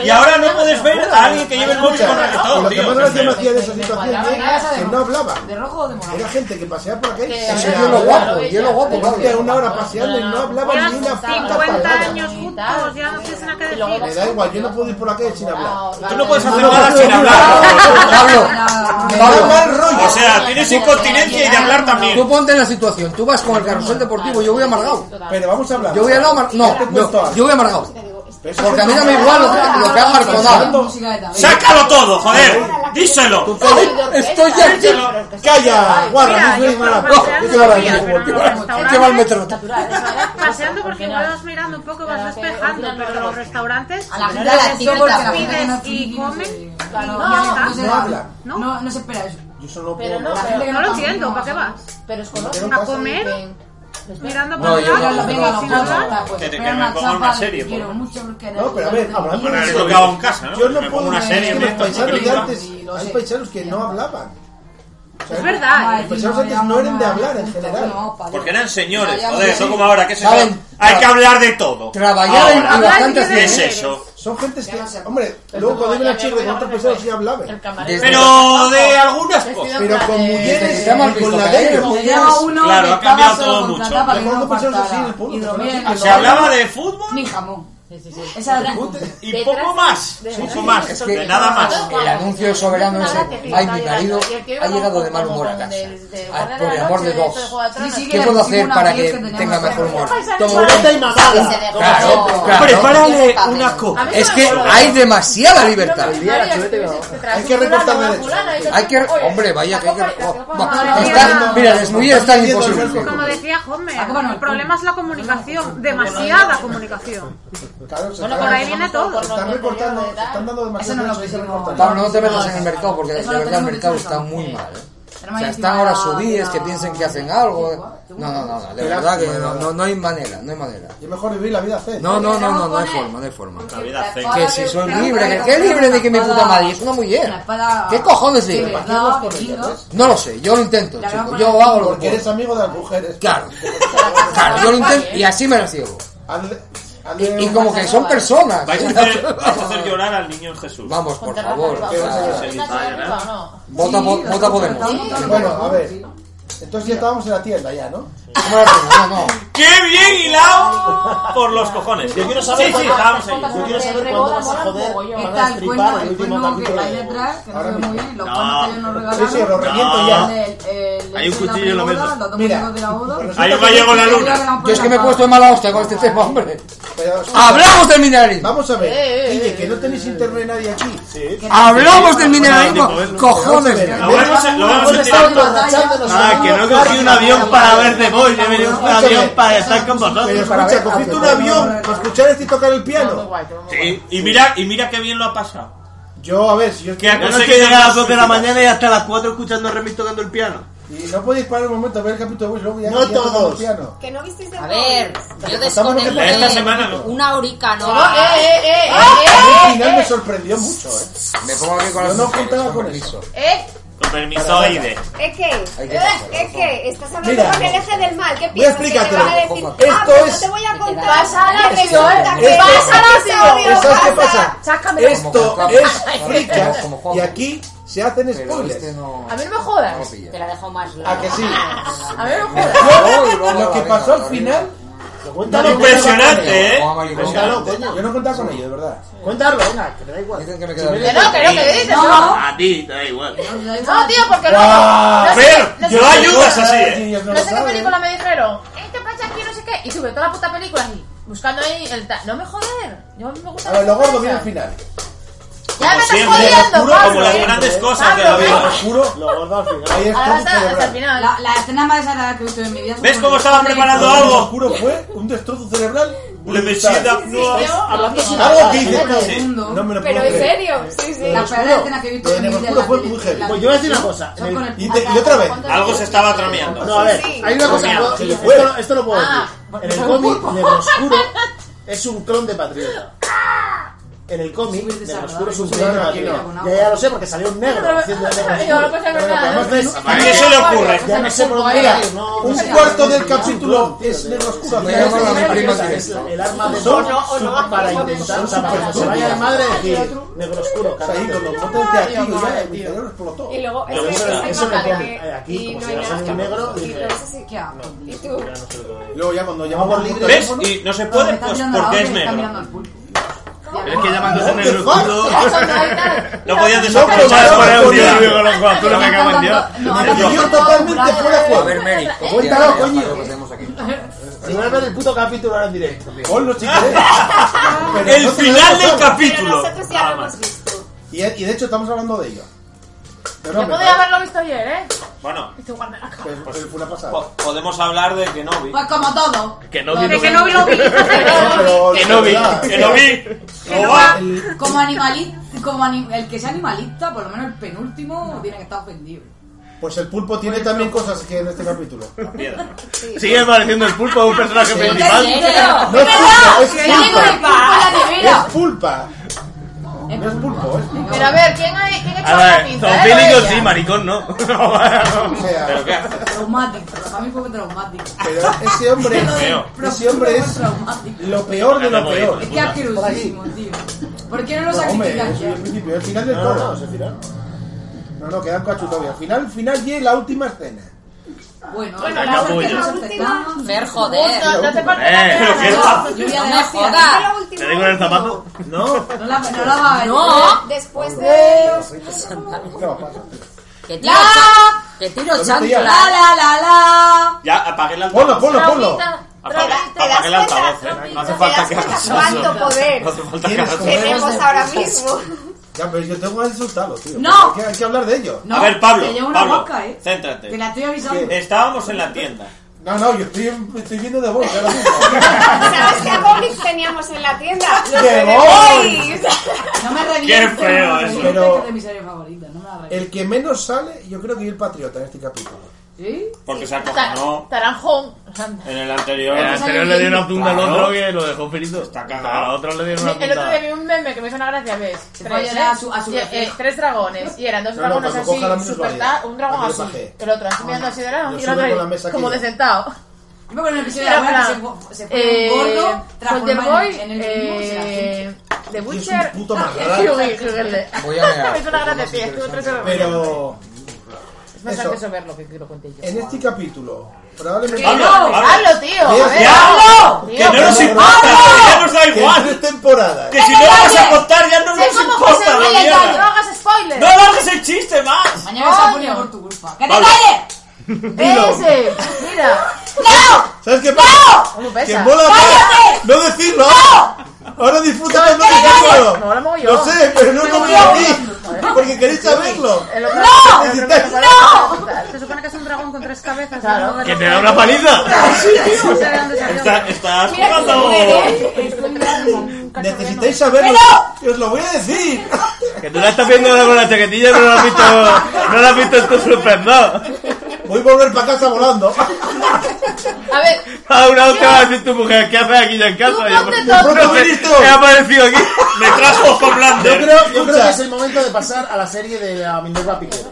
[SPEAKER 6] Y ahora no puedes ver a alguien que lleve el móvil con reggaetón,
[SPEAKER 5] Lo que
[SPEAKER 6] tío.
[SPEAKER 5] más gracia me hacía de esa situación era que no hablaba.
[SPEAKER 31] ¿De rojo o de morado?
[SPEAKER 5] Era gente que paseaba por aquel.
[SPEAKER 3] Eso yo lo guapo, yo lo guapo, claro.
[SPEAKER 5] Durante una hora paseando y no hablaba
[SPEAKER 32] Llevan
[SPEAKER 5] ni una puta
[SPEAKER 32] 50
[SPEAKER 5] palabra.
[SPEAKER 32] años juntos, ya no tienes nada que
[SPEAKER 5] Me
[SPEAKER 32] decir.
[SPEAKER 5] da igual, yo no puedo ir por la calle sin hablar.
[SPEAKER 6] Tú no puedes hacer
[SPEAKER 5] No,
[SPEAKER 6] nada
[SPEAKER 5] no,
[SPEAKER 6] sin
[SPEAKER 5] no,
[SPEAKER 6] hablar.
[SPEAKER 3] Pablo, me
[SPEAKER 9] da
[SPEAKER 3] da
[SPEAKER 9] mal rollo. O sea, tienes incontinencia y de hablar también.
[SPEAKER 3] Tú ponte en la situación. Tú vas con el carrusel deportivo. Yo voy amargado.
[SPEAKER 5] Pero vamos a hablar.
[SPEAKER 3] Yo voy al lado amar- No, yo, yo voy amargado. Porque a mí no me igual lo que, lo que ha marcado.
[SPEAKER 9] ¡Sácalo todo, joder! ¡Díselo!
[SPEAKER 3] Estoy aquí.
[SPEAKER 5] ¡Calla! Guarda, no soy mala. Yo te voy a dar
[SPEAKER 3] Mira,
[SPEAKER 5] tiempo,
[SPEAKER 3] pero
[SPEAKER 5] te voy a dar-
[SPEAKER 3] restaurantes-
[SPEAKER 5] Lleva el metro.
[SPEAKER 22] Paseando porque igual vas mirando un poco, vas despejando, pero los restaurantes
[SPEAKER 6] A la gente la
[SPEAKER 22] les
[SPEAKER 6] activa porque la gente
[SPEAKER 22] pides
[SPEAKER 6] no
[SPEAKER 22] y comen.
[SPEAKER 6] Claro,
[SPEAKER 22] no,
[SPEAKER 6] ya está.
[SPEAKER 22] no se
[SPEAKER 6] No,
[SPEAKER 22] habla.
[SPEAKER 6] No, no, se espera eso.
[SPEAKER 5] Yo solo
[SPEAKER 22] Pero no,
[SPEAKER 6] La gente que
[SPEAKER 22] no lo
[SPEAKER 6] pasa-
[SPEAKER 22] entiendo, ¿para qué vas?
[SPEAKER 7] Pero es
[SPEAKER 22] ¿A comer? Mirando para
[SPEAKER 6] No, yo
[SPEAKER 22] allá,
[SPEAKER 6] no, no,
[SPEAKER 22] venga,
[SPEAKER 6] no,
[SPEAKER 22] sin
[SPEAKER 6] no,
[SPEAKER 22] hablar.
[SPEAKER 6] no,
[SPEAKER 9] Que te- que
[SPEAKER 6] Pero
[SPEAKER 9] me
[SPEAKER 6] una
[SPEAKER 9] ponga
[SPEAKER 6] chapa
[SPEAKER 9] una
[SPEAKER 6] te
[SPEAKER 9] serie,
[SPEAKER 6] quiero
[SPEAKER 9] por-
[SPEAKER 6] mucho porque
[SPEAKER 5] No, pero a ver, hablamos
[SPEAKER 9] Bueno,
[SPEAKER 5] de
[SPEAKER 9] le
[SPEAKER 5] eso.
[SPEAKER 9] tocaba en casa, ¿no?
[SPEAKER 5] Yo no
[SPEAKER 9] Me
[SPEAKER 5] puedo
[SPEAKER 9] pongo una serie,
[SPEAKER 5] es que
[SPEAKER 9] me
[SPEAKER 5] los
[SPEAKER 9] meto,
[SPEAKER 5] paisanos de
[SPEAKER 9] película.
[SPEAKER 5] antes, hay paisanos que no hablaban. O sea,
[SPEAKER 22] Es verdad,
[SPEAKER 3] pues
[SPEAKER 5] Los paisanos antes no eran de hablar en general.
[SPEAKER 9] Porque eran señores,
[SPEAKER 5] Ya, ya
[SPEAKER 9] joder,
[SPEAKER 5] lo sé.
[SPEAKER 9] no como ahora, que se
[SPEAKER 5] Saben-
[SPEAKER 9] Hay que hablar de todo.
[SPEAKER 5] Trabajar en-
[SPEAKER 9] Ahora.
[SPEAKER 5] y bastante
[SPEAKER 9] ¿Qué es
[SPEAKER 5] hacer, ¿eh?
[SPEAKER 9] eso?
[SPEAKER 5] Son gentes que, hombre, luego cuando iban a Chile con otros paisanos sí hablaban.
[SPEAKER 9] Pero de algunas cosas.
[SPEAKER 5] Pero con
[SPEAKER 9] Desde que
[SPEAKER 5] mujeres,
[SPEAKER 9] se llama
[SPEAKER 5] con la
[SPEAKER 9] Cristo
[SPEAKER 5] de
[SPEAKER 9] Cabello.
[SPEAKER 5] mujeres.
[SPEAKER 9] Llega uno Claro, que ha cambiado estaba todo solo con mucho. tapa para que
[SPEAKER 5] Cuando
[SPEAKER 9] no
[SPEAKER 5] personas así,
[SPEAKER 9] faltara.
[SPEAKER 5] el pueblo,
[SPEAKER 9] Y
[SPEAKER 5] personas
[SPEAKER 9] dormía en
[SPEAKER 5] así.
[SPEAKER 9] el Se hablaba de fútbol.
[SPEAKER 6] Ni jamón. Esa
[SPEAKER 5] Esa
[SPEAKER 6] era
[SPEAKER 5] era-
[SPEAKER 9] Y poco más. Poco más.
[SPEAKER 3] Es
[SPEAKER 9] De
[SPEAKER 3] que
[SPEAKER 9] nada más.
[SPEAKER 3] El anuncio soberano ese. Ay, mi marido ha llegado de mal humor a casa. Ay, por el amor de Dios. ¿Qué puedo hacer para que tenga mejor humor?
[SPEAKER 5] Tomadita y mamada.
[SPEAKER 3] Claro, claro.
[SPEAKER 5] Prepárale
[SPEAKER 3] una
[SPEAKER 5] copa.
[SPEAKER 3] Es que hay demasiada libertad.
[SPEAKER 5] Hay que recortar derechos.
[SPEAKER 3] Hay que. Hombre, vaya que hay que. oh,
[SPEAKER 22] Madre
[SPEAKER 3] va. Está-
[SPEAKER 22] mía.
[SPEAKER 3] mira, desnudar está imposible.
[SPEAKER 22] Como decía Homer, el problema es la comunicación, demasiada comunicación. Bueno, por ahí viene todo.
[SPEAKER 5] Están recortando, están dando demasiado derecho, hay que recortar.
[SPEAKER 3] Pablo, no te metas en el mercado porque de verdad el mercado está muy mal. ¿eh? O sea, están ahora subidas que piensen que hacen algo. ¿eh? No, no, no, no, de verdad que no, no, no hay manera, no hay manera.
[SPEAKER 5] Es mejor vivir la vida C.
[SPEAKER 3] No, no, no, no, no hay forma, no hay forma.
[SPEAKER 5] zen.
[SPEAKER 3] Que si soy libre, que qué libre de que mi puta madre, es una mujer. ¿Qué cojones libre? No lo sé, yo lo intento, chico, yo hago lo
[SPEAKER 5] Porque
[SPEAKER 3] que
[SPEAKER 5] eres
[SPEAKER 3] puedo.
[SPEAKER 5] amigo de las mujeres.
[SPEAKER 3] Claro, claro, yo lo intento y así me lo ciego.
[SPEAKER 5] Hazle- hazle
[SPEAKER 3] Y, y
[SPEAKER 5] un
[SPEAKER 3] como que
[SPEAKER 5] paseo
[SPEAKER 3] son
[SPEAKER 5] a-
[SPEAKER 3] personas.
[SPEAKER 9] Vais a hacer, vais a hacer llorar al niño Jesús.
[SPEAKER 3] Vamos, por favor. o sea,
[SPEAKER 9] Vota
[SPEAKER 3] Vota, po- vota Podemos.
[SPEAKER 5] Bueno, a ver. Entonces ya estábamos en la tienda ya, ¿no?
[SPEAKER 9] ¡Qué bien hilado! Por los cojones.
[SPEAKER 5] Yo quiero
[SPEAKER 9] sí,
[SPEAKER 5] saber
[SPEAKER 9] sí,
[SPEAKER 5] cuándo-
[SPEAKER 9] estábamos ahí.
[SPEAKER 5] yo quiero saber cuándo vas a joder.
[SPEAKER 6] ¿Qué
[SPEAKER 5] Van a
[SPEAKER 6] tal?
[SPEAKER 5] estripar
[SPEAKER 6] Cuéntame
[SPEAKER 5] el
[SPEAKER 6] el
[SPEAKER 5] último
[SPEAKER 6] cuerno que
[SPEAKER 5] capítulo
[SPEAKER 6] hay
[SPEAKER 5] de
[SPEAKER 6] detrás, que no
[SPEAKER 5] Ahora
[SPEAKER 6] se ve muy
[SPEAKER 5] mismo.
[SPEAKER 6] bien, los cuernos que ellos nos regalaron.
[SPEAKER 5] Sí, sí, lo reviento ya.
[SPEAKER 6] El- el-
[SPEAKER 5] Hay un
[SPEAKER 6] el- la
[SPEAKER 5] cuchillo en la
[SPEAKER 6] boda,
[SPEAKER 5] mesa.
[SPEAKER 6] Los dos
[SPEAKER 5] Mira,
[SPEAKER 6] muñecos de la boda.
[SPEAKER 5] Ahí va, llegó la luna.
[SPEAKER 3] Yo es que me he puesto de mala hostia con este tema, hombre. ¡Hablamos del mineralismo!
[SPEAKER 5] Vamos a ver. Oye, que no tenéis internet nadie aquí.
[SPEAKER 3] ¡Hablamos del mineralismo! ¡Cojones!
[SPEAKER 5] Lo vamos a- lo vamos a tirar.
[SPEAKER 4] Ah, que no cogí un avión para ver The Boys, yo he venido un avión para estar con
[SPEAKER 5] Ah, Pero
[SPEAKER 4] vosotros.
[SPEAKER 5] escucha, cogiste un avión para escuchar este y tocar el piano.
[SPEAKER 9] Sí, y mira, y mira qué bien lo ha pasado.
[SPEAKER 5] Yo, a ver, si yo
[SPEAKER 4] Que a cosas que llega a las 2 de la mañana y hasta las 4 escuchando Remix tocando el piano.
[SPEAKER 5] Y no podéis parar un momento a ver el capítulo de Boys, luego ya
[SPEAKER 4] No
[SPEAKER 5] ya tocamos
[SPEAKER 4] todos.
[SPEAKER 5] el piano.
[SPEAKER 30] Que no visteis de
[SPEAKER 7] A ver, yo
[SPEAKER 5] Estamos
[SPEAKER 7] desconecté
[SPEAKER 5] en- Esta semana
[SPEAKER 9] no.
[SPEAKER 7] Eh, una horica, ¿no?
[SPEAKER 5] No, eh,
[SPEAKER 7] eh, eh,
[SPEAKER 5] A mí el final me sorprendió mucho, eh.
[SPEAKER 3] Me pongo aquí con
[SPEAKER 5] Yo
[SPEAKER 3] las
[SPEAKER 5] no
[SPEAKER 3] mujeres,
[SPEAKER 5] contaba
[SPEAKER 3] con
[SPEAKER 5] con
[SPEAKER 3] permiso.
[SPEAKER 30] Es
[SPEAKER 9] Con permiso, Aide.
[SPEAKER 30] que,
[SPEAKER 3] Hay que pasar,
[SPEAKER 30] es que, estás hablando
[SPEAKER 5] Mira.
[SPEAKER 30] con el eje del mal. ¿Qué
[SPEAKER 5] Voy
[SPEAKER 30] piensas?
[SPEAKER 5] a
[SPEAKER 30] que te
[SPEAKER 5] explicártelo.
[SPEAKER 30] van a decir, ah,
[SPEAKER 5] Esto
[SPEAKER 30] pero
[SPEAKER 5] es-
[SPEAKER 30] no te voy a contar.
[SPEAKER 7] Pasa la
[SPEAKER 30] que
[SPEAKER 7] acción,
[SPEAKER 30] resulta que-
[SPEAKER 7] esto-
[SPEAKER 30] Pasa la acción,
[SPEAKER 5] Esto- ¿Sabes qué
[SPEAKER 30] pasa?
[SPEAKER 5] pasa?
[SPEAKER 30] Sácamelo.
[SPEAKER 5] Esto
[SPEAKER 30] Como
[SPEAKER 5] es
[SPEAKER 30] Juanjo.
[SPEAKER 5] fricas y aquí se hacen
[SPEAKER 3] este
[SPEAKER 5] spoilers.
[SPEAKER 7] A mí no me jodas. Te la dejo más.
[SPEAKER 5] ¿A que sí?
[SPEAKER 7] A mí no me jodas.
[SPEAKER 5] Yo, lo que pasó al final. lo cuéntalo,
[SPEAKER 9] Impresionante,
[SPEAKER 5] cuéntalo,
[SPEAKER 9] ¿eh?
[SPEAKER 5] coño. Cuéntalo,
[SPEAKER 9] Impresionante.
[SPEAKER 5] coño. Yo no contaba con ello, de verdad. Cuéntalo, venga, que me da igual. Dicen que me
[SPEAKER 7] Que no, que no, que dices, no.
[SPEAKER 4] A ti, te da igual.
[SPEAKER 7] No, tío, porque luego.
[SPEAKER 4] Ah,
[SPEAKER 7] No sé,
[SPEAKER 4] Fer,
[SPEAKER 7] no
[SPEAKER 4] yo
[SPEAKER 7] sé-
[SPEAKER 4] ayudas así, eh.
[SPEAKER 7] No sé qué película me dijeron. "Eh, ¿Qué pasa aquí? No sé qué. Y sube toda la puta película así. Buscando ahí el. ta- No me joder. Yo me gusta.
[SPEAKER 5] A ver, lo gordo viene al final.
[SPEAKER 7] Ya me estás
[SPEAKER 5] siempre,
[SPEAKER 7] jodiendo,
[SPEAKER 5] lo juro,
[SPEAKER 7] Pablo.
[SPEAKER 5] como las grandes
[SPEAKER 9] cosas de la
[SPEAKER 7] Pablo,
[SPEAKER 9] vida.
[SPEAKER 5] Lo juro, lo gordo al final. Ahí está mi
[SPEAKER 7] Ahora está hasta el
[SPEAKER 5] cerebral.
[SPEAKER 7] final.
[SPEAKER 6] La, la escena más desagradable que he visto en mi vida.
[SPEAKER 9] ¿Ves cómo estaba preparando
[SPEAKER 5] Lo
[SPEAKER 9] algo?
[SPEAKER 5] juro fue un destrozo cerebral.
[SPEAKER 9] Le me
[SPEAKER 5] brutal.
[SPEAKER 9] sienta- no, hablando sin
[SPEAKER 5] Algo
[SPEAKER 9] hablar.
[SPEAKER 5] que dices, no,
[SPEAKER 9] Sí.
[SPEAKER 5] no me lo puedo
[SPEAKER 30] Pero en
[SPEAKER 5] creer.
[SPEAKER 30] serio, sí, sí.
[SPEAKER 6] La peor escena que he visto en mi vida.
[SPEAKER 5] Oscuro fue muy heavy.
[SPEAKER 6] la-
[SPEAKER 5] Pues yo voy a decir una cosa.
[SPEAKER 6] Son con el-
[SPEAKER 5] Y, te- y otra vez.
[SPEAKER 9] Algo se estaba trameando.
[SPEAKER 5] No, a ver, hay una cosa.
[SPEAKER 9] Trameando.
[SPEAKER 5] que- Esto, esto lo puedo
[SPEAKER 7] Ah,
[SPEAKER 5] decir. En el cómic, Negroscuro es un clon de Patriota. En el cómic, Negroscuro es un clon de Patriota. Ya, ya lo sé, porque salió un negro haciendo de
[SPEAKER 7] Yo no puedo
[SPEAKER 5] Negroscuro.
[SPEAKER 7] saber
[SPEAKER 5] Pero
[SPEAKER 7] nada.
[SPEAKER 5] además ves-
[SPEAKER 9] ¿A qué se le ocurre?
[SPEAKER 5] Ya no sé por dónde
[SPEAKER 7] Mira,
[SPEAKER 5] ir, no-
[SPEAKER 7] un
[SPEAKER 5] no sé.
[SPEAKER 7] cuarto
[SPEAKER 5] del capítulo es Negroscuro.
[SPEAKER 3] Me llamo a mi prima que es.
[SPEAKER 5] El arma de Thor
[SPEAKER 7] Son-
[SPEAKER 5] para intentar o sea, para cuando se vaya de madre decir Negroscuro, carajo, con los botes de aquí y ya el interior explotó.
[SPEAKER 30] Y luego,
[SPEAKER 5] Pero
[SPEAKER 30] es que
[SPEAKER 5] bueno,
[SPEAKER 30] es
[SPEAKER 5] eso me
[SPEAKER 30] fatal,
[SPEAKER 5] pone
[SPEAKER 30] que-
[SPEAKER 5] aquí,
[SPEAKER 30] y
[SPEAKER 5] como
[SPEAKER 30] no
[SPEAKER 5] si
[SPEAKER 30] hay
[SPEAKER 5] fuese
[SPEAKER 30] nada.
[SPEAKER 5] un negro,
[SPEAKER 30] Y
[SPEAKER 5] dije,
[SPEAKER 30] tú dices, sí, ¿qué hago? Y tú,
[SPEAKER 5] Luego ya cuando llamamos libre
[SPEAKER 9] ¿Ves? Y no se puede, pues porque es negro.
[SPEAKER 6] Ya
[SPEAKER 4] Pero es que llamándose en el
[SPEAKER 7] culo.
[SPEAKER 4] No podías desaprovechar por el tío con los guantulos me cago en Dios.
[SPEAKER 5] Yo totalmente fuera de
[SPEAKER 33] A ver, Mary,
[SPEAKER 5] Cuéntalo, coño.
[SPEAKER 33] Lo que tenemos aquí.
[SPEAKER 5] Seguramente el puto capítulo ahora en directo. Ponlo, chicos. Pero
[SPEAKER 9] El
[SPEAKER 5] no se
[SPEAKER 9] final
[SPEAKER 5] lo
[SPEAKER 9] del
[SPEAKER 5] hemos
[SPEAKER 9] capítulo.
[SPEAKER 2] Nosotros ya lo hemos visto.
[SPEAKER 5] Y, y de hecho estamos hablando de ello. Pero
[SPEAKER 7] Yo
[SPEAKER 5] hombre,
[SPEAKER 7] podía haberlo visto ayer, ¿eh?
[SPEAKER 9] Bueno,
[SPEAKER 7] Este guardaca.
[SPEAKER 5] pues, pues fue una pasada.
[SPEAKER 9] po- podemos hablar de Kenobi.
[SPEAKER 10] Pues como todo.
[SPEAKER 4] Que no vi.
[SPEAKER 10] De
[SPEAKER 4] Que
[SPEAKER 10] que no vi, lo vi.
[SPEAKER 5] Pero-
[SPEAKER 4] no vi. Que no vi.
[SPEAKER 10] Que no va- como animalista, como ani- el que sea animalista, por lo menos el penúltimo, tiene que estar ofendido.
[SPEAKER 5] Pues el pulpo tiene también cosas que en este capítulo.
[SPEAKER 9] Piedra.
[SPEAKER 4] Sigue pareciendo el pulpo de un personaje principal.
[SPEAKER 5] No es pulpo, es
[SPEAKER 7] Yo tengo el
[SPEAKER 5] pulpa.
[SPEAKER 7] pulpo en la nevera.
[SPEAKER 5] Es pulpa. No es pulpo, es pulpa.
[SPEAKER 7] Pero a ver, ¿quién ha quién ha hecho
[SPEAKER 4] A
[SPEAKER 7] la
[SPEAKER 4] ver,
[SPEAKER 7] pinza? ¿eh? Lo
[SPEAKER 4] zoofílico
[SPEAKER 7] de
[SPEAKER 4] sí,
[SPEAKER 7] ella.
[SPEAKER 4] maricón no.
[SPEAKER 5] Pero
[SPEAKER 9] qué
[SPEAKER 10] Traumático, para mí fue traumático.
[SPEAKER 5] Pero ese hombre, ese hombre es lo peor de lo peor.
[SPEAKER 10] Es que asquerosísimo, tío. ¿Por qué no lo
[SPEAKER 5] No, hombre,
[SPEAKER 10] sacrificas
[SPEAKER 5] es
[SPEAKER 10] ya?
[SPEAKER 5] el principio, el final del
[SPEAKER 34] No,
[SPEAKER 5] todo.
[SPEAKER 34] no,
[SPEAKER 5] No, no, quedan cachutobia. Final, final y la última escena.
[SPEAKER 10] Bueno,
[SPEAKER 7] Bueno,
[SPEAKER 10] la
[SPEAKER 7] la
[SPEAKER 10] última,
[SPEAKER 7] última.
[SPEAKER 10] nos aceptamos.
[SPEAKER 35] Fer, joder.
[SPEAKER 7] No, no te falta
[SPEAKER 4] Eh,
[SPEAKER 7] nada.
[SPEAKER 4] pero qué
[SPEAKER 7] No,
[SPEAKER 10] Yo voy
[SPEAKER 35] No
[SPEAKER 10] a
[SPEAKER 35] me
[SPEAKER 10] decir,
[SPEAKER 35] jodas.
[SPEAKER 10] ¿a quién
[SPEAKER 4] ¿Le digo en el zapato?
[SPEAKER 5] No.
[SPEAKER 10] fue la última? No la, no la va a
[SPEAKER 35] No.
[SPEAKER 2] Después de los
[SPEAKER 35] Que tiro,
[SPEAKER 10] ¡La!
[SPEAKER 35] cha- que tiro chancla.
[SPEAKER 10] ¡Ah! La, la, la, la.
[SPEAKER 9] Ya, apagué el altavoz.
[SPEAKER 5] Ponlo, ponlo, ponlo.
[SPEAKER 9] Apagué, apagué el altavoz, eh. No hace falta que hagas eso.
[SPEAKER 2] cuánto poder
[SPEAKER 9] No hace falta que
[SPEAKER 5] Tienes
[SPEAKER 9] hagas
[SPEAKER 5] como-
[SPEAKER 9] eso.
[SPEAKER 2] tenemos ahora mismo.
[SPEAKER 5] Ya, pero yo tengo que insultarlo, tío.
[SPEAKER 10] No.
[SPEAKER 5] Hay que, hay que hablar de ello.
[SPEAKER 10] No,
[SPEAKER 9] A ver, Pablo,
[SPEAKER 10] te llevo una
[SPEAKER 9] Pablo,
[SPEAKER 10] boca, eh.
[SPEAKER 9] céntrate.
[SPEAKER 10] Te la estoy avisando.
[SPEAKER 9] Estábamos en la tienda.
[SPEAKER 5] No, no, yo estoy, estoy viendo de bolsa ahora mismo.
[SPEAKER 2] ¿Sabes qué cómics teníamos en la tienda? Los
[SPEAKER 5] ¡Qué
[SPEAKER 2] de The
[SPEAKER 5] boys!
[SPEAKER 2] Boys.
[SPEAKER 10] No me revientes.
[SPEAKER 9] Qué feo
[SPEAKER 10] no me
[SPEAKER 9] eso.
[SPEAKER 10] revientes,
[SPEAKER 5] Pero-
[SPEAKER 10] que es mi serie favorita, no me la revientes.
[SPEAKER 5] El que menos sale, yo creo que es el patriota en este capítulo.
[SPEAKER 10] ¿Sí?
[SPEAKER 9] Porque se
[SPEAKER 7] Ta-
[SPEAKER 9] acojonó
[SPEAKER 7] Taranjón.
[SPEAKER 9] en el anterior.
[SPEAKER 4] El anterior le dio una punta al otro que lo dejó finito.
[SPEAKER 9] Está cagado.
[SPEAKER 4] A otro le dieron una
[SPEAKER 7] El otro día
[SPEAKER 4] punta.
[SPEAKER 7] vi un meme que me hizo una gracia, ¿ves?
[SPEAKER 10] fue a
[SPEAKER 7] Tres,
[SPEAKER 10] llorar
[SPEAKER 7] ¿eh?
[SPEAKER 10] a su- a su
[SPEAKER 7] Y- eh,
[SPEAKER 10] reflejo.
[SPEAKER 7] tres dragones. Y eran dos
[SPEAKER 5] No, no,
[SPEAKER 7] dragones
[SPEAKER 5] cuando coja la
[SPEAKER 7] así,
[SPEAKER 5] minusvalía.
[SPEAKER 7] super ta- un dragón
[SPEAKER 5] Cuando le
[SPEAKER 7] así.
[SPEAKER 5] baje.
[SPEAKER 7] El otro así mirando así de lado
[SPEAKER 5] Lo
[SPEAKER 7] y el otro
[SPEAKER 5] sube con la
[SPEAKER 7] ahí,
[SPEAKER 5] mesa aquí,
[SPEAKER 7] como
[SPEAKER 5] ya.
[SPEAKER 7] de sentado.
[SPEAKER 10] Yo me acuerdo en el episodio de
[SPEAKER 7] Era
[SPEAKER 10] la abuela
[SPEAKER 7] plan,
[SPEAKER 10] que se, fue- se fue un
[SPEAKER 7] eh,
[SPEAKER 10] gordo,
[SPEAKER 7] Golden
[SPEAKER 10] transformado
[SPEAKER 7] Boy,
[SPEAKER 10] en el mismo y se la gente.
[SPEAKER 7] eh, The
[SPEAKER 5] es
[SPEAKER 7] Witcher.
[SPEAKER 5] un puto
[SPEAKER 7] Ah,
[SPEAKER 5] marrón.
[SPEAKER 7] Hugh Hefner.
[SPEAKER 33] Voy a mirar.
[SPEAKER 7] Me hizo una gracia, sí, estuvo tres horas.
[SPEAKER 5] Pero
[SPEAKER 7] Es más
[SPEAKER 5] eso.
[SPEAKER 7] gracioso verlo que que lo conté yo.
[SPEAKER 5] en este capítulo,
[SPEAKER 7] Que
[SPEAKER 5] probablemente.
[SPEAKER 7] no,
[SPEAKER 9] Pablo,
[SPEAKER 7] ¡Hazlo, tío!
[SPEAKER 5] Tío,
[SPEAKER 7] a ver,
[SPEAKER 5] tío,
[SPEAKER 7] ¡Hazlo!
[SPEAKER 9] Que no
[SPEAKER 7] Tío,
[SPEAKER 9] nos
[SPEAKER 5] pero-
[SPEAKER 9] importa, que ya nos da
[SPEAKER 5] que en tres
[SPEAKER 9] igual.
[SPEAKER 5] temporadas.
[SPEAKER 9] Que si no lo vas a contar ya no
[SPEAKER 7] Sé
[SPEAKER 9] nos
[SPEAKER 7] como José
[SPEAKER 9] importa, la
[SPEAKER 7] Luis Leal, no
[SPEAKER 9] mierda.
[SPEAKER 7] hagas spoiler.
[SPEAKER 9] No largues el chiste más.
[SPEAKER 10] Mañana se va a poner
[SPEAKER 7] Coño.
[SPEAKER 10] por tu culpa. ¡Que te
[SPEAKER 9] Pablo.
[SPEAKER 10] calles!
[SPEAKER 5] Dilo.
[SPEAKER 7] ¡Ese! ¡Mira!
[SPEAKER 5] ¿Sabes qué pasa?
[SPEAKER 7] ¿Cómo
[SPEAKER 5] Que
[SPEAKER 7] pesa?
[SPEAKER 5] mola más no decirlo. Ahora disfruta de no decirlo.
[SPEAKER 7] No, lo hago yo.
[SPEAKER 5] Lo sé, pero no como yo a ti. Porque queréis saberlo.
[SPEAKER 7] ¡No!
[SPEAKER 5] Necesitáis-
[SPEAKER 36] Se supone que es un dragón con tres cabezas.
[SPEAKER 7] Claro.
[SPEAKER 36] y uno de
[SPEAKER 4] Que
[SPEAKER 36] los-
[SPEAKER 4] te da una paliza.
[SPEAKER 36] No sé de dónde salió.
[SPEAKER 9] Está- Estás
[SPEAKER 10] Mira que
[SPEAKER 9] jugando.
[SPEAKER 5] Necesitáis saberlo. Y os lo voy a decir.
[SPEAKER 4] Que tú la estás viendo con la chaquetilla pero no la has visto. No la has visto en tu super no.
[SPEAKER 5] Voy a volver para casa volando.
[SPEAKER 7] A ver,
[SPEAKER 4] A Ah, una hora te va a decir tu mujer, ¿qué haces aquí ya en
[SPEAKER 7] Tú
[SPEAKER 4] casa? Y yo,
[SPEAKER 7] ponte
[SPEAKER 4] "No
[SPEAKER 7] todo.
[SPEAKER 4] sé, ¿Qué ha aparecido aquí?
[SPEAKER 9] Me trajo ojo blando.
[SPEAKER 5] Yo creo, yo creo
[SPEAKER 34] Escucha.
[SPEAKER 5] que es el momento de pasar a la serie de la Minerva Piquero.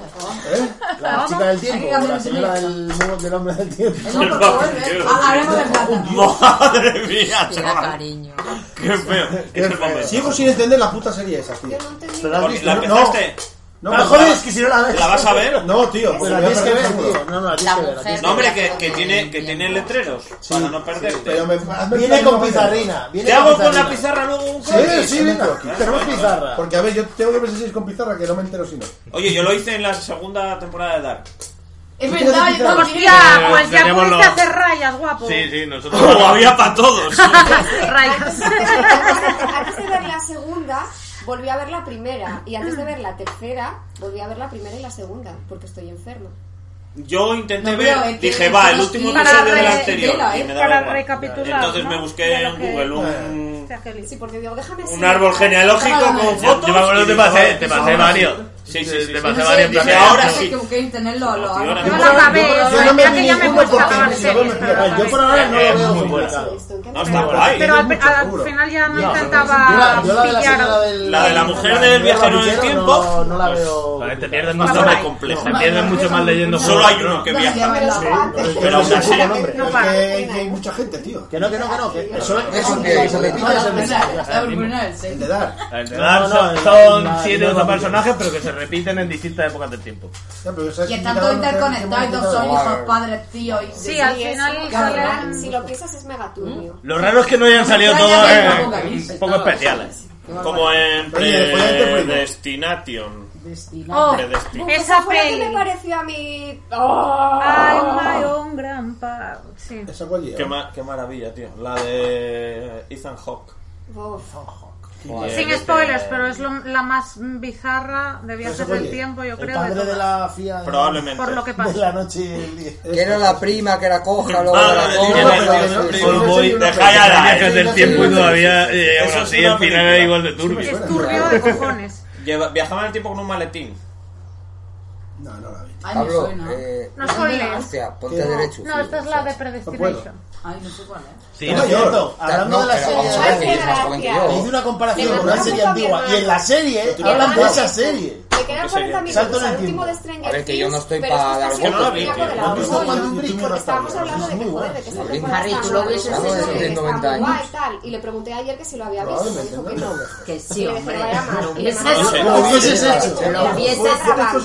[SPEAKER 5] ¿Eh? La chica del tiempo, la señora del, del hombre del tiempo.
[SPEAKER 10] No, por favor, eh. Ah, Hablemos del plátano.
[SPEAKER 9] Madre mía,
[SPEAKER 35] Que da
[SPEAKER 9] chaval.
[SPEAKER 35] cariño.
[SPEAKER 9] Qué feo. Es el momento.
[SPEAKER 5] Sigo sin entender la puta serie esa, tío. ¿Pero la has
[SPEAKER 9] Porque
[SPEAKER 5] visto?
[SPEAKER 9] ¿La
[SPEAKER 5] No,
[SPEAKER 4] este-
[SPEAKER 9] empezaste?
[SPEAKER 5] No,
[SPEAKER 4] Ah,
[SPEAKER 5] no, me jodes, que si no la ves.
[SPEAKER 9] ¿La vas a ver?
[SPEAKER 5] No, tío, pues la tienes que ver, tío. No, no,
[SPEAKER 35] La
[SPEAKER 5] la tienes que ver. la
[SPEAKER 35] mujer.
[SPEAKER 5] tienes
[SPEAKER 9] No, hombre, que, que tiene, que tiene letreros para no
[SPEAKER 5] que ver.
[SPEAKER 9] perderte.
[SPEAKER 5] Pero me, hazme
[SPEAKER 34] Viene
[SPEAKER 5] caso,
[SPEAKER 34] con
[SPEAKER 5] no me
[SPEAKER 34] pizarrina.
[SPEAKER 5] viene
[SPEAKER 9] ¿Te
[SPEAKER 5] con
[SPEAKER 9] hago con la pizarra luego un croquis?
[SPEAKER 5] Sí, sí, venga.
[SPEAKER 34] Tenemos pizarra.
[SPEAKER 5] Porque a ver, yo tengo que ver si es con pizarra, que no me entero si no.
[SPEAKER 9] Oye, yo lo hice en la segunda temporada de Dark.
[SPEAKER 10] Es verdad, yo
[SPEAKER 5] Hostia,
[SPEAKER 10] también.
[SPEAKER 36] Hostia, pues ya
[SPEAKER 4] Teníamos
[SPEAKER 36] pudiste
[SPEAKER 4] los-
[SPEAKER 36] hacer rayas, guapo.
[SPEAKER 4] Sí, sí, nosotros.
[SPEAKER 9] Como había para todos.
[SPEAKER 36] Rayas.
[SPEAKER 2] Antes de ver la segunda, volví a ver la primera. Y antes de ver la tercera, volví a ver la primera y la segunda. Porque estoy enferma.
[SPEAKER 9] Yo intenté
[SPEAKER 10] No, pero es
[SPEAKER 9] ver,
[SPEAKER 10] que
[SPEAKER 9] dije, va, el
[SPEAKER 10] es
[SPEAKER 9] último
[SPEAKER 10] para
[SPEAKER 9] episodio del
[SPEAKER 36] re-
[SPEAKER 9] anterior.
[SPEAKER 10] vela,
[SPEAKER 9] y
[SPEAKER 10] es
[SPEAKER 9] me daba
[SPEAKER 36] Para
[SPEAKER 9] igual.
[SPEAKER 36] recapitular.
[SPEAKER 9] Entonces
[SPEAKER 36] ¿no?
[SPEAKER 9] me busqué
[SPEAKER 36] De lo
[SPEAKER 9] en
[SPEAKER 36] que-
[SPEAKER 9] Google un,
[SPEAKER 36] Hostia, qué lindo.
[SPEAKER 2] Sí, porque digo, déjame
[SPEAKER 9] un
[SPEAKER 2] seguir.
[SPEAKER 9] árbol genealógico con
[SPEAKER 4] Yo
[SPEAKER 9] fotos.
[SPEAKER 4] yo me acuerdo
[SPEAKER 9] y
[SPEAKER 4] que te
[SPEAKER 9] digo,
[SPEAKER 4] pasé, te
[SPEAKER 9] "Joder,
[SPEAKER 4] pasé varios.
[SPEAKER 9] Sí, sí, sí,
[SPEAKER 4] Te
[SPEAKER 9] sí.
[SPEAKER 4] pasé
[SPEAKER 9] Sí,
[SPEAKER 4] varios
[SPEAKER 9] sí, sí,
[SPEAKER 4] planes.
[SPEAKER 9] ahora
[SPEAKER 10] Es
[SPEAKER 9] sí.
[SPEAKER 10] que busqué en internet los... los-
[SPEAKER 9] Tío, ahora
[SPEAKER 36] Yo
[SPEAKER 9] mismo-
[SPEAKER 36] la acabé,
[SPEAKER 5] yo- yo
[SPEAKER 36] o sea,
[SPEAKER 5] no me
[SPEAKER 36] ya
[SPEAKER 5] vi
[SPEAKER 36] que ya me
[SPEAKER 5] ninguno
[SPEAKER 36] cuesta
[SPEAKER 5] porque
[SPEAKER 36] acabar
[SPEAKER 5] si no me
[SPEAKER 36] series, pero la
[SPEAKER 5] explican. Yo
[SPEAKER 36] acabé.
[SPEAKER 5] por ahora no
[SPEAKER 4] Es
[SPEAKER 5] lo veo
[SPEAKER 4] muy
[SPEAKER 5] muy
[SPEAKER 4] buena.
[SPEAKER 5] complicado.
[SPEAKER 9] No, está
[SPEAKER 36] Pero-
[SPEAKER 9] guay.
[SPEAKER 36] Pero al,
[SPEAKER 5] Tiene
[SPEAKER 36] al
[SPEAKER 5] mucho,
[SPEAKER 36] final ya no
[SPEAKER 5] No,
[SPEAKER 36] intentaba
[SPEAKER 5] yo la de la señora
[SPEAKER 36] pillar.
[SPEAKER 5] del-
[SPEAKER 9] La de la mujer del viajero en el
[SPEAKER 5] no,
[SPEAKER 9] tiempo.
[SPEAKER 5] No la veo.
[SPEAKER 4] Joder, Te pierdes
[SPEAKER 9] Está
[SPEAKER 4] mucho
[SPEAKER 9] más
[SPEAKER 4] más
[SPEAKER 9] complejo.
[SPEAKER 4] Te pierdes mucho más leyendo.
[SPEAKER 9] Solo hay uno que
[SPEAKER 10] No, sí, es
[SPEAKER 9] viaja.
[SPEAKER 10] verdad.
[SPEAKER 9] Pero
[SPEAKER 5] Pero
[SPEAKER 9] aún
[SPEAKER 5] es un
[SPEAKER 9] así-
[SPEAKER 5] poco nombre.
[SPEAKER 36] No
[SPEAKER 5] Es
[SPEAKER 36] para.
[SPEAKER 5] que hay- que hay mucha gente, tío. Que no, que no, que no. Que eso
[SPEAKER 33] Es un tío,
[SPEAKER 5] eso
[SPEAKER 33] se le
[SPEAKER 5] pita
[SPEAKER 10] No,
[SPEAKER 5] es
[SPEAKER 10] la
[SPEAKER 5] el
[SPEAKER 10] primera,
[SPEAKER 5] mensaje.
[SPEAKER 10] la primera del seis.
[SPEAKER 5] El de dar.
[SPEAKER 4] Dark
[SPEAKER 5] No, no,
[SPEAKER 4] son- son
[SPEAKER 5] la-
[SPEAKER 4] siete
[SPEAKER 5] la-
[SPEAKER 4] o ocho
[SPEAKER 5] la-
[SPEAKER 4] personajes, pero que se repiten en distintas épocas del tiempo.
[SPEAKER 5] Ya, pero esa es
[SPEAKER 10] Y están
[SPEAKER 5] mitad
[SPEAKER 10] todos
[SPEAKER 5] de mujer,
[SPEAKER 10] interconectados y
[SPEAKER 5] mitad
[SPEAKER 10] todos
[SPEAKER 5] de
[SPEAKER 10] son
[SPEAKER 5] hombre.
[SPEAKER 10] hijos, padres, tíos y...
[SPEAKER 36] Sí, al
[SPEAKER 2] Y eso,
[SPEAKER 36] final salen-
[SPEAKER 2] la
[SPEAKER 10] ¿Mm?
[SPEAKER 22] Oh.
[SPEAKER 2] verdad, si lo piensas, es megaturnio.
[SPEAKER 4] Lo raro es que no hayan salido
[SPEAKER 10] Ya, ya,
[SPEAKER 4] todos
[SPEAKER 10] ya,
[SPEAKER 4] eh,
[SPEAKER 10] tampoco,
[SPEAKER 4] un poco especiales.
[SPEAKER 9] Como en
[SPEAKER 20] este
[SPEAKER 9] Predestination.
[SPEAKER 30] Oh, esa fue peli. que me pareció a mí. Oh.
[SPEAKER 22] Ay, my own grandpa. Sí.
[SPEAKER 5] eh.
[SPEAKER 9] ¿Esa cuál qué, ma qué maravilla, tío. La de Ethan Hawke.
[SPEAKER 22] Oh. Ethan Hawke. Sí, Sin spoilers, te... pero es lo, la más bizarra de viajes del tiempo, yo creo.
[SPEAKER 5] El padre de, de la FIA.
[SPEAKER 9] Probablemente.
[SPEAKER 22] Por lo que pasa.
[SPEAKER 5] De la noche y el día.
[SPEAKER 3] Que era la prima, que era coja, luego la
[SPEAKER 4] coja. del tiempo y todavía. Bueno, así el final era igual de turbio.
[SPEAKER 22] Es turbio de cojones.
[SPEAKER 9] Viajaba en el tiempo con un maletín.
[SPEAKER 5] No, no la vi.
[SPEAKER 3] Pablo, eh,
[SPEAKER 22] no spoilers.
[SPEAKER 3] Hostia, ponte derecho.
[SPEAKER 22] No, esta es la de Predestination.
[SPEAKER 6] Ay, no sé cuál es.
[SPEAKER 5] Sí, es cierto. Hablando de la serie, hice una comparación con una serie antigua. Y en la serie hablan de esa serie.
[SPEAKER 30] Me quedan 40 minutos al último de Stranger
[SPEAKER 3] A ver, que yo no estoy para dar
[SPEAKER 30] golpes. Estábamos hablando de que joder, de que
[SPEAKER 9] Pues,
[SPEAKER 30] esa temporada
[SPEAKER 8] Harry, tú lo ves
[SPEAKER 30] desde 90 años. Y le pregunté ayer que si lo había visto. Dijo que no.
[SPEAKER 8] Que sí, hombre.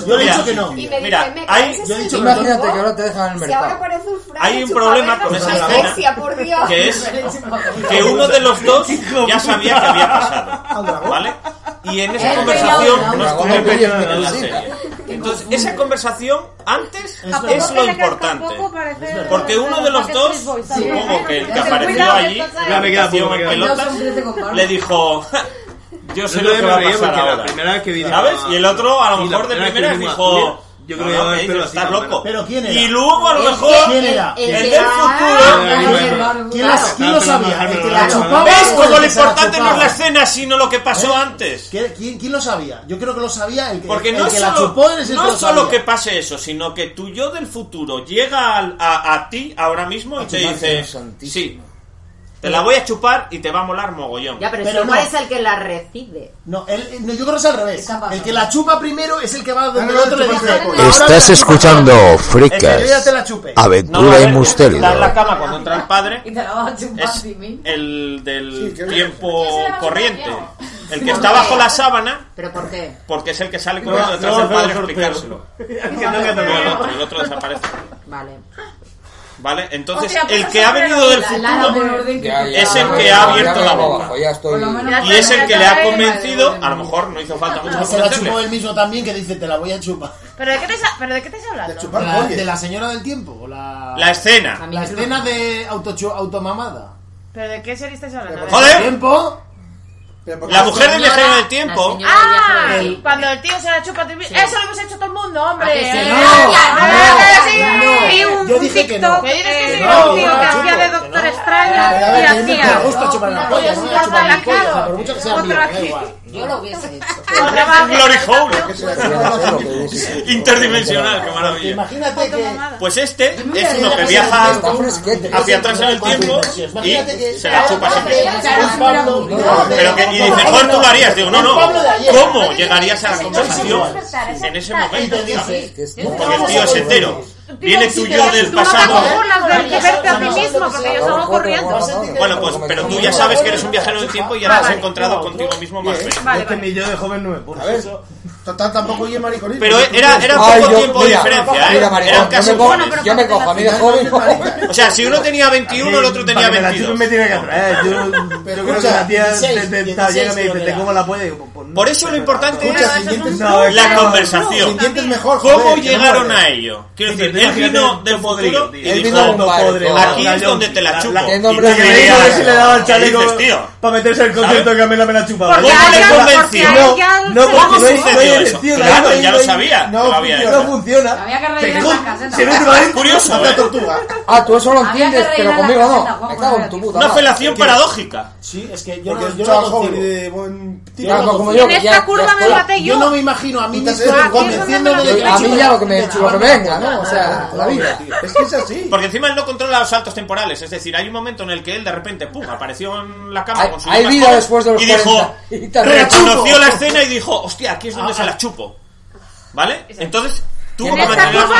[SPEAKER 5] Yo le he dicho que no.
[SPEAKER 9] Mira, hay,
[SPEAKER 3] imagínate que ahora te dejan en el mercado.
[SPEAKER 30] Si ahora parece un fraile,
[SPEAKER 9] hay un problema con esa escena.
[SPEAKER 30] por Dios.
[SPEAKER 9] Que es que uno de los dos ya sabía que había pasado. ¿Vale? Y en esa conversación no estuve en la serie. Entonces, esa conversación antes es lo importante. Porque uno de los dos, supongo que el que apareció allí, la conversación en pelotas, le dijo. Yo sé lo que va a pasar ahora. ¿Sabes? Y el otro, a lo mejor de primera, dijo. Yo creo no, que no, está loco.
[SPEAKER 5] Pero quién era?
[SPEAKER 9] Y luego a lo mejor
[SPEAKER 5] ¿Quién era?
[SPEAKER 9] El, el del futuro.
[SPEAKER 5] ¿Quién, la, quién lo sabía? ¿El que la chupaba
[SPEAKER 9] ¿Ves
[SPEAKER 5] o
[SPEAKER 9] cómo ¿Eh?
[SPEAKER 5] el
[SPEAKER 9] lo
[SPEAKER 5] que se la
[SPEAKER 9] importante no es la
[SPEAKER 5] chupaba?
[SPEAKER 9] escena, sino lo que pasó antes?
[SPEAKER 5] ¿Quién, quién, quién lo sabía? Yo creo que lo sabía el que,
[SPEAKER 9] Porque
[SPEAKER 5] el
[SPEAKER 9] no
[SPEAKER 5] que
[SPEAKER 9] es
[SPEAKER 5] la
[SPEAKER 9] solo,
[SPEAKER 5] chupó es el
[SPEAKER 9] no
[SPEAKER 5] que lo
[SPEAKER 9] es solo
[SPEAKER 5] sabía.
[SPEAKER 9] que pase eso, sino que tu yo del futuro llega al- a, a ti ahora mismo y te dice: Sí, te la voy a chupar y te va a molar mogollón.
[SPEAKER 8] Ya, pero,
[SPEAKER 5] Pero
[SPEAKER 8] si no.
[SPEAKER 5] no.
[SPEAKER 8] es el que la recibe.
[SPEAKER 5] No, él, no, yo creo que es al revés. El que la chupa primero es el que va donde el otro le dice.
[SPEAKER 21] Estás escuchando
[SPEAKER 5] Es que yo ya
[SPEAKER 21] Fricas,
[SPEAKER 5] te la chupé.
[SPEAKER 9] No, a
[SPEAKER 21] Aventura
[SPEAKER 9] ver,
[SPEAKER 21] y Mustelio.
[SPEAKER 9] está en la cama cuando entra el padre.
[SPEAKER 6] Y te la vas a chupar
[SPEAKER 9] Es
[SPEAKER 6] sin mí.
[SPEAKER 9] el del tiempo
[SPEAKER 6] Yo se la voy a
[SPEAKER 9] corriente.
[SPEAKER 6] chupar
[SPEAKER 9] El que está bajo la sábana
[SPEAKER 8] ¿Pero por qué?
[SPEAKER 9] porque es el que sale corriendo detrás del padre a explicárselo. Luego el otro, el otro desaparece.
[SPEAKER 8] Vale.
[SPEAKER 9] ¿Vale? Entonces,
[SPEAKER 6] Hostia,
[SPEAKER 9] el
[SPEAKER 6] pues
[SPEAKER 9] que
[SPEAKER 6] eso
[SPEAKER 9] ha
[SPEAKER 6] era
[SPEAKER 9] venido del
[SPEAKER 6] la- la- la menor
[SPEAKER 9] futuro
[SPEAKER 6] orden que
[SPEAKER 3] Ya, ya,
[SPEAKER 9] es el
[SPEAKER 3] ya,
[SPEAKER 9] que
[SPEAKER 3] ya,
[SPEAKER 9] ha
[SPEAKER 3] ya
[SPEAKER 9] abierto
[SPEAKER 3] me
[SPEAKER 9] la
[SPEAKER 3] hago
[SPEAKER 9] boca.
[SPEAKER 3] abajo, Ya estoy.
[SPEAKER 9] Y es el que le ha convencido, a lo mejor no hizo falta mucho
[SPEAKER 5] Se la
[SPEAKER 9] convencerle.
[SPEAKER 5] chupó él mismo también que dice, te la voy a chupar.
[SPEAKER 10] ¿Pero de qué te sa- pero de qué estáis hablando?
[SPEAKER 5] ¿De la, de la señora del tiempo? ¿O la,
[SPEAKER 9] La escena.
[SPEAKER 5] la escena de autochu- automamada?
[SPEAKER 10] ¿Pero de qué serie estáis hablando?
[SPEAKER 5] ¿El
[SPEAKER 9] ¡Joder!
[SPEAKER 5] tiempo?
[SPEAKER 9] La mujer del
[SPEAKER 8] señora-
[SPEAKER 9] viajero del
[SPEAKER 8] la
[SPEAKER 9] tiempo.
[SPEAKER 8] señora
[SPEAKER 10] ¡Ah!
[SPEAKER 8] viaja en el-
[SPEAKER 10] Cuando el tío se la chupa a ti mismo. Eso lo hemos hecho todo el mundo,
[SPEAKER 8] ¿A
[SPEAKER 10] hombre.
[SPEAKER 8] que sí?
[SPEAKER 10] Eh,
[SPEAKER 8] No,
[SPEAKER 10] claro que sí.
[SPEAKER 5] no.
[SPEAKER 10] Vi
[SPEAKER 5] Yo
[SPEAKER 10] un
[SPEAKER 5] dije que
[SPEAKER 10] TikTok,
[SPEAKER 5] no.
[SPEAKER 10] eh, que de sí, un
[SPEAKER 5] no,
[SPEAKER 10] tío que
[SPEAKER 5] no,
[SPEAKER 10] hacía de
[SPEAKER 5] no.
[SPEAKER 10] Doctor
[SPEAKER 5] A ver, a ver,
[SPEAKER 10] Extraña
[SPEAKER 5] que a
[SPEAKER 10] y
[SPEAKER 5] mí me
[SPEAKER 10] hacía.
[SPEAKER 5] gusta chupar la polla, no voy a chupar la polla, por mucho que sea mía, me da igual.
[SPEAKER 8] Yo lo hubiese hecho.
[SPEAKER 10] Otra vez.
[SPEAKER 9] Glory Hole.
[SPEAKER 3] Está
[SPEAKER 9] Interdimensional, qué maravilla.
[SPEAKER 5] Imagínate que...
[SPEAKER 9] Pues este es uno que
[SPEAKER 5] Imagínate
[SPEAKER 9] viaja
[SPEAKER 3] fresquete.
[SPEAKER 9] hacia atrás en el tiempo
[SPEAKER 5] Imagínate que-
[SPEAKER 9] y se la chupa a sí mismo.
[SPEAKER 5] Un Pablo-
[SPEAKER 9] Pero que, y dice, joder, tú lo harías. Digo, no, no.
[SPEAKER 5] Pablo de ayer.
[SPEAKER 9] ¿Cómo llegarías a la conversación en ese momento? Porque el tío es entero. Viene tu yo del pasado.
[SPEAKER 22] Por las de verte a ti mismo, porque yo salgo corriendo.
[SPEAKER 9] Bueno, pues, pero tú ya sabes que eres un viajero del tiempo y ya te has encontrado contigo mismo más veces.
[SPEAKER 22] Vale,
[SPEAKER 20] Es que
[SPEAKER 22] vale.
[SPEAKER 20] mi yo de joven no me pone.
[SPEAKER 5] A ver, total, tampoco yo mariconismo.
[SPEAKER 9] Pero era, era
[SPEAKER 3] Ay,
[SPEAKER 9] poco
[SPEAKER 3] yo-
[SPEAKER 9] tiempo de
[SPEAKER 3] mira,
[SPEAKER 9] diferencia,
[SPEAKER 3] Mira,
[SPEAKER 9] ¿eh? Era
[SPEAKER 3] maricón,
[SPEAKER 9] un
[SPEAKER 3] yo me
[SPEAKER 9] caso
[SPEAKER 3] cojo-
[SPEAKER 9] bueno.
[SPEAKER 3] yo me cojo a mí de joven.
[SPEAKER 9] O sea, si uno tenía 21, el otro tenía
[SPEAKER 20] Para que la chupe
[SPEAKER 9] 22.
[SPEAKER 20] me tiene que atraer. Yo
[SPEAKER 5] Pero
[SPEAKER 20] creo que
[SPEAKER 5] escucha,
[SPEAKER 20] la tía
[SPEAKER 5] 16,
[SPEAKER 20] te- te- te llega y me dice,
[SPEAKER 5] 16
[SPEAKER 20] te como la polla. y digo, pues no.
[SPEAKER 9] Por eso lo importante
[SPEAKER 5] Escucha,
[SPEAKER 9] es
[SPEAKER 5] siguientes-
[SPEAKER 20] no, es que
[SPEAKER 9] la
[SPEAKER 20] no,
[SPEAKER 9] conversación.
[SPEAKER 5] Siguiente es mejor,
[SPEAKER 9] ¿Cómo
[SPEAKER 5] joder, que no
[SPEAKER 9] llegaron
[SPEAKER 5] vale.
[SPEAKER 9] a ello? Quiero decir,
[SPEAKER 20] Imagínate,
[SPEAKER 9] él vino
[SPEAKER 20] tú
[SPEAKER 9] del
[SPEAKER 20] podrido,
[SPEAKER 9] futuro
[SPEAKER 20] tío.
[SPEAKER 9] y
[SPEAKER 3] Él
[SPEAKER 9] dijo,
[SPEAKER 3] vino de un padre,
[SPEAKER 9] "No, aquí
[SPEAKER 3] la
[SPEAKER 9] es donde te la chupo.
[SPEAKER 3] ¿Qué
[SPEAKER 9] Y
[SPEAKER 3] nombre
[SPEAKER 9] tú
[SPEAKER 3] le
[SPEAKER 9] le
[SPEAKER 3] dio?
[SPEAKER 20] A ver
[SPEAKER 9] dabas-
[SPEAKER 20] si le daba el
[SPEAKER 9] ¿Qué dices,
[SPEAKER 20] chaleco
[SPEAKER 9] tío?
[SPEAKER 20] para meterse el concierto que a mí la me la chupaba.
[SPEAKER 9] Porque
[SPEAKER 20] No,
[SPEAKER 9] ¿Cómo le convencí?
[SPEAKER 22] Porque ya
[SPEAKER 20] No,
[SPEAKER 9] ¿Cómo
[SPEAKER 20] porque no hay-
[SPEAKER 9] sucedió
[SPEAKER 20] no hay
[SPEAKER 9] eso?
[SPEAKER 20] elección,
[SPEAKER 9] Claro,
[SPEAKER 20] ahí no
[SPEAKER 9] ya
[SPEAKER 20] hay-
[SPEAKER 9] lo sabía, que
[SPEAKER 5] No
[SPEAKER 9] lo había
[SPEAKER 5] funciona. No
[SPEAKER 9] hecho.
[SPEAKER 5] funciona.
[SPEAKER 6] Había que
[SPEAKER 5] Te
[SPEAKER 6] rellenar la
[SPEAKER 5] con-
[SPEAKER 6] caseta.
[SPEAKER 5] Si no te va a ir,
[SPEAKER 9] Curioso,
[SPEAKER 5] haz la
[SPEAKER 9] ¿eh?
[SPEAKER 5] tortuga.
[SPEAKER 3] Ah, tú eso lo
[SPEAKER 6] Había que
[SPEAKER 3] entiendes, pero
[SPEAKER 6] rellenar la
[SPEAKER 3] conmigo
[SPEAKER 6] caseta,
[SPEAKER 3] no.
[SPEAKER 6] Juan,
[SPEAKER 3] Me cago en
[SPEAKER 6] tío.
[SPEAKER 3] tu puta
[SPEAKER 9] Una
[SPEAKER 3] madre.
[SPEAKER 9] felación paradójica.
[SPEAKER 5] Sí, es que yo
[SPEAKER 20] Porque
[SPEAKER 5] no,
[SPEAKER 20] es
[SPEAKER 5] yo
[SPEAKER 20] un
[SPEAKER 5] no
[SPEAKER 20] trabajo
[SPEAKER 5] concibí
[SPEAKER 20] de buen tipo.
[SPEAKER 5] Yo no
[SPEAKER 3] Claro,
[SPEAKER 5] lo
[SPEAKER 3] como
[SPEAKER 5] concibí.
[SPEAKER 3] yo,
[SPEAKER 22] En
[SPEAKER 3] que
[SPEAKER 22] esta
[SPEAKER 3] ya,
[SPEAKER 22] curva
[SPEAKER 3] ya
[SPEAKER 22] me
[SPEAKER 3] estoy-
[SPEAKER 22] maté
[SPEAKER 5] Yo
[SPEAKER 22] yo.
[SPEAKER 5] no me imagino a mí
[SPEAKER 3] Quítate
[SPEAKER 5] mismo
[SPEAKER 20] Ah,
[SPEAKER 3] eso,
[SPEAKER 5] convenciéndome de que
[SPEAKER 3] A mí
[SPEAKER 5] la
[SPEAKER 3] ya lo que me,
[SPEAKER 5] chupa-
[SPEAKER 3] lo que me venga, ¿no? O sea, la vida.
[SPEAKER 20] Es que es así.
[SPEAKER 9] Porque encima él no controla los saltos temporales. Es decir, hay un momento en el que él de repente, pum, apareció en la cama
[SPEAKER 3] Hay-
[SPEAKER 9] con su
[SPEAKER 3] hay
[SPEAKER 9] hija
[SPEAKER 3] vida
[SPEAKER 9] joven
[SPEAKER 3] después de los
[SPEAKER 9] Y dijo,
[SPEAKER 3] 40. Y te la
[SPEAKER 9] reconoció
[SPEAKER 3] chupo.
[SPEAKER 9] la escena y dijo, hostia, aquí es donde se la chupo. ¿Vale? Entonces, tuvo que mantener
[SPEAKER 10] tuba me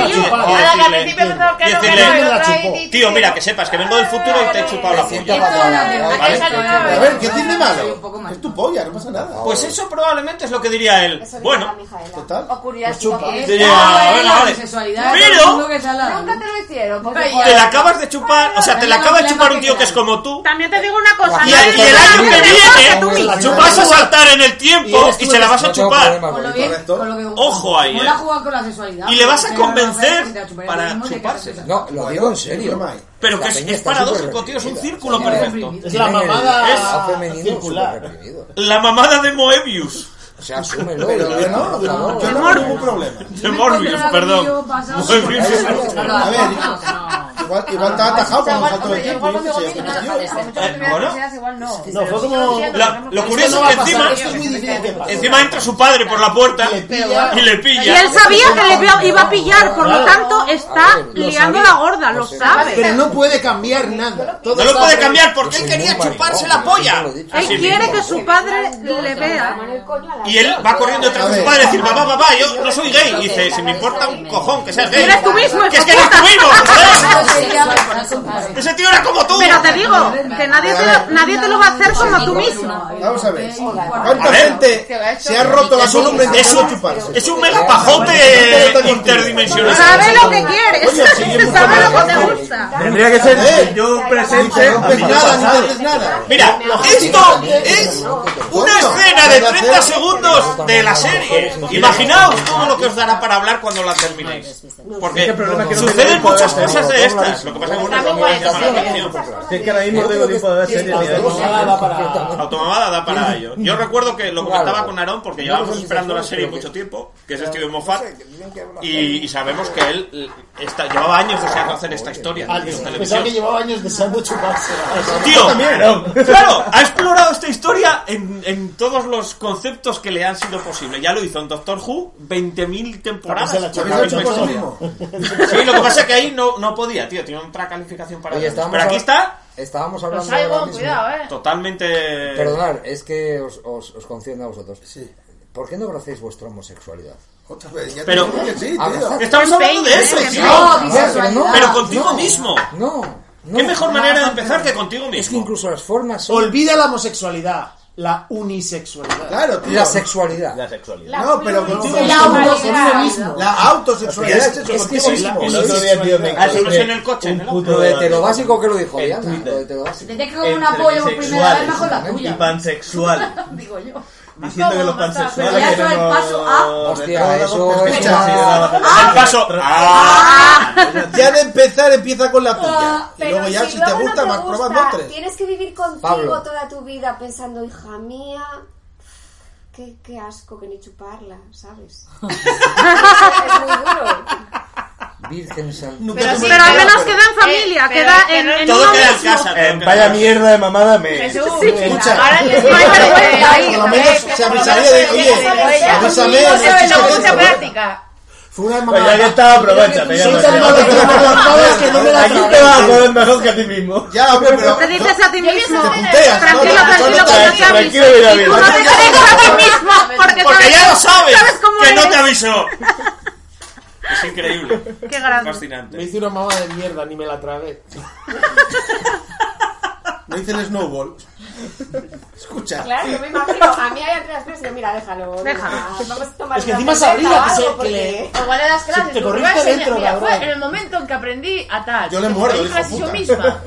[SPEAKER 10] la chupé yo. Ahora que al principio pensaba que
[SPEAKER 9] y
[SPEAKER 10] no, que
[SPEAKER 9] decirle,
[SPEAKER 10] no, y otra y-
[SPEAKER 9] tío, mira, que sepas que vengo del futuro y te he chupado la polla. ¿Vale?
[SPEAKER 24] A ver, ¿qué tiene de malo? Es tu polla, no pasa nada.
[SPEAKER 9] Pues eso probablemente es lo que diría él. Bueno,
[SPEAKER 24] total.
[SPEAKER 10] O curiosidad,
[SPEAKER 9] chupa.
[SPEAKER 10] ¿qué es?
[SPEAKER 9] Sí, ya,
[SPEAKER 10] No,
[SPEAKER 9] venga,
[SPEAKER 10] es la
[SPEAKER 9] vale.
[SPEAKER 10] bisexualidad,
[SPEAKER 9] Pero-
[SPEAKER 10] todo el mundo que se habla. Nunca te lo hicieron. porque,
[SPEAKER 9] te
[SPEAKER 10] joder,
[SPEAKER 9] la acabas de chupar, o sea, te la acaba de chupar un tío que es como tú.
[SPEAKER 22] También te digo una cosa.
[SPEAKER 9] Y
[SPEAKER 22] no
[SPEAKER 9] el,
[SPEAKER 22] es
[SPEAKER 9] y el
[SPEAKER 22] nada
[SPEAKER 9] año
[SPEAKER 22] mejor
[SPEAKER 9] que
[SPEAKER 22] tú
[SPEAKER 9] viene
[SPEAKER 22] mismo.
[SPEAKER 9] tú vas a saltar en el tiempo y se la vas a chupar. Ojo ahí,
[SPEAKER 6] Como
[SPEAKER 9] eh.
[SPEAKER 6] la ha jugado con la sexualidad.
[SPEAKER 9] Y le vas a
[SPEAKER 6] Pero no sé
[SPEAKER 9] convencer
[SPEAKER 6] si te la chuparía tú
[SPEAKER 9] para
[SPEAKER 6] mismo que te
[SPEAKER 9] chupársela.
[SPEAKER 3] No, lo digo en serio.
[SPEAKER 9] Pero
[SPEAKER 3] La
[SPEAKER 9] que es,
[SPEAKER 3] peña
[SPEAKER 9] es
[SPEAKER 3] está
[SPEAKER 9] paradójico,
[SPEAKER 3] súper
[SPEAKER 9] tío, es un
[SPEAKER 3] reprimida.
[SPEAKER 9] círculo
[SPEAKER 3] Tiene-
[SPEAKER 9] perfecto.
[SPEAKER 3] tiene el-
[SPEAKER 9] Es-
[SPEAKER 3] el femenino súper reprimido.
[SPEAKER 9] La mamada de Moebius.
[SPEAKER 3] O sea, asúmelo.
[SPEAKER 24] Pero
[SPEAKER 3] lo digo,
[SPEAKER 24] no, no,
[SPEAKER 3] por favor.
[SPEAKER 24] yo no tengo ningún problema.
[SPEAKER 9] De Morbius, perdón.
[SPEAKER 24] A ver, igual, igual te ha atajado con el salto de tiempo. yo qué sé, pero No, fue como.
[SPEAKER 9] ¿Eh? La- lo
[SPEAKER 24] Esto
[SPEAKER 9] curioso
[SPEAKER 24] no va
[SPEAKER 9] es
[SPEAKER 24] a
[SPEAKER 9] que
[SPEAKER 24] pasar,
[SPEAKER 9] encima,
[SPEAKER 24] esto es muy difícil que pase.
[SPEAKER 9] encima entra su padre por la puerta y le pilla.
[SPEAKER 22] Y él sabía que le iba- iba a pillar, por lo tanto está liando la gorda, lo
[SPEAKER 24] Pero
[SPEAKER 22] sabe.
[SPEAKER 24] no puede cambiar nada.
[SPEAKER 9] No lo puede cambiar porque él quería chuparse la polla.
[SPEAKER 22] Él
[SPEAKER 9] Así
[SPEAKER 22] quiere
[SPEAKER 9] mismo.
[SPEAKER 22] que su padre le vea.
[SPEAKER 9] Y él va corriendo detrás de su padre y decir, papá, papá, yo no soy gay. Y dice, si me importa un cojón que seas gay.
[SPEAKER 22] Eres tú mismo,
[SPEAKER 9] Que es que
[SPEAKER 22] hijo
[SPEAKER 9] eres tú
[SPEAKER 22] puta.
[SPEAKER 9] mismo, joder.
[SPEAKER 6] Pero
[SPEAKER 9] Ese tío era como tú.
[SPEAKER 22] te digo que nadie te, lo- nadie te lo va a hacer como tú mismo.
[SPEAKER 24] Vamos a ver.
[SPEAKER 9] A
[SPEAKER 24] ¿Cuánta
[SPEAKER 9] ver.
[SPEAKER 24] gente se ha roto la columna intentando chuparse?
[SPEAKER 9] Es un mega pajote interdimensional.
[SPEAKER 22] Sabe lo que quieres,
[SPEAKER 24] Coño, sí,
[SPEAKER 22] sabe
[SPEAKER 24] yo puedo
[SPEAKER 22] lo que te
[SPEAKER 24] hablar.
[SPEAKER 22] gusta.
[SPEAKER 20] Tendría que ser
[SPEAKER 24] Eh,
[SPEAKER 20] yo presente.
[SPEAKER 24] No ves nada, no ves nada.
[SPEAKER 9] Mira, esto es una escena de 30 segundos de la serie. Imaginaos todo lo que os dará para hablar cuando la terminéis. Porque suceden muchas cosas de estas. Lo que pasa es que una no me llama la atención.
[SPEAKER 20] Es que ahora mismo tengo tiempo de ver series. ¿eh? ni de cosas.
[SPEAKER 9] Automamada da para ello. Yo recuerdo que lo comentaba con Aarón porque llevábamos esperando la serie mucho tiempo, que es Steven Moffat, y, y sabemos que él eh, está- llevaba años deseando hacer esta historia en
[SPEAKER 24] ah, Pensaba
[SPEAKER 9] televisión.
[SPEAKER 24] que llevaba años deseando chuparse.
[SPEAKER 9] Tío, claro, ha explorado esta historia en, en todos los conceptos que le han sido posible. Ya lo hizo en Doctor Who, 20.000 temporadas.
[SPEAKER 24] Se la
[SPEAKER 9] con
[SPEAKER 24] chupó,
[SPEAKER 9] la
[SPEAKER 24] se la
[SPEAKER 9] misma
[SPEAKER 24] chupó lo
[SPEAKER 9] historia.
[SPEAKER 24] mismo.
[SPEAKER 9] Sí, lo que pasa es que ahí no, no podía, tío. Tiene otra calificación para
[SPEAKER 3] Oye,
[SPEAKER 9] ellos.
[SPEAKER 3] estábamos
[SPEAKER 9] Pero aquí
[SPEAKER 3] hab-
[SPEAKER 9] está
[SPEAKER 3] Estábamos hablando
[SPEAKER 10] Los Saigon,
[SPEAKER 3] ahora mismo.
[SPEAKER 10] cuidado, eh.
[SPEAKER 9] totalmente...
[SPEAKER 3] Perdonad, es que os, os, os concierne a vosotros. ¿Por qué no abracéis vuestra homosexuabrid?
[SPEAKER 24] Otra vez, ya te
[SPEAKER 9] Pero-
[SPEAKER 24] digo que sí, tío.
[SPEAKER 3] Abrazad.
[SPEAKER 9] Estamos hablando de eso, tío.
[SPEAKER 3] No, bisexualidad.
[SPEAKER 9] Pero contigo mismo.
[SPEAKER 3] No. no.
[SPEAKER 9] ¿Qué mejor manera de empezar que contigo mismo?
[SPEAKER 3] Es que incluso las formas son...
[SPEAKER 24] Olvida la homosexualidad, la unisexualidad. Claro,
[SPEAKER 3] La sexualidad.
[SPEAKER 9] La sexualidad.
[SPEAKER 24] No, pero contigo
[SPEAKER 10] La
[SPEAKER 24] mismo,
[SPEAKER 10] homosexualidad.
[SPEAKER 24] contigo mismo. La autosexualidad
[SPEAKER 3] Es-
[SPEAKER 24] es eso
[SPEAKER 3] es que
[SPEAKER 24] contigo
[SPEAKER 3] es
[SPEAKER 24] mismo.
[SPEAKER 3] imposible.
[SPEAKER 20] El otro día, tío, me
[SPEAKER 9] Ah, eso no es en el coche, en
[SPEAKER 20] un
[SPEAKER 9] el
[SPEAKER 20] puto
[SPEAKER 3] Lo de
[SPEAKER 20] debate
[SPEAKER 3] heterobásico que lo dijo Diana.
[SPEAKER 20] Twitter.
[SPEAKER 3] Lo de heterobásico.
[SPEAKER 6] Tendrías que comer una polla por primera vez mejor la
[SPEAKER 20] y
[SPEAKER 6] tuya.
[SPEAKER 20] pansexual.
[SPEAKER 6] Digo yo.
[SPEAKER 20] Diciendo que los pansexuales
[SPEAKER 6] Pero ya eso
[SPEAKER 20] tenemos...
[SPEAKER 6] es el paso A.
[SPEAKER 3] Hostia, eso
[SPEAKER 20] Escucha,
[SPEAKER 3] es
[SPEAKER 20] sí,
[SPEAKER 3] una-
[SPEAKER 20] era la-
[SPEAKER 9] El paso...
[SPEAKER 24] Ya de empezar empieza con la
[SPEAKER 9] Ah,
[SPEAKER 24] tuya. Y
[SPEAKER 30] Pero
[SPEAKER 24] luego ya, si, te
[SPEAKER 30] luego no
[SPEAKER 24] gusta, más pruebas dos, tres.
[SPEAKER 30] Tienes que vivir contigo
[SPEAKER 24] Pablo.
[SPEAKER 30] toda tu vida pensando, hija mía, qué, qué asco que ni chuparla, ¿sabes? es muy duro.
[SPEAKER 3] Virgen Santa.
[SPEAKER 22] Pero, sí, pero al menos queda en familia,
[SPEAKER 10] pero-
[SPEAKER 22] queda en,
[SPEAKER 10] pero-
[SPEAKER 22] en
[SPEAKER 9] Todo
[SPEAKER 22] uno
[SPEAKER 9] queda en
[SPEAKER 22] mismo.
[SPEAKER 9] casa.
[SPEAKER 24] Eh,
[SPEAKER 20] En vaya mierda de mamada me...
[SPEAKER 22] Sí,
[SPEAKER 24] Escucha.
[SPEAKER 10] Ahora yo estoy
[SPEAKER 24] Por lo
[SPEAKER 7] Eh,
[SPEAKER 24] menos se avisaría de, oye, avísame.
[SPEAKER 10] No se ve
[SPEAKER 24] no
[SPEAKER 10] la
[SPEAKER 24] existe
[SPEAKER 10] mucha
[SPEAKER 24] esto.
[SPEAKER 10] práctica.
[SPEAKER 24] Fue una
[SPEAKER 20] Pues ya que
[SPEAKER 24] mamada.
[SPEAKER 20] está, aprovecha.
[SPEAKER 24] Soy tan malo que no me las todas que no me las
[SPEAKER 20] Aquí te vas a joder mejor que a ti mismo.
[SPEAKER 24] Ya, hombre, pero...
[SPEAKER 22] Te dices a ti mismo.
[SPEAKER 24] puteas,
[SPEAKER 22] Tranquilo, tranquilo,
[SPEAKER 24] ¿no? Tranquilo,
[SPEAKER 22] que yo te
[SPEAKER 20] tranquilo,
[SPEAKER 22] aviso.
[SPEAKER 20] mira,
[SPEAKER 22] Y tú no
[SPEAKER 20] mira.
[SPEAKER 22] te crees a ti mismo, porque,
[SPEAKER 9] Porque
[SPEAKER 22] sabes-
[SPEAKER 9] ya lo sabes,
[SPEAKER 22] sabes cómo
[SPEAKER 9] que no
[SPEAKER 22] eres.
[SPEAKER 9] te avisó. Es increíble.
[SPEAKER 22] Qué grande.
[SPEAKER 9] Fascinante.
[SPEAKER 5] Me hice una mamada de mierda, ni me la tragué.
[SPEAKER 24] Me hice el snowball. Escucha.
[SPEAKER 30] Claro, yo me imagino. A mí hay otras veces que, mira, déjalo.
[SPEAKER 22] Déjalo.
[SPEAKER 30] venga, Vamos a tomar
[SPEAKER 24] Es que
[SPEAKER 30] una
[SPEAKER 24] encima
[SPEAKER 30] cerveza
[SPEAKER 24] sabría
[SPEAKER 30] o
[SPEAKER 24] que se-
[SPEAKER 30] algo,
[SPEAKER 24] que le-
[SPEAKER 30] porque-
[SPEAKER 10] Igual en las clases.
[SPEAKER 24] te
[SPEAKER 10] tú
[SPEAKER 24] corriste
[SPEAKER 10] vas y-
[SPEAKER 24] dentro,
[SPEAKER 10] mira, fue
[SPEAKER 24] cabrón.
[SPEAKER 10] en el momento en que aprendí a tal.
[SPEAKER 24] Yo le
[SPEAKER 10] que
[SPEAKER 24] muerdo,
[SPEAKER 10] cogí
[SPEAKER 24] hijo
[SPEAKER 10] clases
[SPEAKER 24] puta.
[SPEAKER 10] yo misma.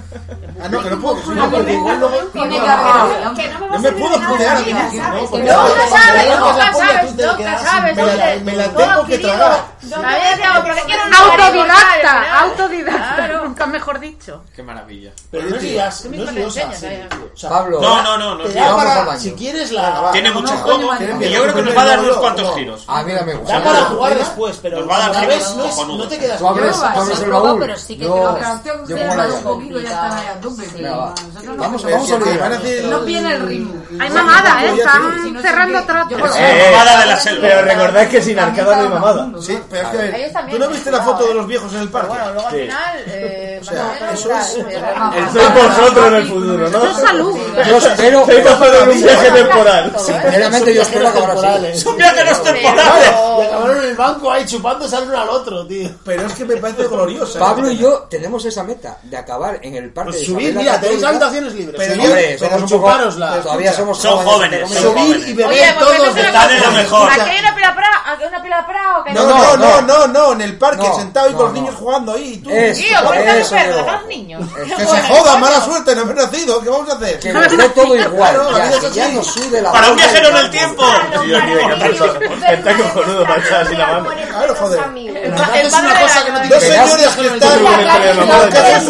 [SPEAKER 24] Ah, no, que no puedo, que soy yo, porque igual luego...
[SPEAKER 6] Tiene que haber.
[SPEAKER 30] Que no me
[SPEAKER 24] No
[SPEAKER 30] vas
[SPEAKER 24] me
[SPEAKER 30] a
[SPEAKER 24] puedo
[SPEAKER 30] decir
[SPEAKER 24] putear
[SPEAKER 30] nada,
[SPEAKER 24] a mí mismo,
[SPEAKER 30] ¿sabes?
[SPEAKER 24] ¿no?
[SPEAKER 30] Que
[SPEAKER 24] Porque
[SPEAKER 30] no.
[SPEAKER 10] Nunca sabes,
[SPEAKER 24] Pero
[SPEAKER 10] nunca
[SPEAKER 24] la polla
[SPEAKER 10] sabes,
[SPEAKER 24] tú te la
[SPEAKER 10] nunca
[SPEAKER 24] quedas,
[SPEAKER 10] sabes,
[SPEAKER 24] me la-
[SPEAKER 10] hombre.
[SPEAKER 24] me la
[SPEAKER 10] Todo
[SPEAKER 24] tengo que
[SPEAKER 10] adquirido.
[SPEAKER 24] tragar.
[SPEAKER 10] La vida te hago, porque quiero un
[SPEAKER 22] Autodidacta,
[SPEAKER 10] lugar y voltar,
[SPEAKER 22] autodidacta,
[SPEAKER 10] Claro.
[SPEAKER 22] nunca mejor dicho.
[SPEAKER 9] Qué maravilla.
[SPEAKER 24] Pero no es liosa, no es liosa, sí, tío. O sea,
[SPEAKER 3] Pablo.
[SPEAKER 9] No, no, no, no.
[SPEAKER 24] te
[SPEAKER 9] sí.
[SPEAKER 24] da
[SPEAKER 3] Vamos
[SPEAKER 24] para-
[SPEAKER 3] al baño.
[SPEAKER 24] si quieres la...
[SPEAKER 9] Tiene
[SPEAKER 24] la-
[SPEAKER 9] mucho
[SPEAKER 24] no,
[SPEAKER 9] juego,
[SPEAKER 24] coño,
[SPEAKER 9] y
[SPEAKER 24] vale.
[SPEAKER 9] yo creo que nos va a dar unos cuantos giros.
[SPEAKER 3] A mí no me gusta.
[SPEAKER 24] Da para jugar después, pero
[SPEAKER 9] Nos va a dar
[SPEAKER 24] a la
[SPEAKER 9] giros
[SPEAKER 24] vez no, es-
[SPEAKER 9] cojonudos.
[SPEAKER 24] no te quedas
[SPEAKER 3] Tú abres, tú abres el baúl.
[SPEAKER 8] pero sí que
[SPEAKER 3] yo,
[SPEAKER 8] creo que-
[SPEAKER 6] Pero
[SPEAKER 3] yo
[SPEAKER 6] tengo
[SPEAKER 3] pongo
[SPEAKER 6] que
[SPEAKER 3] la
[SPEAKER 6] hacer un
[SPEAKER 3] llave.
[SPEAKER 6] poquito y ya están ahí al tope.
[SPEAKER 3] Venga, va.
[SPEAKER 6] Nosotros no
[SPEAKER 3] Vamos,
[SPEAKER 6] podemos-
[SPEAKER 3] vamos a olvidar.
[SPEAKER 6] No viene el ritmo.
[SPEAKER 22] Hay mamada, ¿eh? Están cerrando
[SPEAKER 6] Yo
[SPEAKER 22] tratos.
[SPEAKER 6] por-
[SPEAKER 9] Eh, mamada de la selva.
[SPEAKER 20] Pero recordad que sin arcada no hay mamada.
[SPEAKER 24] Sí, pero
[SPEAKER 20] es que, a ver, ¿Tú no viste la foto de los viejos en el parque?
[SPEAKER 10] Bueno, luego al final. eh,
[SPEAKER 20] O sea, eso
[SPEAKER 10] va a
[SPEAKER 20] es.
[SPEAKER 10] ser natural, pero-
[SPEAKER 20] Sois vosotros en el futuro, ¿no?
[SPEAKER 10] Yo salud.
[SPEAKER 20] Yo espero. Sois vosotros en un viaje temporal.
[SPEAKER 3] Sinceramente, yo espero que ahora sí.
[SPEAKER 20] Son viajeros temporales.
[SPEAKER 5] Y acabaron en el banco ahí chupándose al uno al otro, tío.
[SPEAKER 3] Pero es que me parece gloriosa. Pablo y yo tenemos esa meta de acabar en el parque.
[SPEAKER 5] Pues
[SPEAKER 3] de
[SPEAKER 5] subid,
[SPEAKER 3] Isabel la
[SPEAKER 5] mira, tenéis
[SPEAKER 3] Católica.
[SPEAKER 5] habitaciones libres.
[SPEAKER 3] Pero,
[SPEAKER 5] Subid,
[SPEAKER 3] hombre,
[SPEAKER 5] pero
[SPEAKER 3] somos un poco-
[SPEAKER 5] chupárosla.
[SPEAKER 3] Todavía somos
[SPEAKER 5] Son
[SPEAKER 3] jóvenes.
[SPEAKER 5] jóvenes, son jóvenes.
[SPEAKER 3] y
[SPEAKER 10] Oye, pues
[SPEAKER 5] todos
[SPEAKER 10] vete a
[SPEAKER 5] detalles
[SPEAKER 10] una
[SPEAKER 5] lo
[SPEAKER 10] cosa.
[SPEAKER 5] mejor.
[SPEAKER 10] Aquí hay una pirapra, aquí hay una pirapra, aquí hay
[SPEAKER 20] No,
[SPEAKER 10] una-
[SPEAKER 20] no, no, no, no, en el parque,
[SPEAKER 3] No,
[SPEAKER 20] sentado ahí
[SPEAKER 3] no,
[SPEAKER 20] con los
[SPEAKER 3] no.
[SPEAKER 20] niños jugando ahí. y Tú.
[SPEAKER 3] Eso,
[SPEAKER 10] Tío, ¿cómo están los
[SPEAKER 3] eso,
[SPEAKER 10] perros?
[SPEAKER 3] no.
[SPEAKER 10] Los niños.
[SPEAKER 20] Que se joda, mala suerte, no hemos nacido. ¿Qué vamos a hacer?
[SPEAKER 3] Que nos dé todo igual.
[SPEAKER 20] Claro, la
[SPEAKER 3] ya,
[SPEAKER 20] vida es
[SPEAKER 3] que ya
[SPEAKER 20] así.
[SPEAKER 3] no sude la
[SPEAKER 20] Para un
[SPEAKER 3] bola.
[SPEAKER 20] viajero en el tiempo.
[SPEAKER 4] Sí, yo aquí de cantar. Está cojonudo para echar así la mano.
[SPEAKER 20] Claro, joder.
[SPEAKER 10] El
[SPEAKER 20] Es una
[SPEAKER 10] padre
[SPEAKER 20] cosa
[SPEAKER 10] de
[SPEAKER 20] que no
[SPEAKER 10] la-
[SPEAKER 20] tiene señores
[SPEAKER 3] Verás-
[SPEAKER 20] que están con el
[SPEAKER 3] Verás-
[SPEAKER 20] programa.
[SPEAKER 3] Verás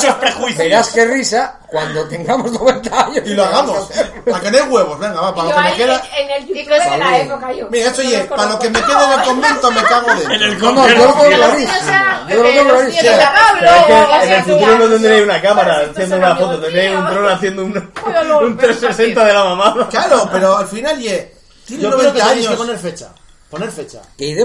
[SPEAKER 3] sus prejuicios. Verás qué risa cuando tengamos 90 años.
[SPEAKER 20] Y lo hagamos. A que no hay huevos, venga, va, para
[SPEAKER 30] Yo
[SPEAKER 20] lo que me
[SPEAKER 30] ahí
[SPEAKER 20] queda.
[SPEAKER 30] en el YouTube de la
[SPEAKER 20] Vale.
[SPEAKER 30] época yo.
[SPEAKER 20] Mira, esto oye, para lo que me quede en el convento me cago de. En el
[SPEAKER 3] No, no, yo lo tengo clarísimo. Yo lo tengo clarísimo.
[SPEAKER 4] Pero es que en el futuro no tendréis una cámara haciendo una foto, tendréis un dron haciendo un, un 360 de la mamada.
[SPEAKER 20] Claro, pero al final, ye. Tiene
[SPEAKER 5] Yo creo que
[SPEAKER 20] 90
[SPEAKER 5] tenéis que
[SPEAKER 20] años.
[SPEAKER 5] poner fecha. Poner fecha.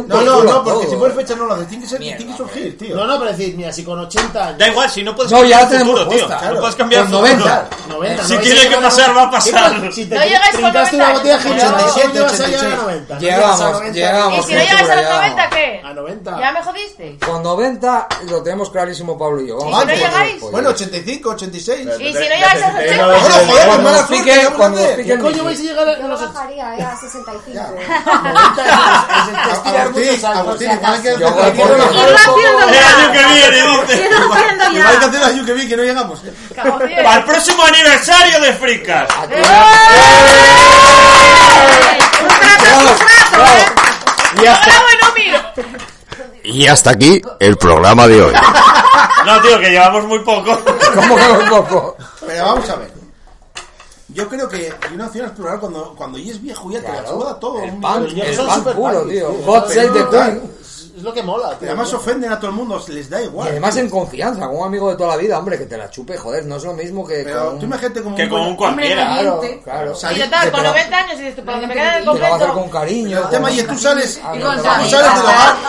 [SPEAKER 20] No, no, no, porque si pones fecha no lo haces. Tiene que ser-
[SPEAKER 5] Mierda,
[SPEAKER 20] tiene que surgir, tío.
[SPEAKER 5] No, no, pero decir, mira, si con 80 años.
[SPEAKER 9] Da igual, si no puedes
[SPEAKER 5] No, ya
[SPEAKER 9] cambiar
[SPEAKER 5] la
[SPEAKER 9] el
[SPEAKER 5] tenemos
[SPEAKER 9] futuro, tío.
[SPEAKER 5] puesta, claro.
[SPEAKER 9] No puedes cambiar
[SPEAKER 5] Con
[SPEAKER 9] el futuro.
[SPEAKER 5] 90. 90,
[SPEAKER 9] Si
[SPEAKER 5] no,
[SPEAKER 9] tiene
[SPEAKER 5] si
[SPEAKER 9] que
[SPEAKER 5] no,
[SPEAKER 9] pasar,
[SPEAKER 5] no,
[SPEAKER 9] va a pasar.
[SPEAKER 5] si te No llegáis con trincaste una 90, botella no. 87, 86.
[SPEAKER 3] Llegamos, llegamos.
[SPEAKER 10] Y si no llegas a los 90, ¿qué?
[SPEAKER 20] Ah,
[SPEAKER 5] A 90.
[SPEAKER 10] Ya me jodiste.
[SPEAKER 3] Con 90 lo tenemos clarísimo, Pablo y yo. Vamos,
[SPEAKER 10] ¿Y si no
[SPEAKER 3] vamos,
[SPEAKER 10] llegáis?
[SPEAKER 3] vamos.
[SPEAKER 20] Bueno, 85, 86.
[SPEAKER 10] Y si no llegáis a los 80.
[SPEAKER 20] Ahora, joder, pues
[SPEAKER 3] Cuando
[SPEAKER 20] mala
[SPEAKER 3] os pique,
[SPEAKER 20] suerte, ¿qué
[SPEAKER 3] cuando
[SPEAKER 20] vamos a
[SPEAKER 3] os
[SPEAKER 20] hacer?
[SPEAKER 3] pique el
[SPEAKER 5] coño
[SPEAKER 3] bici.
[SPEAKER 5] vais a llegar a
[SPEAKER 30] Yo lo bajaría eh, a 65.
[SPEAKER 20] Agustín, Agustín, igual hay que
[SPEAKER 3] Yo
[SPEAKER 20] hacer
[SPEAKER 3] voy por-
[SPEAKER 20] la-
[SPEAKER 3] Irlo
[SPEAKER 20] El año que viene,
[SPEAKER 9] dice.
[SPEAKER 20] dice.
[SPEAKER 9] Irlo haciendo ya.
[SPEAKER 20] Igual hay que hacer el año que viene, que no llegamos.
[SPEAKER 9] Para el próximo aniversario de Fricas.
[SPEAKER 20] Y hasta-
[SPEAKER 21] Y hasta aquí el programa de hoy.
[SPEAKER 9] No, tío, que llevamos muy poco.
[SPEAKER 3] ¿Cómo que muy poco?
[SPEAKER 20] Pero vamos a ver. Yo creo que una opción es plural cuando, cuando ya es viejo, ya te la suda todo. El
[SPEAKER 3] punk, el punk puro, tío. God
[SPEAKER 20] Hot
[SPEAKER 3] save the queen.
[SPEAKER 5] Es lo que mola, tío.
[SPEAKER 20] Además ofenden a todo el mundo, les da
[SPEAKER 3] Y
[SPEAKER 20] igual.
[SPEAKER 3] además en confianza, con un amigo de toda la vida, hombre, que te la chupe, joder, no es lo mismo que
[SPEAKER 20] Pero
[SPEAKER 3] con...
[SPEAKER 20] tú imagínate como
[SPEAKER 9] Que con un cualquiera.
[SPEAKER 3] Claro, claro.
[SPEAKER 20] Salir-
[SPEAKER 10] Y total, con
[SPEAKER 3] Pero-
[SPEAKER 10] 90 años y dices, por lo que me queda en
[SPEAKER 3] Te la va
[SPEAKER 10] el
[SPEAKER 3] a hacer
[SPEAKER 10] convento.
[SPEAKER 3] con cariño.
[SPEAKER 20] El tema
[SPEAKER 3] con-
[SPEAKER 20] y tú sales,
[SPEAKER 3] Ah,
[SPEAKER 20] tú
[SPEAKER 3] no, no,
[SPEAKER 20] sales
[SPEAKER 3] no,
[SPEAKER 20] del hogar,
[SPEAKER 3] no,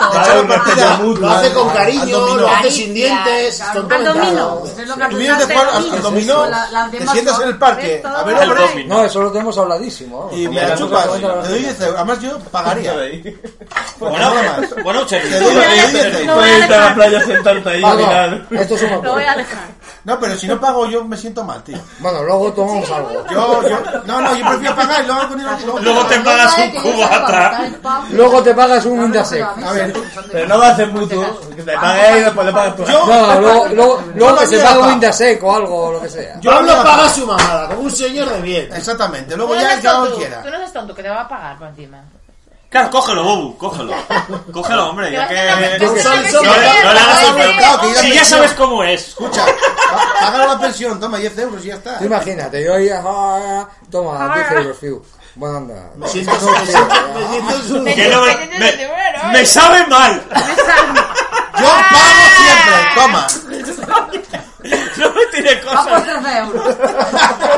[SPEAKER 20] te
[SPEAKER 3] no,
[SPEAKER 20] echas
[SPEAKER 3] no,
[SPEAKER 20] la partida,
[SPEAKER 3] no,
[SPEAKER 20] lo hace con
[SPEAKER 3] no,
[SPEAKER 20] cariño,
[SPEAKER 5] Domino.
[SPEAKER 20] lo hace
[SPEAKER 5] Caricia,
[SPEAKER 20] sin dientes,
[SPEAKER 5] claro.
[SPEAKER 20] son todo
[SPEAKER 5] Al domino.
[SPEAKER 20] entrado.
[SPEAKER 5] Es
[SPEAKER 6] lo que
[SPEAKER 20] Tú vienes de
[SPEAKER 6] hace
[SPEAKER 20] jugar
[SPEAKER 6] el
[SPEAKER 20] al
[SPEAKER 6] domino.
[SPEAKER 20] al dominó,
[SPEAKER 6] La- las
[SPEAKER 20] te
[SPEAKER 6] demás
[SPEAKER 20] sientas
[SPEAKER 6] son-
[SPEAKER 20] en el parque,
[SPEAKER 6] es todo
[SPEAKER 20] a ver
[SPEAKER 3] El
[SPEAKER 20] óperas
[SPEAKER 3] No, eso lo tenemos habladísimo. vamos.
[SPEAKER 20] y me la chupas. Te doy 10 euros, además yo pagaría.
[SPEAKER 9] Bueno,
[SPEAKER 20] Nada más.
[SPEAKER 9] bueno, Cheli.
[SPEAKER 20] Te doy te doy 10 euros.
[SPEAKER 4] Puedes ir a la playa sentarte ahí y
[SPEAKER 3] Pablo,
[SPEAKER 4] mirar.
[SPEAKER 3] esto es un apoyo.
[SPEAKER 20] No, pero si no pago yo me siento mal, tío.
[SPEAKER 3] Bueno, luego tomamos algo.
[SPEAKER 20] Yo, yo, no, no, yo prefiero pagar y luego hago con el luego-
[SPEAKER 9] Luego te pagas un cubata.
[SPEAKER 3] Luego te pagas un Indasec.
[SPEAKER 20] A ver,
[SPEAKER 4] Pero no va a hacer Bluetooth. Que te pagas él y después le pagas tú.
[SPEAKER 20] Yo-
[SPEAKER 3] No, luego, luego, luego
[SPEAKER 20] Yo
[SPEAKER 3] que se
[SPEAKER 20] la
[SPEAKER 3] paga un
[SPEAKER 20] mierda.
[SPEAKER 3] Indasec o algo, lo que sea.
[SPEAKER 20] yo
[SPEAKER 5] Pablo
[SPEAKER 20] hablo
[SPEAKER 5] paga
[SPEAKER 20] pagas.
[SPEAKER 5] su mamada, como un señor de bien.
[SPEAKER 20] Exactamente,
[SPEAKER 10] Tú
[SPEAKER 20] luego
[SPEAKER 10] no
[SPEAKER 20] ya el
[SPEAKER 10] seas
[SPEAKER 20] que haga lo
[SPEAKER 10] tonto,
[SPEAKER 20] que
[SPEAKER 10] tú
[SPEAKER 20] quiera.
[SPEAKER 10] no seas tonto, que te va a pagar por encima.
[SPEAKER 9] Claro, cógelo, Bobu, cógelo. Cógelo, hombre, ya que.
[SPEAKER 20] Yo
[SPEAKER 9] No,
[SPEAKER 20] soy-
[SPEAKER 9] le-
[SPEAKER 20] soy-
[SPEAKER 9] no le hagas el
[SPEAKER 20] soy-
[SPEAKER 9] mercado,
[SPEAKER 20] que yo
[SPEAKER 9] Si
[SPEAKER 20] me-
[SPEAKER 9] ya sabes cómo es.
[SPEAKER 20] Escucha, pa- pagar la pensión, toma 10 euros y ya está.
[SPEAKER 3] Tú imagínate, yo ahí, ah, toma, 10 euros, fiu. Bueno, anda.
[SPEAKER 5] Me siento, me siento, me siento su-
[SPEAKER 9] Que no me, me, me sabe mal.
[SPEAKER 20] Yo pago siempre,
[SPEAKER 9] No me tiene
[SPEAKER 6] Va por
[SPEAKER 9] cosas.
[SPEAKER 6] 13 euros.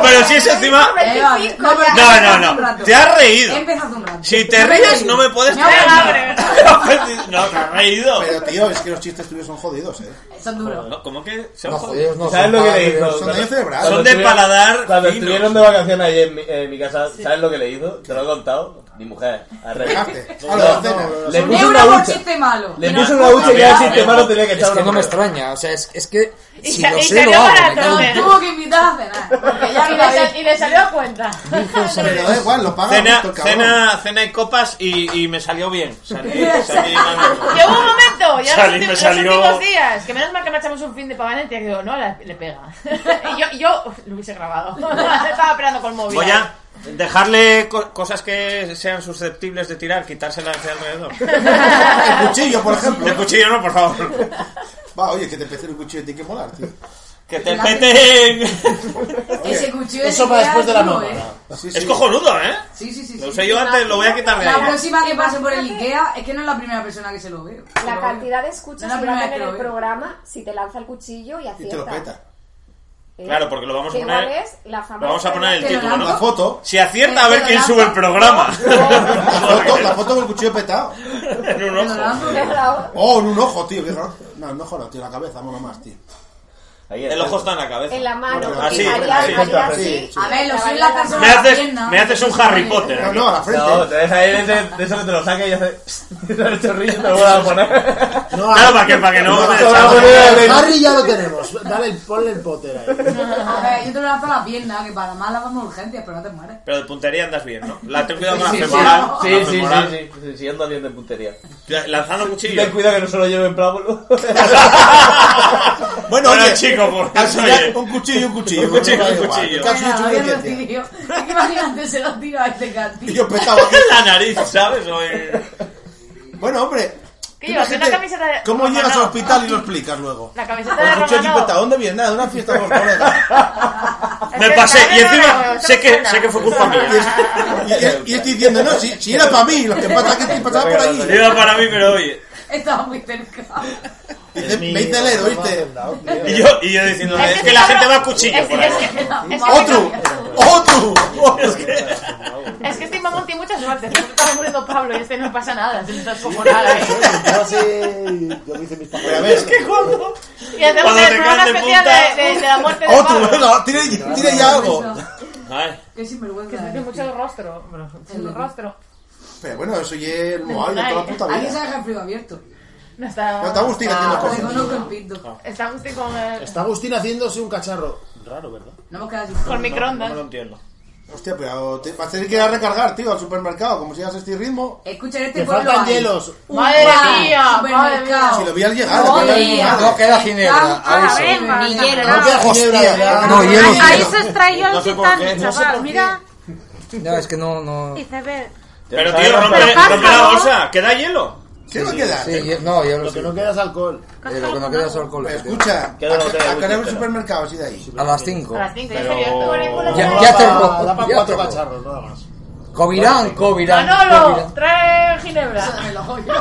[SPEAKER 9] Pero si es encima.
[SPEAKER 6] Eh, vale.
[SPEAKER 9] No,
[SPEAKER 6] pero
[SPEAKER 9] no,
[SPEAKER 6] hace
[SPEAKER 9] no.
[SPEAKER 6] un rato.
[SPEAKER 9] Te has
[SPEAKER 6] He
[SPEAKER 9] reído.
[SPEAKER 10] Em-
[SPEAKER 6] empezado hace un rato.
[SPEAKER 9] Si te ríes, no me puedes.
[SPEAKER 6] Me ha
[SPEAKER 9] pegar. No, te has reído.
[SPEAKER 20] toma. Pero tío, es que los chistes tuyos son jodidos, eh.
[SPEAKER 6] Son duros.
[SPEAKER 9] No, ¿Cómo que? Se han
[SPEAKER 3] No,
[SPEAKER 9] jodido?
[SPEAKER 3] jodidos no
[SPEAKER 4] ¿Sabes
[SPEAKER 3] son
[SPEAKER 4] lo que
[SPEAKER 3] padres,
[SPEAKER 4] le hizo?
[SPEAKER 20] Son daño cerebral.
[SPEAKER 9] Son
[SPEAKER 4] Cuando
[SPEAKER 9] de
[SPEAKER 4] estuvieron-
[SPEAKER 9] paladar
[SPEAKER 4] Cuando
[SPEAKER 9] fino.
[SPEAKER 4] estuvieron de vacaciones ahí en mi, en mi casa, ¿sabes lo que le hizo? Te lo he contado. Mi mujer, al revés.
[SPEAKER 20] Pegaste.
[SPEAKER 4] No,
[SPEAKER 20] A la
[SPEAKER 4] no,
[SPEAKER 20] cena.
[SPEAKER 4] no, Le
[SPEAKER 6] Un
[SPEAKER 4] puso
[SPEAKER 6] euro
[SPEAKER 4] una
[SPEAKER 6] por
[SPEAKER 4] hucha.
[SPEAKER 6] chiste malo.
[SPEAKER 4] Le
[SPEAKER 6] Mira,
[SPEAKER 4] puso una hucha y ya el
[SPEAKER 9] no,
[SPEAKER 4] sistema
[SPEAKER 9] no,
[SPEAKER 4] no tenía que
[SPEAKER 3] Es
[SPEAKER 4] echar
[SPEAKER 3] que
[SPEAKER 4] una
[SPEAKER 3] no me
[SPEAKER 4] mujer.
[SPEAKER 3] extraña, o sea, es, es que
[SPEAKER 10] Y
[SPEAKER 3] si
[SPEAKER 10] sa-
[SPEAKER 3] lo
[SPEAKER 10] y
[SPEAKER 3] sé, lo
[SPEAKER 10] salió
[SPEAKER 3] hago. me
[SPEAKER 10] barato,
[SPEAKER 3] cago en-
[SPEAKER 10] ¿eh?
[SPEAKER 6] Tuvo que invitar a cenar. Porque ya
[SPEAKER 10] Y
[SPEAKER 6] lo
[SPEAKER 10] le,
[SPEAKER 6] habéis-
[SPEAKER 10] sa- y le salió a cuenta.
[SPEAKER 20] Pero da igual, lo paga
[SPEAKER 9] Cena,
[SPEAKER 20] Ah, justo el cabrón.
[SPEAKER 9] cena, cena y copas y, y me salió bien. Salí, salí ganando.
[SPEAKER 10] Llegó un momento,
[SPEAKER 9] Salí,
[SPEAKER 10] ya los, últimos,
[SPEAKER 9] me
[SPEAKER 10] los
[SPEAKER 9] salió-
[SPEAKER 10] últimos días, que menos mal que marchamos un fin de paganete, que digo, no, la- le pega. y yo, yo uf, lo hubiese grabado. Estaba esperando con el móvil.
[SPEAKER 9] Voy a dejarle co- cosas que sean susceptibles de tirar, quitárselas de alrededor.
[SPEAKER 20] El cuchillo, por ejemplo.
[SPEAKER 9] El cuchillo no, por favor.
[SPEAKER 20] Va, oye, que te empecé el cuchillo, tiene que molar, tío.
[SPEAKER 9] Que te peten.
[SPEAKER 6] Ese cuchillo
[SPEAKER 5] Eso
[SPEAKER 6] de
[SPEAKER 5] va
[SPEAKER 6] Ikea
[SPEAKER 5] después de la
[SPEAKER 6] es duro,
[SPEAKER 5] mamada.
[SPEAKER 6] ¿eh?
[SPEAKER 20] Sí, sí.
[SPEAKER 9] Es cojonudo, ¿eh?
[SPEAKER 6] Sí, sí, sí.
[SPEAKER 9] Lo
[SPEAKER 6] sí.
[SPEAKER 9] usé yo antes, lo voy a quitar de
[SPEAKER 6] La
[SPEAKER 9] ahí.
[SPEAKER 6] próxima que pase por el ¿eh? Ikea es que no es la primera persona que se lo veo.
[SPEAKER 30] La cantidad de escuchas
[SPEAKER 6] No,
[SPEAKER 30] que va a
[SPEAKER 6] primera
[SPEAKER 30] tener
[SPEAKER 6] que lo
[SPEAKER 30] el
[SPEAKER 6] veo.
[SPEAKER 30] programa si te lanza el cuchillo y
[SPEAKER 20] Y te lo
[SPEAKER 30] acierta.
[SPEAKER 20] peta.
[SPEAKER 9] Claro, porque lo vamos a
[SPEAKER 7] Igual
[SPEAKER 9] poner.
[SPEAKER 7] es la fama
[SPEAKER 9] lo vamos a poner el
[SPEAKER 7] Pero
[SPEAKER 9] título, ¿no?
[SPEAKER 7] la-
[SPEAKER 9] foto. Si acierta, a
[SPEAKER 7] Pero
[SPEAKER 9] ver quién
[SPEAKER 7] la-
[SPEAKER 9] sube el programa.
[SPEAKER 5] La foto, la foto con el cuchillo petado.
[SPEAKER 9] En un ojo.
[SPEAKER 5] Oh, en un ojo, tío. qué raro. No, en un ojo no, tío. La cabeza mola más, tío.
[SPEAKER 9] El ojo está en la cabeza.
[SPEAKER 7] En la mano.
[SPEAKER 5] Bueno,
[SPEAKER 9] Así,
[SPEAKER 5] haría-
[SPEAKER 9] así.
[SPEAKER 5] haría así.
[SPEAKER 6] A ver, lo soy la persona.
[SPEAKER 9] Me
[SPEAKER 6] de la
[SPEAKER 9] haces,
[SPEAKER 6] pierna.
[SPEAKER 9] me haces un Harry Potter.
[SPEAKER 5] No, no, a la frente.
[SPEAKER 4] No, te ves ahí de, de eso que te lo saca y hace. el chorrillo te lo voy a poner.
[SPEAKER 5] No,
[SPEAKER 9] Claro, para que, para que no.
[SPEAKER 5] Harry ya lo tenemos. Dale, el- ponle el Potter ahí.
[SPEAKER 6] A ver, yo te lo lanzo a la pierna, que para más la vamos a urgencias, pero no te mueres.
[SPEAKER 9] Pero de puntería andas bien, ¿no? La ten cuidado con
[SPEAKER 4] Sí,
[SPEAKER 9] la
[SPEAKER 4] sí,
[SPEAKER 9] femoral.
[SPEAKER 4] sí,
[SPEAKER 9] la
[SPEAKER 4] sí,
[SPEAKER 9] femoral.
[SPEAKER 4] sí, sí, sí, sí, anda bien de puntería.
[SPEAKER 9] La- Lanzando cuchillo.
[SPEAKER 4] Ten cuidado que no se lo lleven Pablo.
[SPEAKER 9] Bueno, oye, chico, por
[SPEAKER 4] al
[SPEAKER 9] eso,
[SPEAKER 4] final,
[SPEAKER 9] oye.
[SPEAKER 5] Un cuchillo, un cuchillo.
[SPEAKER 9] Un cuchillo,
[SPEAKER 5] Da
[SPEAKER 9] un
[SPEAKER 5] igual.
[SPEAKER 9] cuchillo.
[SPEAKER 5] Casi un
[SPEAKER 6] Venga,
[SPEAKER 5] churro
[SPEAKER 6] yo
[SPEAKER 5] de
[SPEAKER 6] lo
[SPEAKER 5] dientes.
[SPEAKER 6] tiro. Es que imagínate, se lo tiro a este
[SPEAKER 5] Y
[SPEAKER 6] gatillo.
[SPEAKER 5] yo petaba.
[SPEAKER 9] la nariz, ¿sabes? O en-
[SPEAKER 5] Bueno, hombre.
[SPEAKER 10] ¿Qué llevas?
[SPEAKER 5] tú
[SPEAKER 10] ¿Una
[SPEAKER 5] imagínate
[SPEAKER 10] camiseta de-
[SPEAKER 5] ¿Cómo
[SPEAKER 10] Romano?
[SPEAKER 5] llegas al hospital y lo explicas luego?
[SPEAKER 10] La
[SPEAKER 5] Con
[SPEAKER 10] camiseta de
[SPEAKER 5] el cuchillo
[SPEAKER 10] Romano.
[SPEAKER 5] petado. ¿Dónde vienes? Nada, una fiesta con colegas.
[SPEAKER 9] Me pasé y encima sé que, sé que fue culpa mía.
[SPEAKER 5] Y, y- y estoy diciendo, no, si, si era para mí, lo que pasa es que estoy pasando por allí.
[SPEAKER 9] Iba para mí, pero oye.
[SPEAKER 6] Estaba muy cerca.
[SPEAKER 5] Dice, me hice leer, ¿oíste?
[SPEAKER 9] Y yo, y yo diciendo, es que la gente va a cuchillo por ahí.
[SPEAKER 5] ¡Otro! ¡Otro!
[SPEAKER 10] Es que este mamón tiene mucha suerte. Se está muriendo Pablo y este no pasa nada. Se está descojonada. ¿eh?
[SPEAKER 37] Yo sí, yo hice mis papeles.
[SPEAKER 5] Es que
[SPEAKER 10] cuando. Y hacemos
[SPEAKER 9] Cuando
[SPEAKER 10] el
[SPEAKER 9] te
[SPEAKER 10] programa
[SPEAKER 9] caes de
[SPEAKER 10] especial de,
[SPEAKER 9] punta.
[SPEAKER 10] de- de la muerte de
[SPEAKER 5] ¡Otro!
[SPEAKER 10] Pablo.
[SPEAKER 5] Venga, tire, tire ya
[SPEAKER 7] Oh.
[SPEAKER 5] algo.
[SPEAKER 9] Ay,
[SPEAKER 6] Qué sinvergüenza. eh.
[SPEAKER 10] Que se tiene mucho el rostro. bro, El rostro.
[SPEAKER 5] Pero bueno, eso ya es el moal de toda la puta
[SPEAKER 6] Aquí se
[SPEAKER 5] vida.
[SPEAKER 6] deja el frío abierto.
[SPEAKER 10] No está.
[SPEAKER 5] No, está Agustín
[SPEAKER 7] Ah,
[SPEAKER 5] haciendo
[SPEAKER 6] Te
[SPEAKER 5] cosas.
[SPEAKER 6] conozco el pinto.
[SPEAKER 10] Está Agustín con el.
[SPEAKER 5] Está Agustín haciéndose un cacharro. Raro, ¿verdad?
[SPEAKER 6] No hemos quedado sin
[SPEAKER 10] Con microondas.
[SPEAKER 9] no lo entiendo.
[SPEAKER 5] Hostia, pero te, vas a tener que ir a recargar, tío, al supermercado. Como sigas a este ritmo.
[SPEAKER 6] Escucha, en este
[SPEAKER 5] Te
[SPEAKER 6] pueblo
[SPEAKER 5] faltan
[SPEAKER 6] hay
[SPEAKER 5] hielos.
[SPEAKER 6] un
[SPEAKER 10] Madre
[SPEAKER 6] bar,
[SPEAKER 10] mía,
[SPEAKER 6] supermercado.
[SPEAKER 5] Si lo vi al llegar,
[SPEAKER 6] No,
[SPEAKER 5] le voy a dar
[SPEAKER 6] tía.
[SPEAKER 5] un
[SPEAKER 3] No queda Ginebra,
[SPEAKER 6] Ah,
[SPEAKER 3] aviso.
[SPEAKER 6] venga,
[SPEAKER 38] Ni hielo.
[SPEAKER 5] No queda ginebra. ya.
[SPEAKER 3] No, hielo sí.
[SPEAKER 2] Ahí se extrae el
[SPEAKER 3] No sé por qué,
[SPEAKER 2] Titanic,
[SPEAKER 3] no sé
[SPEAKER 2] chaval. Mira,
[SPEAKER 3] No, es que no, no.
[SPEAKER 2] iceberg.
[SPEAKER 9] Pero tío, rompe,
[SPEAKER 2] Pero pasa,
[SPEAKER 9] rompe la
[SPEAKER 2] ¿no?
[SPEAKER 9] bolsa. ¿Queda hielo?
[SPEAKER 5] ¿Qué va a quedar?
[SPEAKER 3] Sí, hie- no, hielo
[SPEAKER 5] Lo
[SPEAKER 3] sí.
[SPEAKER 5] que no queda es alcohol.
[SPEAKER 3] Eh, lo que no queda es alcohol.
[SPEAKER 5] Escucha,
[SPEAKER 9] Ah,
[SPEAKER 4] Queda la
[SPEAKER 5] ¿a qué-
[SPEAKER 4] botella
[SPEAKER 5] a
[SPEAKER 4] de
[SPEAKER 5] qué hora el
[SPEAKER 4] whisky,
[SPEAKER 5] supermercado así de ahí?
[SPEAKER 3] A las 5.
[SPEAKER 10] A las 5 ya
[SPEAKER 9] Pero-
[SPEAKER 10] está abierto.
[SPEAKER 3] Ya,
[SPEAKER 5] Da
[SPEAKER 3] ya
[SPEAKER 5] pa-
[SPEAKER 3] te rojo.
[SPEAKER 5] Da
[SPEAKER 3] ya
[SPEAKER 5] para
[SPEAKER 3] te
[SPEAKER 5] cuatro
[SPEAKER 3] rojo.
[SPEAKER 5] cacharros, nada más.
[SPEAKER 3] Covirán, Covirán.
[SPEAKER 10] Manolo,
[SPEAKER 3] Covirán.
[SPEAKER 10] trae Ginebra.
[SPEAKER 6] Me lo hago yo.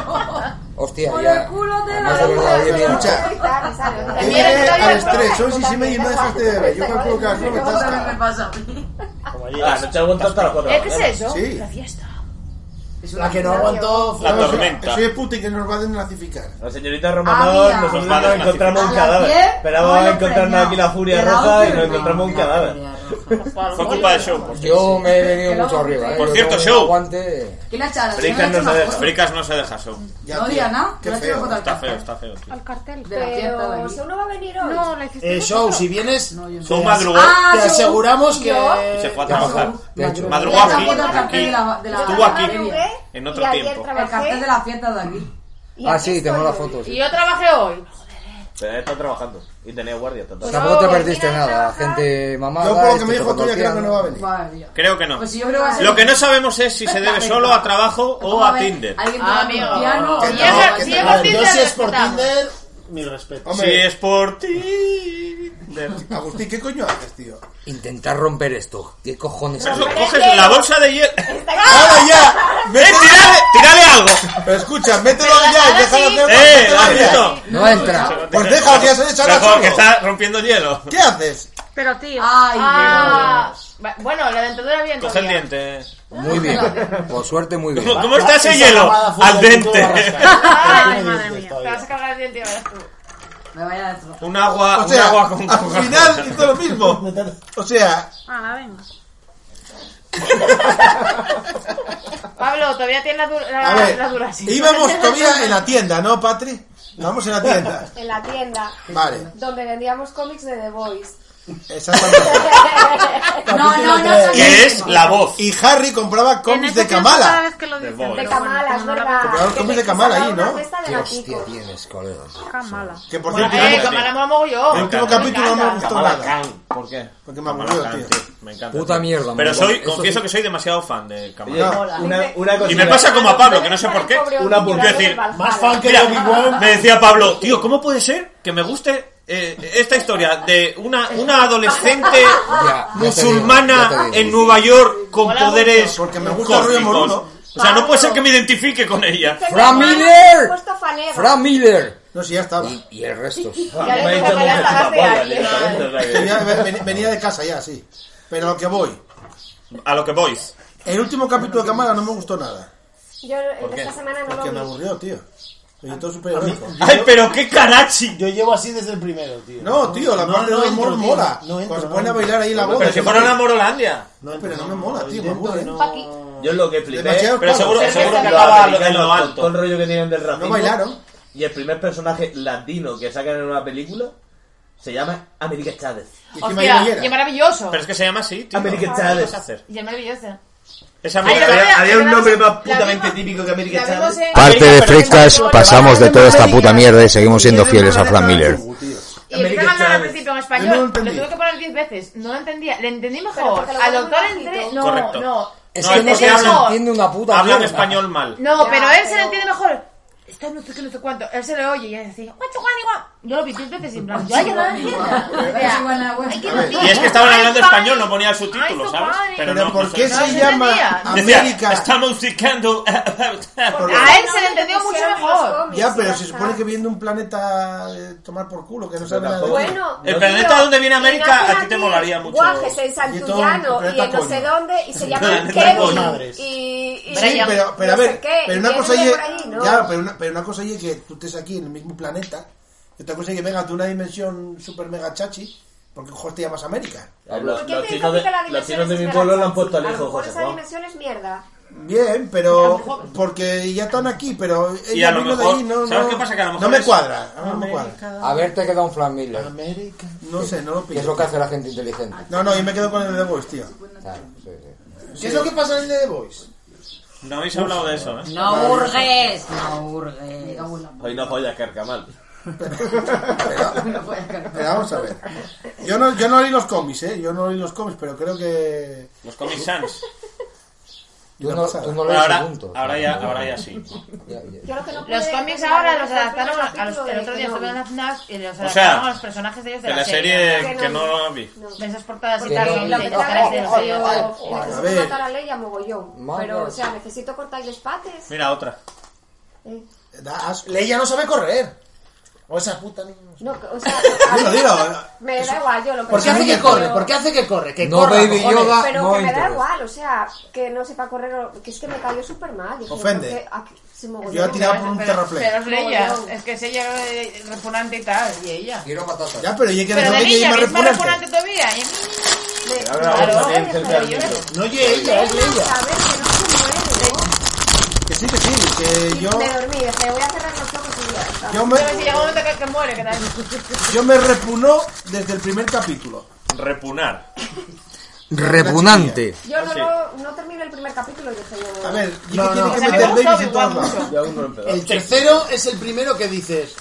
[SPEAKER 3] Hostia,
[SPEAKER 6] Por el
[SPEAKER 3] ya.
[SPEAKER 6] culo de
[SPEAKER 3] Además, de
[SPEAKER 6] la
[SPEAKER 3] verdad, ya viene.
[SPEAKER 5] Escucha,
[SPEAKER 10] También
[SPEAKER 5] llegué
[SPEAKER 10] es
[SPEAKER 5] a
[SPEAKER 10] la
[SPEAKER 5] las 3, son 6 y media y no dejaste de beber. Yo calculo que a las 9 estás
[SPEAKER 6] Otra vez me
[SPEAKER 5] hasta-
[SPEAKER 6] pasa a mí.
[SPEAKER 4] La noche aguanta hasta las cuatro de
[SPEAKER 10] ¿Eh,
[SPEAKER 4] la
[SPEAKER 10] ¿Qué es
[SPEAKER 4] mañana.
[SPEAKER 10] eso?
[SPEAKER 5] Sí.
[SPEAKER 10] La fiesta.
[SPEAKER 5] La que no aguantó
[SPEAKER 9] La
[SPEAKER 5] fue-
[SPEAKER 9] tormenta.
[SPEAKER 5] Soy el Putin que nos va a denazificar.
[SPEAKER 4] La señorita Romanov,
[SPEAKER 6] Había.
[SPEAKER 4] nosotros
[SPEAKER 9] Vale,
[SPEAKER 4] nos encontramos un
[SPEAKER 6] clasificado. A las
[SPEAKER 4] cadáver.
[SPEAKER 6] 10,
[SPEAKER 4] Esperábamos
[SPEAKER 6] voy
[SPEAKER 4] encontrarnos
[SPEAKER 6] empeñado.
[SPEAKER 4] aquí la furia
[SPEAKER 6] De la
[SPEAKER 4] roja y
[SPEAKER 6] once,
[SPEAKER 4] nos
[SPEAKER 6] no.
[SPEAKER 4] encontramos un cadáver.
[SPEAKER 9] Fue culpa de Show. por cierto.
[SPEAKER 3] Yo me he venido mucho arriba. eh.
[SPEAKER 9] Por
[SPEAKER 3] Yo
[SPEAKER 9] cierto,
[SPEAKER 3] tengo un
[SPEAKER 9] show.
[SPEAKER 3] Aguante.
[SPEAKER 6] ¿Quién la ha echado? ¿Quién
[SPEAKER 4] Fricas
[SPEAKER 6] la ha
[SPEAKER 4] no se
[SPEAKER 6] echado
[SPEAKER 4] deja.
[SPEAKER 6] más
[SPEAKER 9] Fricas no se deja Show.
[SPEAKER 6] fotos? No diga nada.
[SPEAKER 5] Qué
[SPEAKER 6] No quiero
[SPEAKER 5] feo.
[SPEAKER 6] foto al
[SPEAKER 9] Está
[SPEAKER 6] cartel.
[SPEAKER 9] feo, está feo. tío.
[SPEAKER 2] Al cartel.
[SPEAKER 6] De la fiesta de
[SPEAKER 7] Pero
[SPEAKER 6] allí.
[SPEAKER 7] si uno va a venir hoy.
[SPEAKER 2] No, la hiciste.
[SPEAKER 5] Eh, show, si vienes,
[SPEAKER 9] Show
[SPEAKER 5] te
[SPEAKER 9] madrugó
[SPEAKER 6] Ah, yo-
[SPEAKER 5] aseguramos que.
[SPEAKER 6] yo-
[SPEAKER 9] se fue a trabajar.
[SPEAKER 3] De hecho,
[SPEAKER 6] Le he
[SPEAKER 9] Madrugó
[SPEAKER 6] echado foto al
[SPEAKER 9] aquí.
[SPEAKER 6] cartel de la- de la-
[SPEAKER 9] Estuvo
[SPEAKER 6] de
[SPEAKER 9] aquí.
[SPEAKER 6] la feria.
[SPEAKER 9] En otro
[SPEAKER 7] y
[SPEAKER 9] tiempo.
[SPEAKER 7] Ayer
[SPEAKER 6] El cartel
[SPEAKER 7] trabajé,
[SPEAKER 6] de la fiesta de aquí.
[SPEAKER 7] y
[SPEAKER 3] Ah,
[SPEAKER 7] aquí
[SPEAKER 3] sí, tengo
[SPEAKER 7] estoy
[SPEAKER 3] la
[SPEAKER 7] hoy.
[SPEAKER 3] foto. sí.
[SPEAKER 10] Y yo trabajé hoy.
[SPEAKER 4] Pero está trabajando y tenía guardia. está
[SPEAKER 3] Pues Tampoco
[SPEAKER 4] trabajando.
[SPEAKER 3] te
[SPEAKER 7] no,
[SPEAKER 3] perdiste
[SPEAKER 7] mira,
[SPEAKER 3] nada,
[SPEAKER 7] trabajar.
[SPEAKER 3] gente mamada.
[SPEAKER 5] Yo por lo que
[SPEAKER 3] este
[SPEAKER 5] me dijo tuya creo que no va a venir.
[SPEAKER 6] Madre mía.
[SPEAKER 9] Creo que no.
[SPEAKER 6] Pues si yo creo que va a ser-
[SPEAKER 9] Lo que no sabemos es si se debe solo a trabajo o a Tinder.
[SPEAKER 6] Alguien
[SPEAKER 10] Ah,
[SPEAKER 6] toca
[SPEAKER 10] amigo.
[SPEAKER 6] un piano.
[SPEAKER 5] Que
[SPEAKER 6] o-
[SPEAKER 5] no,
[SPEAKER 10] Llega-
[SPEAKER 5] que
[SPEAKER 10] si
[SPEAKER 5] no.
[SPEAKER 10] llega
[SPEAKER 5] Yo
[SPEAKER 10] el Tinder,
[SPEAKER 5] si es Ah, por
[SPEAKER 10] respetamos.
[SPEAKER 5] Tinder, mil respetos.
[SPEAKER 9] Si es por ti.
[SPEAKER 5] Agustín, ¿qué coño haces, tío?
[SPEAKER 3] Intentar romper esto. ¿Qué cojones?
[SPEAKER 9] Eso es lo que
[SPEAKER 3] hago?
[SPEAKER 9] coges la bolsa de hielo.
[SPEAKER 5] ¡Ahora ya!
[SPEAKER 9] ¡Eh, tirale, tirale algo!
[SPEAKER 5] Pero escucha, mételo ya y déjalo hacer
[SPEAKER 9] ¡Eh, la
[SPEAKER 5] más, mételo ya.
[SPEAKER 9] has visto!
[SPEAKER 3] No entra.
[SPEAKER 5] Pues déjalo que ya se le echará
[SPEAKER 9] Mejor
[SPEAKER 5] solo.
[SPEAKER 9] que está rompiendo hielo.
[SPEAKER 5] ¿Qué haces?
[SPEAKER 2] Pero tío.
[SPEAKER 6] Ay,
[SPEAKER 10] Ah, va- bueno, la dentadura bien.
[SPEAKER 9] Coge el
[SPEAKER 10] todavía.
[SPEAKER 9] diente.
[SPEAKER 3] Muy bien. Por suerte, muy bien.
[SPEAKER 9] ¿Cómo está ese
[SPEAKER 5] Esa
[SPEAKER 9] hielo?
[SPEAKER 5] mamada fue
[SPEAKER 9] Al
[SPEAKER 5] de puto
[SPEAKER 9] dente.
[SPEAKER 5] rascar.
[SPEAKER 10] Ay,
[SPEAKER 2] madre
[SPEAKER 5] Tiene dientes
[SPEAKER 2] mía.
[SPEAKER 5] todavía.
[SPEAKER 10] Te vas a cargar el diente y verás tú.
[SPEAKER 6] Me vaya adentro.
[SPEAKER 9] Un agua,
[SPEAKER 5] O
[SPEAKER 9] un
[SPEAKER 5] sea,
[SPEAKER 9] agua con
[SPEAKER 5] al final hizo lo mismo. O sea,
[SPEAKER 2] Ah, la venga.
[SPEAKER 10] Pablo, todavía tiene la, du la,
[SPEAKER 5] a ver,
[SPEAKER 10] Ah, la Duracell.
[SPEAKER 5] íbamos todavía en la tienda, ¿no, Patri? Vamos en la tienda.
[SPEAKER 7] En la tienda,
[SPEAKER 5] Vale,
[SPEAKER 7] donde vendíamos cómics de The Voice.
[SPEAKER 5] exactamente.
[SPEAKER 6] No, no, no. son
[SPEAKER 9] Que es
[SPEAKER 6] buenísimos.
[SPEAKER 9] la voz.
[SPEAKER 5] Y Harry compraba
[SPEAKER 2] En
[SPEAKER 5] cómics
[SPEAKER 2] ese
[SPEAKER 5] de
[SPEAKER 2] tiempo cada
[SPEAKER 5] Kamala.
[SPEAKER 2] vez que lo
[SPEAKER 9] De
[SPEAKER 2] dicen.
[SPEAKER 9] Boy.
[SPEAKER 7] De
[SPEAKER 9] Pero
[SPEAKER 7] Kamala, es verdad.
[SPEAKER 5] Compraron cómics de Kamala ahí, ¿no?
[SPEAKER 3] ¿Qué hostia tienes, colega?
[SPEAKER 2] Kamala.
[SPEAKER 5] Que por
[SPEAKER 9] Bueno,
[SPEAKER 5] cierto,
[SPEAKER 9] eh,
[SPEAKER 5] el
[SPEAKER 10] Eh,
[SPEAKER 5] último-
[SPEAKER 9] Kamala.
[SPEAKER 10] Kamala me la muevo yo.
[SPEAKER 5] el último
[SPEAKER 9] me encanta.
[SPEAKER 5] capítulo no me
[SPEAKER 10] encanta.
[SPEAKER 5] gustó nada.
[SPEAKER 4] ¿Por qué?
[SPEAKER 5] Porque me
[SPEAKER 9] Kamala
[SPEAKER 5] aburrió,
[SPEAKER 9] Khan,
[SPEAKER 5] tío.
[SPEAKER 9] tío. Me encanta.
[SPEAKER 3] Puta mierda,
[SPEAKER 9] Pero
[SPEAKER 3] me
[SPEAKER 9] soy,
[SPEAKER 3] mola. Eso
[SPEAKER 9] confieso
[SPEAKER 3] sí.
[SPEAKER 9] que soy demasiado fan de
[SPEAKER 4] Oye,
[SPEAKER 9] Kamala.
[SPEAKER 4] una, una cosilla.
[SPEAKER 9] Y me pasa como a Pablo, que no sé por qué.
[SPEAKER 4] Una por
[SPEAKER 9] Es decir,
[SPEAKER 5] Más fan que
[SPEAKER 9] Mira,
[SPEAKER 5] Obi-Wan.
[SPEAKER 9] me decía Pablo, tío, ¿cómo puede ser que me guste eh, esta historia de una, una adolescente
[SPEAKER 3] ya te digo, ya te
[SPEAKER 9] musulmana
[SPEAKER 3] digo.
[SPEAKER 9] en Nueva York con
[SPEAKER 10] Mola mucho,
[SPEAKER 9] poderes
[SPEAKER 5] porque me gusta el rollo
[SPEAKER 9] cósmicos?
[SPEAKER 5] moruno.
[SPEAKER 9] O sea, no puede ser que me identifique con ella.
[SPEAKER 3] Fran Miller.
[SPEAKER 7] Puesto fanero.
[SPEAKER 3] Frank Miller.
[SPEAKER 5] No, si ya estaba.
[SPEAKER 3] Y, y el resto.
[SPEAKER 5] Ah, me he hecho mujer, venía, ven- venía de casa ya, sí. Pero a lo que voy.
[SPEAKER 9] A lo que vais.
[SPEAKER 5] El último capítulo de Cámara no me gustó nada.
[SPEAKER 7] Yo esta semana no
[SPEAKER 5] Porque me
[SPEAKER 7] lo vi.
[SPEAKER 5] aburrió, tío. Me quitó superheroico.
[SPEAKER 9] ¡Ay, pero qué carachi!
[SPEAKER 5] Yo llevo así desde el primero, tío. No, tío, la No, parte no del entro, amor tío. mola. No entro, Cuando se no ponen a entro. bailar ahí la Pero boda.
[SPEAKER 9] Pero si fueron a Morolandia.
[SPEAKER 5] No, pero no me mola, tío. me aburre.
[SPEAKER 4] Yo es lo que flipé.
[SPEAKER 5] Demasiado
[SPEAKER 4] pero
[SPEAKER 5] caro.
[SPEAKER 4] seguro,
[SPEAKER 5] Cerveza
[SPEAKER 4] seguro que
[SPEAKER 5] en la
[SPEAKER 4] los
[SPEAKER 5] barra,
[SPEAKER 4] americanos,
[SPEAKER 5] en lo
[SPEAKER 4] con
[SPEAKER 5] alto.
[SPEAKER 4] Todo el rollo que tienen del racismo.
[SPEAKER 5] No bailaron.
[SPEAKER 4] Y el primer personaje latino que sacan en una película se llama América Chávez.
[SPEAKER 10] Hostia, y es maravilloso.
[SPEAKER 9] Pero es que se llama así, tío.
[SPEAKER 4] América
[SPEAKER 9] ¿Qué
[SPEAKER 4] Chávez.
[SPEAKER 9] vas a hacer?
[SPEAKER 10] Y es maravilloso.
[SPEAKER 9] Es
[SPEAKER 4] Había,
[SPEAKER 9] América
[SPEAKER 4] había
[SPEAKER 9] Chávez.
[SPEAKER 4] un nombre más
[SPEAKER 9] la
[SPEAKER 4] putamente típico que América Chávez.
[SPEAKER 39] Parte de Freecast, pasamos de toda esta puta mierda y seguimos siendo fieles a Frank Miller.
[SPEAKER 10] Y empiezan a hablar al principio en español. lo tuve que poner 10 veces. No lo entendía. Le entendí mejor.
[SPEAKER 7] porque lo
[SPEAKER 10] Al
[SPEAKER 7] ponen
[SPEAKER 10] doctor
[SPEAKER 7] bajito.
[SPEAKER 10] entré. No,
[SPEAKER 9] Correcto.
[SPEAKER 3] Es
[SPEAKER 10] no.
[SPEAKER 9] No,
[SPEAKER 3] que
[SPEAKER 9] es
[SPEAKER 3] no
[SPEAKER 9] porque
[SPEAKER 3] se
[SPEAKER 9] hablan-
[SPEAKER 3] entiende una puta
[SPEAKER 9] Hablan
[SPEAKER 3] mierda.
[SPEAKER 9] español mal.
[SPEAKER 10] No,
[SPEAKER 7] Ya,
[SPEAKER 10] pero él se
[SPEAKER 7] pero-
[SPEAKER 10] le entiende mejor. Está no sé qué, no sé cuánto. Él se le oye y él decía, guacho, guan, igual. Yo lo vi 10 veces y en plan, ya, ya no lo entiendo. O sea, hay que decir,
[SPEAKER 9] Y es que estaban
[SPEAKER 10] "Ay,
[SPEAKER 9] hablando
[SPEAKER 10] padre".
[SPEAKER 9] español, no ponía el subtítulo, ¿sabes? Pero, no,
[SPEAKER 5] ¿por
[SPEAKER 9] no
[SPEAKER 5] qué
[SPEAKER 9] sé.
[SPEAKER 5] se
[SPEAKER 10] se
[SPEAKER 5] llama
[SPEAKER 10] entendía.
[SPEAKER 9] Decía,
[SPEAKER 5] América?
[SPEAKER 9] estamos musicando.
[SPEAKER 10] A él se le entendió mucho
[SPEAKER 7] Pusieron los
[SPEAKER 10] mejor.
[SPEAKER 7] cómics
[SPEAKER 5] Ya,
[SPEAKER 7] y
[SPEAKER 5] pero
[SPEAKER 7] ya
[SPEAKER 5] se
[SPEAKER 7] está.
[SPEAKER 5] supone que viendo un planeta eh, tomar por culo, que no sabe nada de él.
[SPEAKER 7] Bueno,
[SPEAKER 9] El
[SPEAKER 7] tío,
[SPEAKER 9] planeta donde viene América,
[SPEAKER 7] nacen
[SPEAKER 9] a ti te
[SPEAKER 7] aquí
[SPEAKER 9] molaría mucho.
[SPEAKER 7] Guajes en
[SPEAKER 5] Y todo
[SPEAKER 7] Santullano
[SPEAKER 5] el
[SPEAKER 7] y, en
[SPEAKER 5] planeta
[SPEAKER 7] no sé
[SPEAKER 5] Ah, coño.
[SPEAKER 7] dónde y se
[SPEAKER 5] El
[SPEAKER 7] llaman
[SPEAKER 5] planeta coño.
[SPEAKER 7] Kevin.
[SPEAKER 5] Madres.
[SPEAKER 7] Y, y
[SPEAKER 5] Sí, pero, pero a
[SPEAKER 7] no sé
[SPEAKER 5] ver,
[SPEAKER 7] qué,
[SPEAKER 5] pero
[SPEAKER 7] y
[SPEAKER 5] una
[SPEAKER 7] vienen
[SPEAKER 5] cosa
[SPEAKER 7] de
[SPEAKER 5] es
[SPEAKER 7] por ahí, ¿no?
[SPEAKER 5] ya, pero una, pero una cosa es que tú estés aquí en el mismo planeta, y otra cosa es que vengas de una dimensión super mega chachi, porque joder te llamas América.
[SPEAKER 7] ¿Por qué te dicen que la dimensión es esmeralda? A lo mejor esa dimensión es mierda.
[SPEAKER 5] Bien, pero porque ya están aquí, pero
[SPEAKER 9] Y
[SPEAKER 5] ella
[SPEAKER 9] a lo
[SPEAKER 5] vino de
[SPEAKER 9] mejor-
[SPEAKER 5] ahí, no,
[SPEAKER 9] ¿sabes
[SPEAKER 5] no-
[SPEAKER 9] qué pasa? Que a lo
[SPEAKER 5] no
[SPEAKER 9] mejor
[SPEAKER 5] me
[SPEAKER 9] es-
[SPEAKER 5] cuadra, a mí no me cuadra.
[SPEAKER 3] A ver, te queda un Frank Miller.
[SPEAKER 5] No sé, no lo
[SPEAKER 3] Que es
[SPEAKER 5] pillo.
[SPEAKER 3] lo que hace la gente inteligente.
[SPEAKER 5] No, no, yo me quedo con el de The Voice, tío.
[SPEAKER 3] Claro, sí, sí.
[SPEAKER 5] ¿Qué es lo que pasa en el de The Voice?
[SPEAKER 9] No habéis hablado de eso, ¿eh?
[SPEAKER 40] No hurgues, no hurgues.
[SPEAKER 4] Hoy no follas, Carcamal.
[SPEAKER 5] Pero vamos a ver. Yo no, yo no leí los cómics, eh. Yo no leí los cómics, pero creo que
[SPEAKER 9] Los comic sans.
[SPEAKER 3] Tú no, tú no lees
[SPEAKER 9] Ahora,
[SPEAKER 3] punto.
[SPEAKER 9] ahora, ya, ahora ya sí.
[SPEAKER 3] Ya, ya.
[SPEAKER 7] Yo lo que no pude
[SPEAKER 10] Los cómics
[SPEAKER 7] entender
[SPEAKER 10] ahora
[SPEAKER 7] es
[SPEAKER 10] los
[SPEAKER 7] el
[SPEAKER 10] adaptaron
[SPEAKER 7] primer
[SPEAKER 10] a, a los.
[SPEAKER 7] capítulo
[SPEAKER 10] El
[SPEAKER 7] de
[SPEAKER 10] otro día
[SPEAKER 7] Kenobi.
[SPEAKER 10] estuve en las FNAF y los
[SPEAKER 9] O sea,
[SPEAKER 10] adaptaron a los personajes de ellos de
[SPEAKER 9] De la serie que no vi.
[SPEAKER 10] De esas portadas y
[SPEAKER 3] Que
[SPEAKER 10] tal.
[SPEAKER 3] no-
[SPEAKER 10] con
[SPEAKER 7] La
[SPEAKER 3] Sí,
[SPEAKER 7] verdad
[SPEAKER 3] ojalá,
[SPEAKER 7] es que
[SPEAKER 3] ojalá,
[SPEAKER 7] yo
[SPEAKER 3] ojalá,
[SPEAKER 7] necesito
[SPEAKER 5] ojalá.
[SPEAKER 7] cortar la ley a mogollón.
[SPEAKER 3] Madre.
[SPEAKER 7] Pero, o sea, necesito cortarles pates.
[SPEAKER 9] Mira, otra.
[SPEAKER 7] Eh,
[SPEAKER 5] da asco. Leia no sabe correr. O esa puta niña.
[SPEAKER 7] No, que- o sea,
[SPEAKER 5] Dilo, dilo.
[SPEAKER 7] me da igual, yo lo que
[SPEAKER 6] ¿Por qué hace que
[SPEAKER 7] pero-
[SPEAKER 6] corre? ¿Por qué hace que corre? Que
[SPEAKER 3] No,
[SPEAKER 6] corra,
[SPEAKER 3] baby
[SPEAKER 6] cojones.
[SPEAKER 5] Ah,
[SPEAKER 3] yoga.
[SPEAKER 7] Pero
[SPEAKER 3] No
[SPEAKER 7] que me da
[SPEAKER 3] interesa.
[SPEAKER 7] igual, o sea, que no sepa correr, o- que es que me cayó súper mal. Dije,
[SPEAKER 5] Ofende.
[SPEAKER 7] ¿por qué? Ah, sí, mogollón.
[SPEAKER 5] Yo he tirado por un terraplén.
[SPEAKER 10] Pero es Leia,
[SPEAKER 7] Mogollón.
[SPEAKER 10] es que es ella eh, repugnante y tal, y ella.
[SPEAKER 3] Quiero patatas.
[SPEAKER 5] Ya, pero yo que
[SPEAKER 10] Pero de
[SPEAKER 5] que
[SPEAKER 10] niña,
[SPEAKER 5] más
[SPEAKER 10] que es más
[SPEAKER 5] repugnante.
[SPEAKER 10] repugnante todavía. y-
[SPEAKER 7] Me-
[SPEAKER 4] Ahora
[SPEAKER 10] Claro,
[SPEAKER 4] vamos a ir cerca del
[SPEAKER 10] yo-
[SPEAKER 4] micro.
[SPEAKER 5] No, oye, ella es Leia.
[SPEAKER 7] A ver, que no se mueve.
[SPEAKER 5] Que sí, que sí, que yo,
[SPEAKER 7] Me dormí, dije, voy a cerrar los ojos y ya está.
[SPEAKER 5] yo,
[SPEAKER 10] Pero si llega un
[SPEAKER 5] me,
[SPEAKER 10] momento que, que muere, ¿qué tal?
[SPEAKER 5] yo me repugnó desde el primer capítulo.
[SPEAKER 9] Repunar.
[SPEAKER 39] Repugnante.
[SPEAKER 7] Yo no, lo- no terminé el primer capítulo y dije yo...
[SPEAKER 5] A ver, y
[SPEAKER 6] No,
[SPEAKER 5] que tiene
[SPEAKER 6] no. O
[SPEAKER 5] que
[SPEAKER 6] sea,
[SPEAKER 5] meter
[SPEAKER 10] me gusta
[SPEAKER 5] babies en
[SPEAKER 10] Obi-Wan
[SPEAKER 5] todos lados.
[SPEAKER 4] Y aún no empezó.
[SPEAKER 6] El tercero es el primero que dices.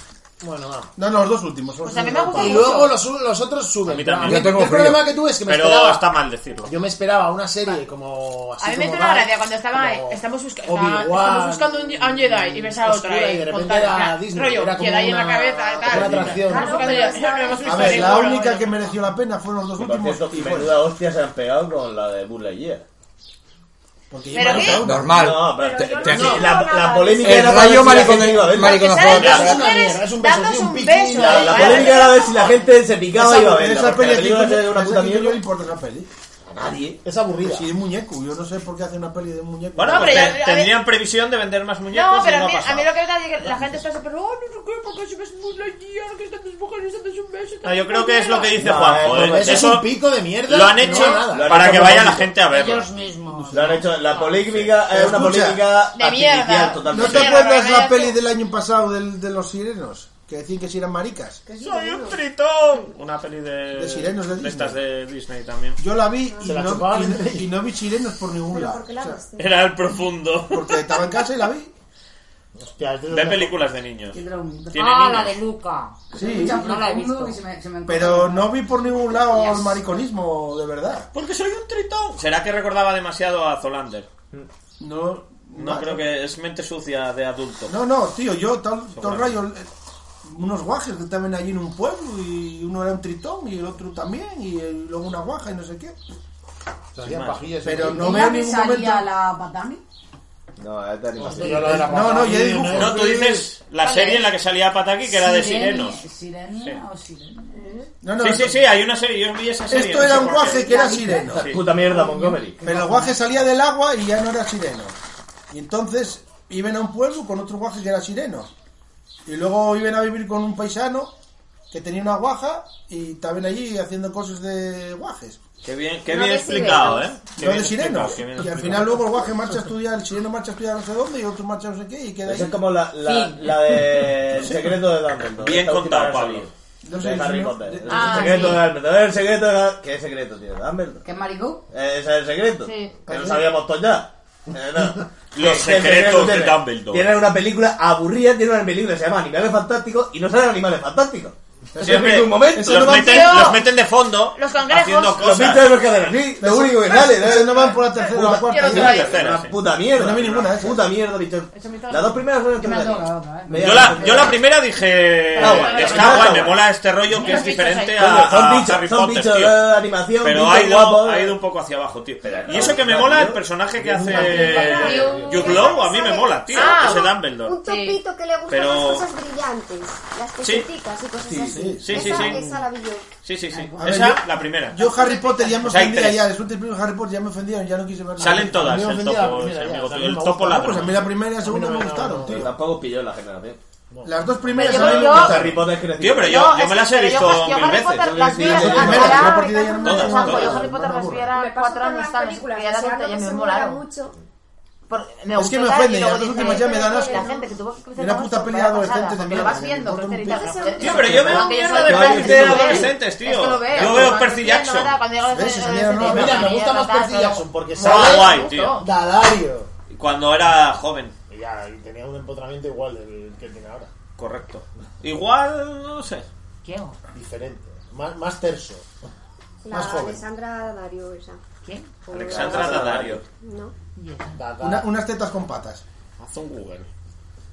[SPEAKER 6] Bueno, va.
[SPEAKER 5] No, no, los dos últimos. son
[SPEAKER 10] Pues
[SPEAKER 5] los
[SPEAKER 10] a mí me ha
[SPEAKER 5] últimos.
[SPEAKER 10] gustado
[SPEAKER 6] Y
[SPEAKER 10] mucho.
[SPEAKER 6] luego los, los otros suben.
[SPEAKER 9] A mí también.
[SPEAKER 6] Pero
[SPEAKER 3] Yo tengo
[SPEAKER 6] el
[SPEAKER 3] frío.
[SPEAKER 6] problema que tuve es que me
[SPEAKER 9] Pero
[SPEAKER 6] esperaba.
[SPEAKER 9] está mal decirlo.
[SPEAKER 6] Yo me esperaba una serie como así
[SPEAKER 10] A mí me
[SPEAKER 6] como
[SPEAKER 10] hizo una
[SPEAKER 6] Dark,
[SPEAKER 10] gracia cuando estaba.
[SPEAKER 6] como
[SPEAKER 10] Estamos, busca-
[SPEAKER 6] Obi-Wan,
[SPEAKER 10] estamos buscando un- a un Jedi y ves a otra.
[SPEAKER 6] Oscura,
[SPEAKER 10] ahí,
[SPEAKER 6] y de repente
[SPEAKER 10] con tal,
[SPEAKER 6] era
[SPEAKER 10] ya,
[SPEAKER 6] Disney,
[SPEAKER 10] Rollo,
[SPEAKER 6] era como
[SPEAKER 10] Jedi en la
[SPEAKER 6] una-
[SPEAKER 10] cabeza,
[SPEAKER 6] como
[SPEAKER 10] tal.
[SPEAKER 6] una atracción.
[SPEAKER 10] Estamos buscando
[SPEAKER 7] Claro,
[SPEAKER 10] ya-
[SPEAKER 7] pero
[SPEAKER 10] ya
[SPEAKER 5] A
[SPEAKER 7] estaba-
[SPEAKER 10] hemos visto
[SPEAKER 5] ver,
[SPEAKER 10] ahí,
[SPEAKER 5] la
[SPEAKER 10] bueno,
[SPEAKER 5] única
[SPEAKER 10] bueno.
[SPEAKER 5] que mereció la pena fueron los dos
[SPEAKER 4] Que por
[SPEAKER 5] últimos.
[SPEAKER 4] cierto,
[SPEAKER 5] Y fue.
[SPEAKER 4] menuda hostia se han pegado con la de Bull Lightyear.
[SPEAKER 5] Porque yo-
[SPEAKER 10] ¿Pero qué?
[SPEAKER 3] Normal.
[SPEAKER 4] No, pero
[SPEAKER 7] Pero yo
[SPEAKER 4] te-
[SPEAKER 7] no
[SPEAKER 4] te- la,
[SPEAKER 7] digo
[SPEAKER 4] la
[SPEAKER 7] nada.
[SPEAKER 4] polémica
[SPEAKER 3] El
[SPEAKER 4] era para
[SPEAKER 3] rayo
[SPEAKER 4] ver si la
[SPEAKER 3] maricone-
[SPEAKER 4] gente iba a verla.
[SPEAKER 3] maricone-
[SPEAKER 10] Salen
[SPEAKER 3] Claro,
[SPEAKER 10] dos
[SPEAKER 3] es
[SPEAKER 10] mujeres
[SPEAKER 6] mierda, es un beso,
[SPEAKER 10] dándose
[SPEAKER 6] sí, un
[SPEAKER 10] un
[SPEAKER 6] piquín,
[SPEAKER 10] beso.
[SPEAKER 4] La, la
[SPEAKER 10] ahí,
[SPEAKER 4] polémica
[SPEAKER 10] ahí.
[SPEAKER 4] era ver si la gente se picaba y iba a
[SPEAKER 5] Esa,
[SPEAKER 4] verla.
[SPEAKER 5] esa
[SPEAKER 4] porque
[SPEAKER 5] peli
[SPEAKER 4] La
[SPEAKER 5] aquí
[SPEAKER 4] película era de una puta
[SPEAKER 5] que yo no
[SPEAKER 4] mierda.
[SPEAKER 5] importa esa peli.
[SPEAKER 4] A nadie.
[SPEAKER 6] Es aburrida.
[SPEAKER 5] Pues Si es muñeco, yo no sé por qué hace una peli de un muñeco.
[SPEAKER 9] Bueno,
[SPEAKER 5] No,
[SPEAKER 9] pues
[SPEAKER 10] pero
[SPEAKER 9] te-
[SPEAKER 10] ya- a
[SPEAKER 9] tendrían previsión de vender más muñecos
[SPEAKER 10] No, pero
[SPEAKER 9] y no
[SPEAKER 10] a
[SPEAKER 9] ha
[SPEAKER 10] mí, a
[SPEAKER 9] pasado.
[SPEAKER 10] mí lo que me da es que la gente está súper. Oh, no sé qué, porque si ves muy Lightyear, que están dos mujeres, dándose un beso.
[SPEAKER 9] No, yo creo que es lo que dice
[SPEAKER 4] No,
[SPEAKER 9] Juanjo.
[SPEAKER 4] eh,
[SPEAKER 9] ¿eh?
[SPEAKER 4] pues
[SPEAKER 9] Eso,
[SPEAKER 4] eso
[SPEAKER 6] Es un pico de mierda.
[SPEAKER 9] lo han
[SPEAKER 6] no
[SPEAKER 9] hecho
[SPEAKER 6] nada.
[SPEAKER 4] Lo han
[SPEAKER 9] para
[SPEAKER 4] hecho
[SPEAKER 9] que
[SPEAKER 4] por
[SPEAKER 9] vaya la
[SPEAKER 4] bonito.
[SPEAKER 9] gente a verlo.
[SPEAKER 40] Ellos mismos.
[SPEAKER 4] Lo han hecho, la polémica es una
[SPEAKER 5] Escucha,
[SPEAKER 4] polémica
[SPEAKER 10] de
[SPEAKER 4] artificial
[SPEAKER 10] mierda.
[SPEAKER 4] totalmente.
[SPEAKER 5] ¿No te
[SPEAKER 10] Mierda,
[SPEAKER 5] acuerdas la
[SPEAKER 10] cállate.
[SPEAKER 5] peli del año pasado del- de los sirenos? Que decían que si eran maricas.
[SPEAKER 9] ¡Soy un tritón! Una peli de,
[SPEAKER 5] De sirenos de Disney.
[SPEAKER 9] estas de Disney también.
[SPEAKER 5] Yo la vi y
[SPEAKER 6] la
[SPEAKER 5] no,
[SPEAKER 6] chupaban
[SPEAKER 5] y no-
[SPEAKER 6] entre ellos.
[SPEAKER 5] y no vi sirenos por ningún
[SPEAKER 7] Ah. Pero
[SPEAKER 5] lado.
[SPEAKER 7] ¿por qué la
[SPEAKER 5] O sea,
[SPEAKER 7] viste?
[SPEAKER 9] Era el profundo.
[SPEAKER 5] porque estaba en casa y la vi.
[SPEAKER 6] Hostia, es de
[SPEAKER 9] De películas de niños. Tiene
[SPEAKER 41] Ah, la
[SPEAKER 9] niños.
[SPEAKER 41] de Luca.
[SPEAKER 5] Sí,
[SPEAKER 41] No la he visto.
[SPEAKER 40] Se me- se me-
[SPEAKER 5] pero no vi por ningún lado el mariconismo, de verdad.
[SPEAKER 9] Porque soy un tritón. ¿Será que recordaba demasiado a Zolander?
[SPEAKER 5] No,
[SPEAKER 9] No creo que es mente sucia de adulto.
[SPEAKER 5] No, no, tío, yo tal, tal rayo. eh, Unos guajes que estaban allí en un pueblo y uno era un tritón y el otro también y el- luego una guaja y no sé qué.
[SPEAKER 6] Hacían
[SPEAKER 9] más.
[SPEAKER 6] pajillas.
[SPEAKER 9] ¿eh?
[SPEAKER 5] Pero no
[SPEAKER 40] ¿Ella
[SPEAKER 5] veo
[SPEAKER 40] me
[SPEAKER 5] ningún
[SPEAKER 40] salía
[SPEAKER 5] momento.
[SPEAKER 40] la Batami?
[SPEAKER 3] No, es de animación.
[SPEAKER 4] yo lo de la
[SPEAKER 3] no, no, yo dibujo.
[SPEAKER 9] No, tú dices la
[SPEAKER 42] Vale.
[SPEAKER 9] serie en la que salía Pataki, que era de sirenos.
[SPEAKER 42] ¿Sirenia o sirena?
[SPEAKER 4] No, no,
[SPEAKER 9] sí,
[SPEAKER 4] esto-
[SPEAKER 9] sí, sí, hay una serie, yo vi esa serie.
[SPEAKER 4] Esto
[SPEAKER 9] no sé
[SPEAKER 4] era un
[SPEAKER 9] por qué.
[SPEAKER 4] guaje que era sireno.
[SPEAKER 9] Sí.
[SPEAKER 4] Puta mierda, Montgomery.
[SPEAKER 5] Pero el guaje salía del agua y ya no era sireno. Y entonces iban a un pueblo con otro guaje que era sireno. Y luego iban a vivir con un paisano que tenía una guaja y también allí haciendo cosas de guajes.
[SPEAKER 9] Qué bien, qué
[SPEAKER 5] No
[SPEAKER 9] bien
[SPEAKER 5] de
[SPEAKER 9] explicado, ¿eh?
[SPEAKER 5] sirenos.
[SPEAKER 9] Qué
[SPEAKER 5] No
[SPEAKER 9] bien
[SPEAKER 5] de sirenos.
[SPEAKER 9] explicado, qué bien
[SPEAKER 5] Y al
[SPEAKER 9] explicado.
[SPEAKER 5] final luego el guaje marcha a estudiar, el sireno marcha a estudiar no sé dónde y otro marcha a no sé qué y queda ahí.
[SPEAKER 4] Eso es como la, la, la de El
[SPEAKER 5] Sí.
[SPEAKER 4] secreto de Dumbledore.
[SPEAKER 5] Bien
[SPEAKER 4] esta última
[SPEAKER 5] contado,
[SPEAKER 4] versión.
[SPEAKER 5] Pablo. No sé,
[SPEAKER 4] De Harry
[SPEAKER 5] ¿no?
[SPEAKER 4] Potter. El
[SPEAKER 42] Ah,
[SPEAKER 4] secreto
[SPEAKER 42] sí.
[SPEAKER 4] de Dumbledore. El secreto de la- ¿Qué secreto, tío? Dumbledore.
[SPEAKER 42] ¿Qué es maricón?
[SPEAKER 4] Eh, Ese es el secreto.
[SPEAKER 42] Sí.
[SPEAKER 4] Que lo sabíamos todos ya. Eh, no.
[SPEAKER 9] Los
[SPEAKER 4] Que- que
[SPEAKER 9] secretos de
[SPEAKER 4] tiene-
[SPEAKER 9] Dumbledore.
[SPEAKER 4] Tiene una película aburrida, tiene una película que se llama Animales Fantásticos y no salen animales fantásticos.
[SPEAKER 9] Siempre
[SPEAKER 4] en un momento.
[SPEAKER 9] los,
[SPEAKER 4] no van-
[SPEAKER 9] meten, los meten de fondo
[SPEAKER 4] Los cangrejos.
[SPEAKER 9] haciendo
[SPEAKER 4] Los
[SPEAKER 9] cosas.
[SPEAKER 4] bichos de los cadenas, lo único que sale. ¿eh?
[SPEAKER 5] Esos no van por la
[SPEAKER 4] tercera
[SPEAKER 5] o la cuarta,
[SPEAKER 4] Una,
[SPEAKER 5] ¿no? Quiero que
[SPEAKER 4] una
[SPEAKER 5] vayan.
[SPEAKER 4] puta mierda. No vi ninguna, Puta mierda, bicho. Las dos primeras son
[SPEAKER 42] Yo me la tengo que
[SPEAKER 4] extraordinarias.
[SPEAKER 42] dar otra, ¿eh?
[SPEAKER 9] Yo la, yo la primera dije,
[SPEAKER 4] Ah, bueno,
[SPEAKER 9] está
[SPEAKER 4] está
[SPEAKER 9] guay, me
[SPEAKER 4] guay.
[SPEAKER 9] mola este rollo que es diferente a,
[SPEAKER 4] Coño, son
[SPEAKER 9] a
[SPEAKER 4] bichos,
[SPEAKER 9] Harry
[SPEAKER 4] son
[SPEAKER 9] Potter,
[SPEAKER 4] bichos
[SPEAKER 9] tío.
[SPEAKER 4] de animación,
[SPEAKER 9] Pero
[SPEAKER 4] bichos
[SPEAKER 9] ha ido,
[SPEAKER 4] guapos.
[SPEAKER 9] ha ido un poco hacia abajo, tío. Y eso que me mola el personaje que hace Jude Law, a mí me mola, tío,
[SPEAKER 43] Ah,
[SPEAKER 9] ese
[SPEAKER 43] un-
[SPEAKER 9] Dumbledore.
[SPEAKER 43] Un topito que le gustan
[SPEAKER 9] Pero-
[SPEAKER 43] las cosas brillantes, las peseticas y cosas
[SPEAKER 9] Sí,
[SPEAKER 43] así.
[SPEAKER 9] sí, sí, sí,
[SPEAKER 43] esa,
[SPEAKER 9] sí.
[SPEAKER 43] esa la vi yo.
[SPEAKER 9] Sí, sí, sí.
[SPEAKER 5] A ver,
[SPEAKER 9] Esa,
[SPEAKER 5] yo-
[SPEAKER 9] la primera.
[SPEAKER 5] Yo Harry Potter ya me
[SPEAKER 9] O sea, hay
[SPEAKER 5] ofendía
[SPEAKER 9] tres.
[SPEAKER 5] ya, después del primer Harry Potter ya me ofendieron, ya no quise verla.
[SPEAKER 9] Salen todas,
[SPEAKER 5] A mí me
[SPEAKER 9] el
[SPEAKER 5] ofendía la
[SPEAKER 9] topo,
[SPEAKER 5] primera,
[SPEAKER 9] ese
[SPEAKER 5] ya,
[SPEAKER 9] amigo
[SPEAKER 5] o sea,
[SPEAKER 9] tuyo,
[SPEAKER 5] a mí
[SPEAKER 9] el
[SPEAKER 5] me
[SPEAKER 9] topo
[SPEAKER 5] gustaba,
[SPEAKER 9] la
[SPEAKER 5] pues a mí
[SPEAKER 9] trama.
[SPEAKER 5] la primera y la segunda me gustaron, tío.
[SPEAKER 4] Tampoco pilló la generación.
[SPEAKER 5] Las dos primeras
[SPEAKER 4] Pero
[SPEAKER 5] a mí me
[SPEAKER 4] yo-
[SPEAKER 5] gustaron.
[SPEAKER 4] Harry Potter creció. Tío, pero yo- yo me las he
[SPEAKER 10] Pero
[SPEAKER 4] visto
[SPEAKER 10] yo,
[SPEAKER 4] mil
[SPEAKER 10] Harry
[SPEAKER 4] veces.
[SPEAKER 10] Potter
[SPEAKER 4] Yo
[SPEAKER 10] las vi
[SPEAKER 4] sí,
[SPEAKER 10] a-
[SPEAKER 4] sí,
[SPEAKER 10] cuando
[SPEAKER 4] sí.
[SPEAKER 10] era-
[SPEAKER 4] A partir de ahí no me-
[SPEAKER 10] cuando era
[SPEAKER 4] Todas,
[SPEAKER 10] Yo
[SPEAKER 4] todas.
[SPEAKER 10] Harry Potter las vi a cuatro años, estaba ya era adulta, ya me molaron. Por- me
[SPEAKER 5] Es
[SPEAKER 10] gustó
[SPEAKER 5] que me
[SPEAKER 10] tal,
[SPEAKER 5] ofenden,
[SPEAKER 10] y
[SPEAKER 5] las
[SPEAKER 10] luego
[SPEAKER 5] dos
[SPEAKER 10] dije,
[SPEAKER 5] últimas ya me dan asco.
[SPEAKER 10] La gente que tuvo que crecer
[SPEAKER 5] Una
[SPEAKER 10] con
[SPEAKER 5] puta
[SPEAKER 10] esto,
[SPEAKER 5] peli
[SPEAKER 10] fue la
[SPEAKER 5] adolescente
[SPEAKER 10] pasada,
[SPEAKER 5] de
[SPEAKER 10] porque lo vas
[SPEAKER 5] mierda,
[SPEAKER 10] viendo,
[SPEAKER 5] me
[SPEAKER 10] crecer y
[SPEAKER 5] encuentro un
[SPEAKER 10] tal. Porque-
[SPEAKER 5] Tío, pero yo veo
[SPEAKER 10] porque
[SPEAKER 5] mierda
[SPEAKER 10] soy
[SPEAKER 5] de
[SPEAKER 10] fan,
[SPEAKER 5] pelis de
[SPEAKER 10] es que lo
[SPEAKER 5] adolescentes,
[SPEAKER 10] veo.
[SPEAKER 5] tío.
[SPEAKER 10] Es que lo veo.
[SPEAKER 5] Yo veo
[SPEAKER 10] cuando
[SPEAKER 5] Percy
[SPEAKER 10] era
[SPEAKER 5] Jackson.
[SPEAKER 10] cuando era
[SPEAKER 5] ¿Ves? Esa
[SPEAKER 10] adolescente,
[SPEAKER 5] mierda no la veo.
[SPEAKER 4] Mira, me gusta
[SPEAKER 10] mierda,
[SPEAKER 4] más Percy
[SPEAKER 10] tal,
[SPEAKER 4] Jackson, porque
[SPEAKER 10] todo.
[SPEAKER 4] sale-
[SPEAKER 9] Estaba guay,
[SPEAKER 4] Me
[SPEAKER 9] tío.
[SPEAKER 4] Dalario.
[SPEAKER 9] Cuando era joven,
[SPEAKER 4] Y ya, y tenía un empotramiento igual del que tiene ahora.
[SPEAKER 9] correcto. Igual, no sé.
[SPEAKER 4] Diferente. Más, más terso.
[SPEAKER 43] La
[SPEAKER 4] Más joven.
[SPEAKER 43] Alexandra Dario esa. ¿Quién?
[SPEAKER 9] Alexandra Daddario.
[SPEAKER 43] No.
[SPEAKER 5] Una- unas tetas con patas.
[SPEAKER 9] Haz un Google.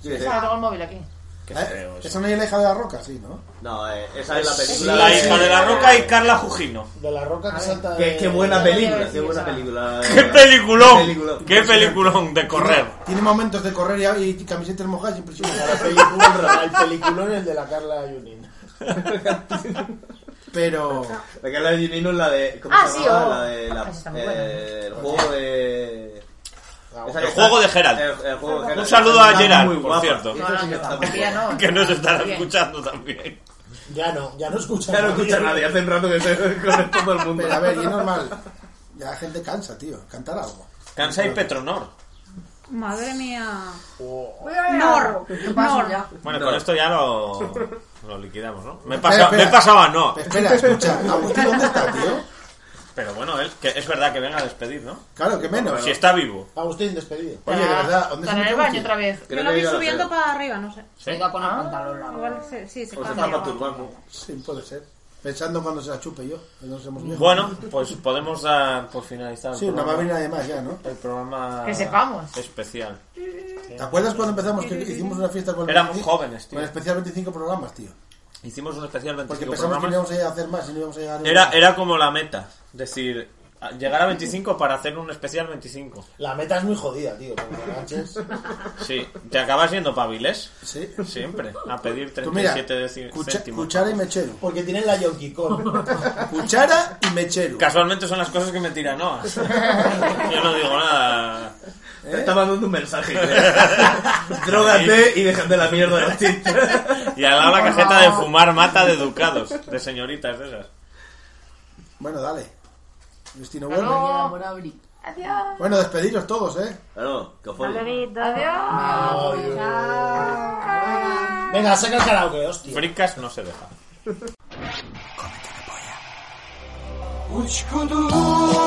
[SPEAKER 4] Sí.
[SPEAKER 10] Ahora tengo el móvil aquí.
[SPEAKER 9] Qué
[SPEAKER 5] ¿Eh?
[SPEAKER 9] feo eso.
[SPEAKER 5] Esa no es la hija de la roca, sí, ¿no?
[SPEAKER 4] No, eh, esa es la película.
[SPEAKER 9] La hija de la roca y Carla Jujino.
[SPEAKER 4] De la roca que salta. Qué, qué buena película, qué buena película.
[SPEAKER 9] ¡Qué peliculón! ¡Qué peliculón de correr!
[SPEAKER 5] Tiene momentos de correr y, y camisetas mojadas impresionantes.
[SPEAKER 4] La película, el peliculón es el de la Carla Yunin.
[SPEAKER 5] Pero.
[SPEAKER 4] La Carla Yunin no es la de. ¿Cómo
[SPEAKER 10] Ah,
[SPEAKER 4] se
[SPEAKER 10] sí,
[SPEAKER 4] llama?
[SPEAKER 10] oh.
[SPEAKER 4] La de. La,
[SPEAKER 10] Ah, esa Ah, está muy buena.
[SPEAKER 4] eh, el
[SPEAKER 5] Pues
[SPEAKER 4] juego de. esa que
[SPEAKER 9] El juego de
[SPEAKER 4] está-
[SPEAKER 9] Geralt.
[SPEAKER 4] el- el juego de Geralt.
[SPEAKER 9] Un saludo
[SPEAKER 4] Esa
[SPEAKER 9] a
[SPEAKER 4] está
[SPEAKER 9] Geralt,
[SPEAKER 4] muy
[SPEAKER 9] por
[SPEAKER 4] guapa.
[SPEAKER 9] cierto.
[SPEAKER 4] Esa sí que está muy guapa.
[SPEAKER 9] Que nos estará escuchando también.
[SPEAKER 4] Ya no, ya no escucha Ya no escucha nadie, hace un rato que se con todo el mundo.
[SPEAKER 5] Pero a ver, y es normal. Ya la gente cansa, tío. Cantar algo.
[SPEAKER 9] Kansai Petronor.
[SPEAKER 44] Madre mía.
[SPEAKER 42] Nor.
[SPEAKER 44] Nor. Nor.
[SPEAKER 9] Bueno,
[SPEAKER 4] No.
[SPEAKER 9] con esto ya lo, lo liquidamos, ¿no? Me he
[SPEAKER 5] Espera,
[SPEAKER 9] pasado,
[SPEAKER 5] espera.
[SPEAKER 9] me he pasado a no.
[SPEAKER 5] Espera, escucha. Agustín, ¿dónde está, tío?
[SPEAKER 9] Pero bueno, él, que es verdad que venga a despedir, ¿no?
[SPEAKER 5] Claro, que menos.
[SPEAKER 9] Si está vivo.
[SPEAKER 4] Agustín, despedido.
[SPEAKER 5] Oye, de verdad, ¿dónde
[SPEAKER 44] Está
[SPEAKER 5] se
[SPEAKER 44] en el
[SPEAKER 5] metió
[SPEAKER 44] baño
[SPEAKER 5] Agustín?
[SPEAKER 44] otra vez.
[SPEAKER 4] Creo
[SPEAKER 44] Yo lo
[SPEAKER 4] que
[SPEAKER 44] vi
[SPEAKER 4] iba a la
[SPEAKER 44] subiendo
[SPEAKER 4] cena.
[SPEAKER 44] para arriba, no sé. Ah.
[SPEAKER 42] Se iba a poner pantalón. la
[SPEAKER 44] Igual se- sí, se
[SPEAKER 5] Pues
[SPEAKER 4] O se
[SPEAKER 44] cambia,
[SPEAKER 4] está
[SPEAKER 44] igual.
[SPEAKER 4] masturbando.
[SPEAKER 5] Sí, puede ser. Pensando cuando se la chupe yo. que no seamos viejos.
[SPEAKER 9] Bueno, pues podemos dar por finalizado el
[SPEAKER 5] Sí, no va a
[SPEAKER 9] programa.
[SPEAKER 5] venir nadie más ya, ¿no?
[SPEAKER 9] El programa
[SPEAKER 44] Que sepamos.
[SPEAKER 9] especial.
[SPEAKER 5] ¿Te acuerdas cuando empezamos que hicimos una fiesta con el
[SPEAKER 9] Éramos
[SPEAKER 5] 25?
[SPEAKER 9] jóvenes, tío.
[SPEAKER 5] Con el especial 25 programas, tío.
[SPEAKER 9] Hicimos un especial 25
[SPEAKER 5] Porque pensamos que no
[SPEAKER 9] programas.
[SPEAKER 5] íbamos a hacer más y no íbamos a llegar a-
[SPEAKER 9] Era, era como la meta. Decir, a- llegar a 25 para hacer un especial 25.
[SPEAKER 4] La meta es muy jodida, tío. Como te ganches.
[SPEAKER 9] Sí, te acabas yendo paviles.
[SPEAKER 5] Sí.
[SPEAKER 9] Siempre. A pedir
[SPEAKER 5] Tú mira,
[SPEAKER 9] 37 deci-
[SPEAKER 5] cucha-
[SPEAKER 9] céntimos.
[SPEAKER 5] cuchara y mechero.
[SPEAKER 4] Porque tienen la Yonki Con.
[SPEAKER 5] Cuchara y mechero.
[SPEAKER 9] Casualmente son las cosas que me tiran, ¿no? Yo no digo nada.
[SPEAKER 4] Te está mandando un mensaje. Drógate y déjate la mierda de ti.
[SPEAKER 9] Y al lado la cajeta de fumar mata de educados, de señoritas de esas.
[SPEAKER 5] Bueno, dale. Agustino,
[SPEAKER 42] Me
[SPEAKER 5] vuelve.
[SPEAKER 42] queda por abrir. Adiós.
[SPEAKER 5] Bueno, despediros todos, ¿eh?
[SPEAKER 4] Claro, que
[SPEAKER 42] Adiós.
[SPEAKER 4] Venga, saca el karaoke, hostia.
[SPEAKER 9] Fricas no se deja.
[SPEAKER 45] Учкудуй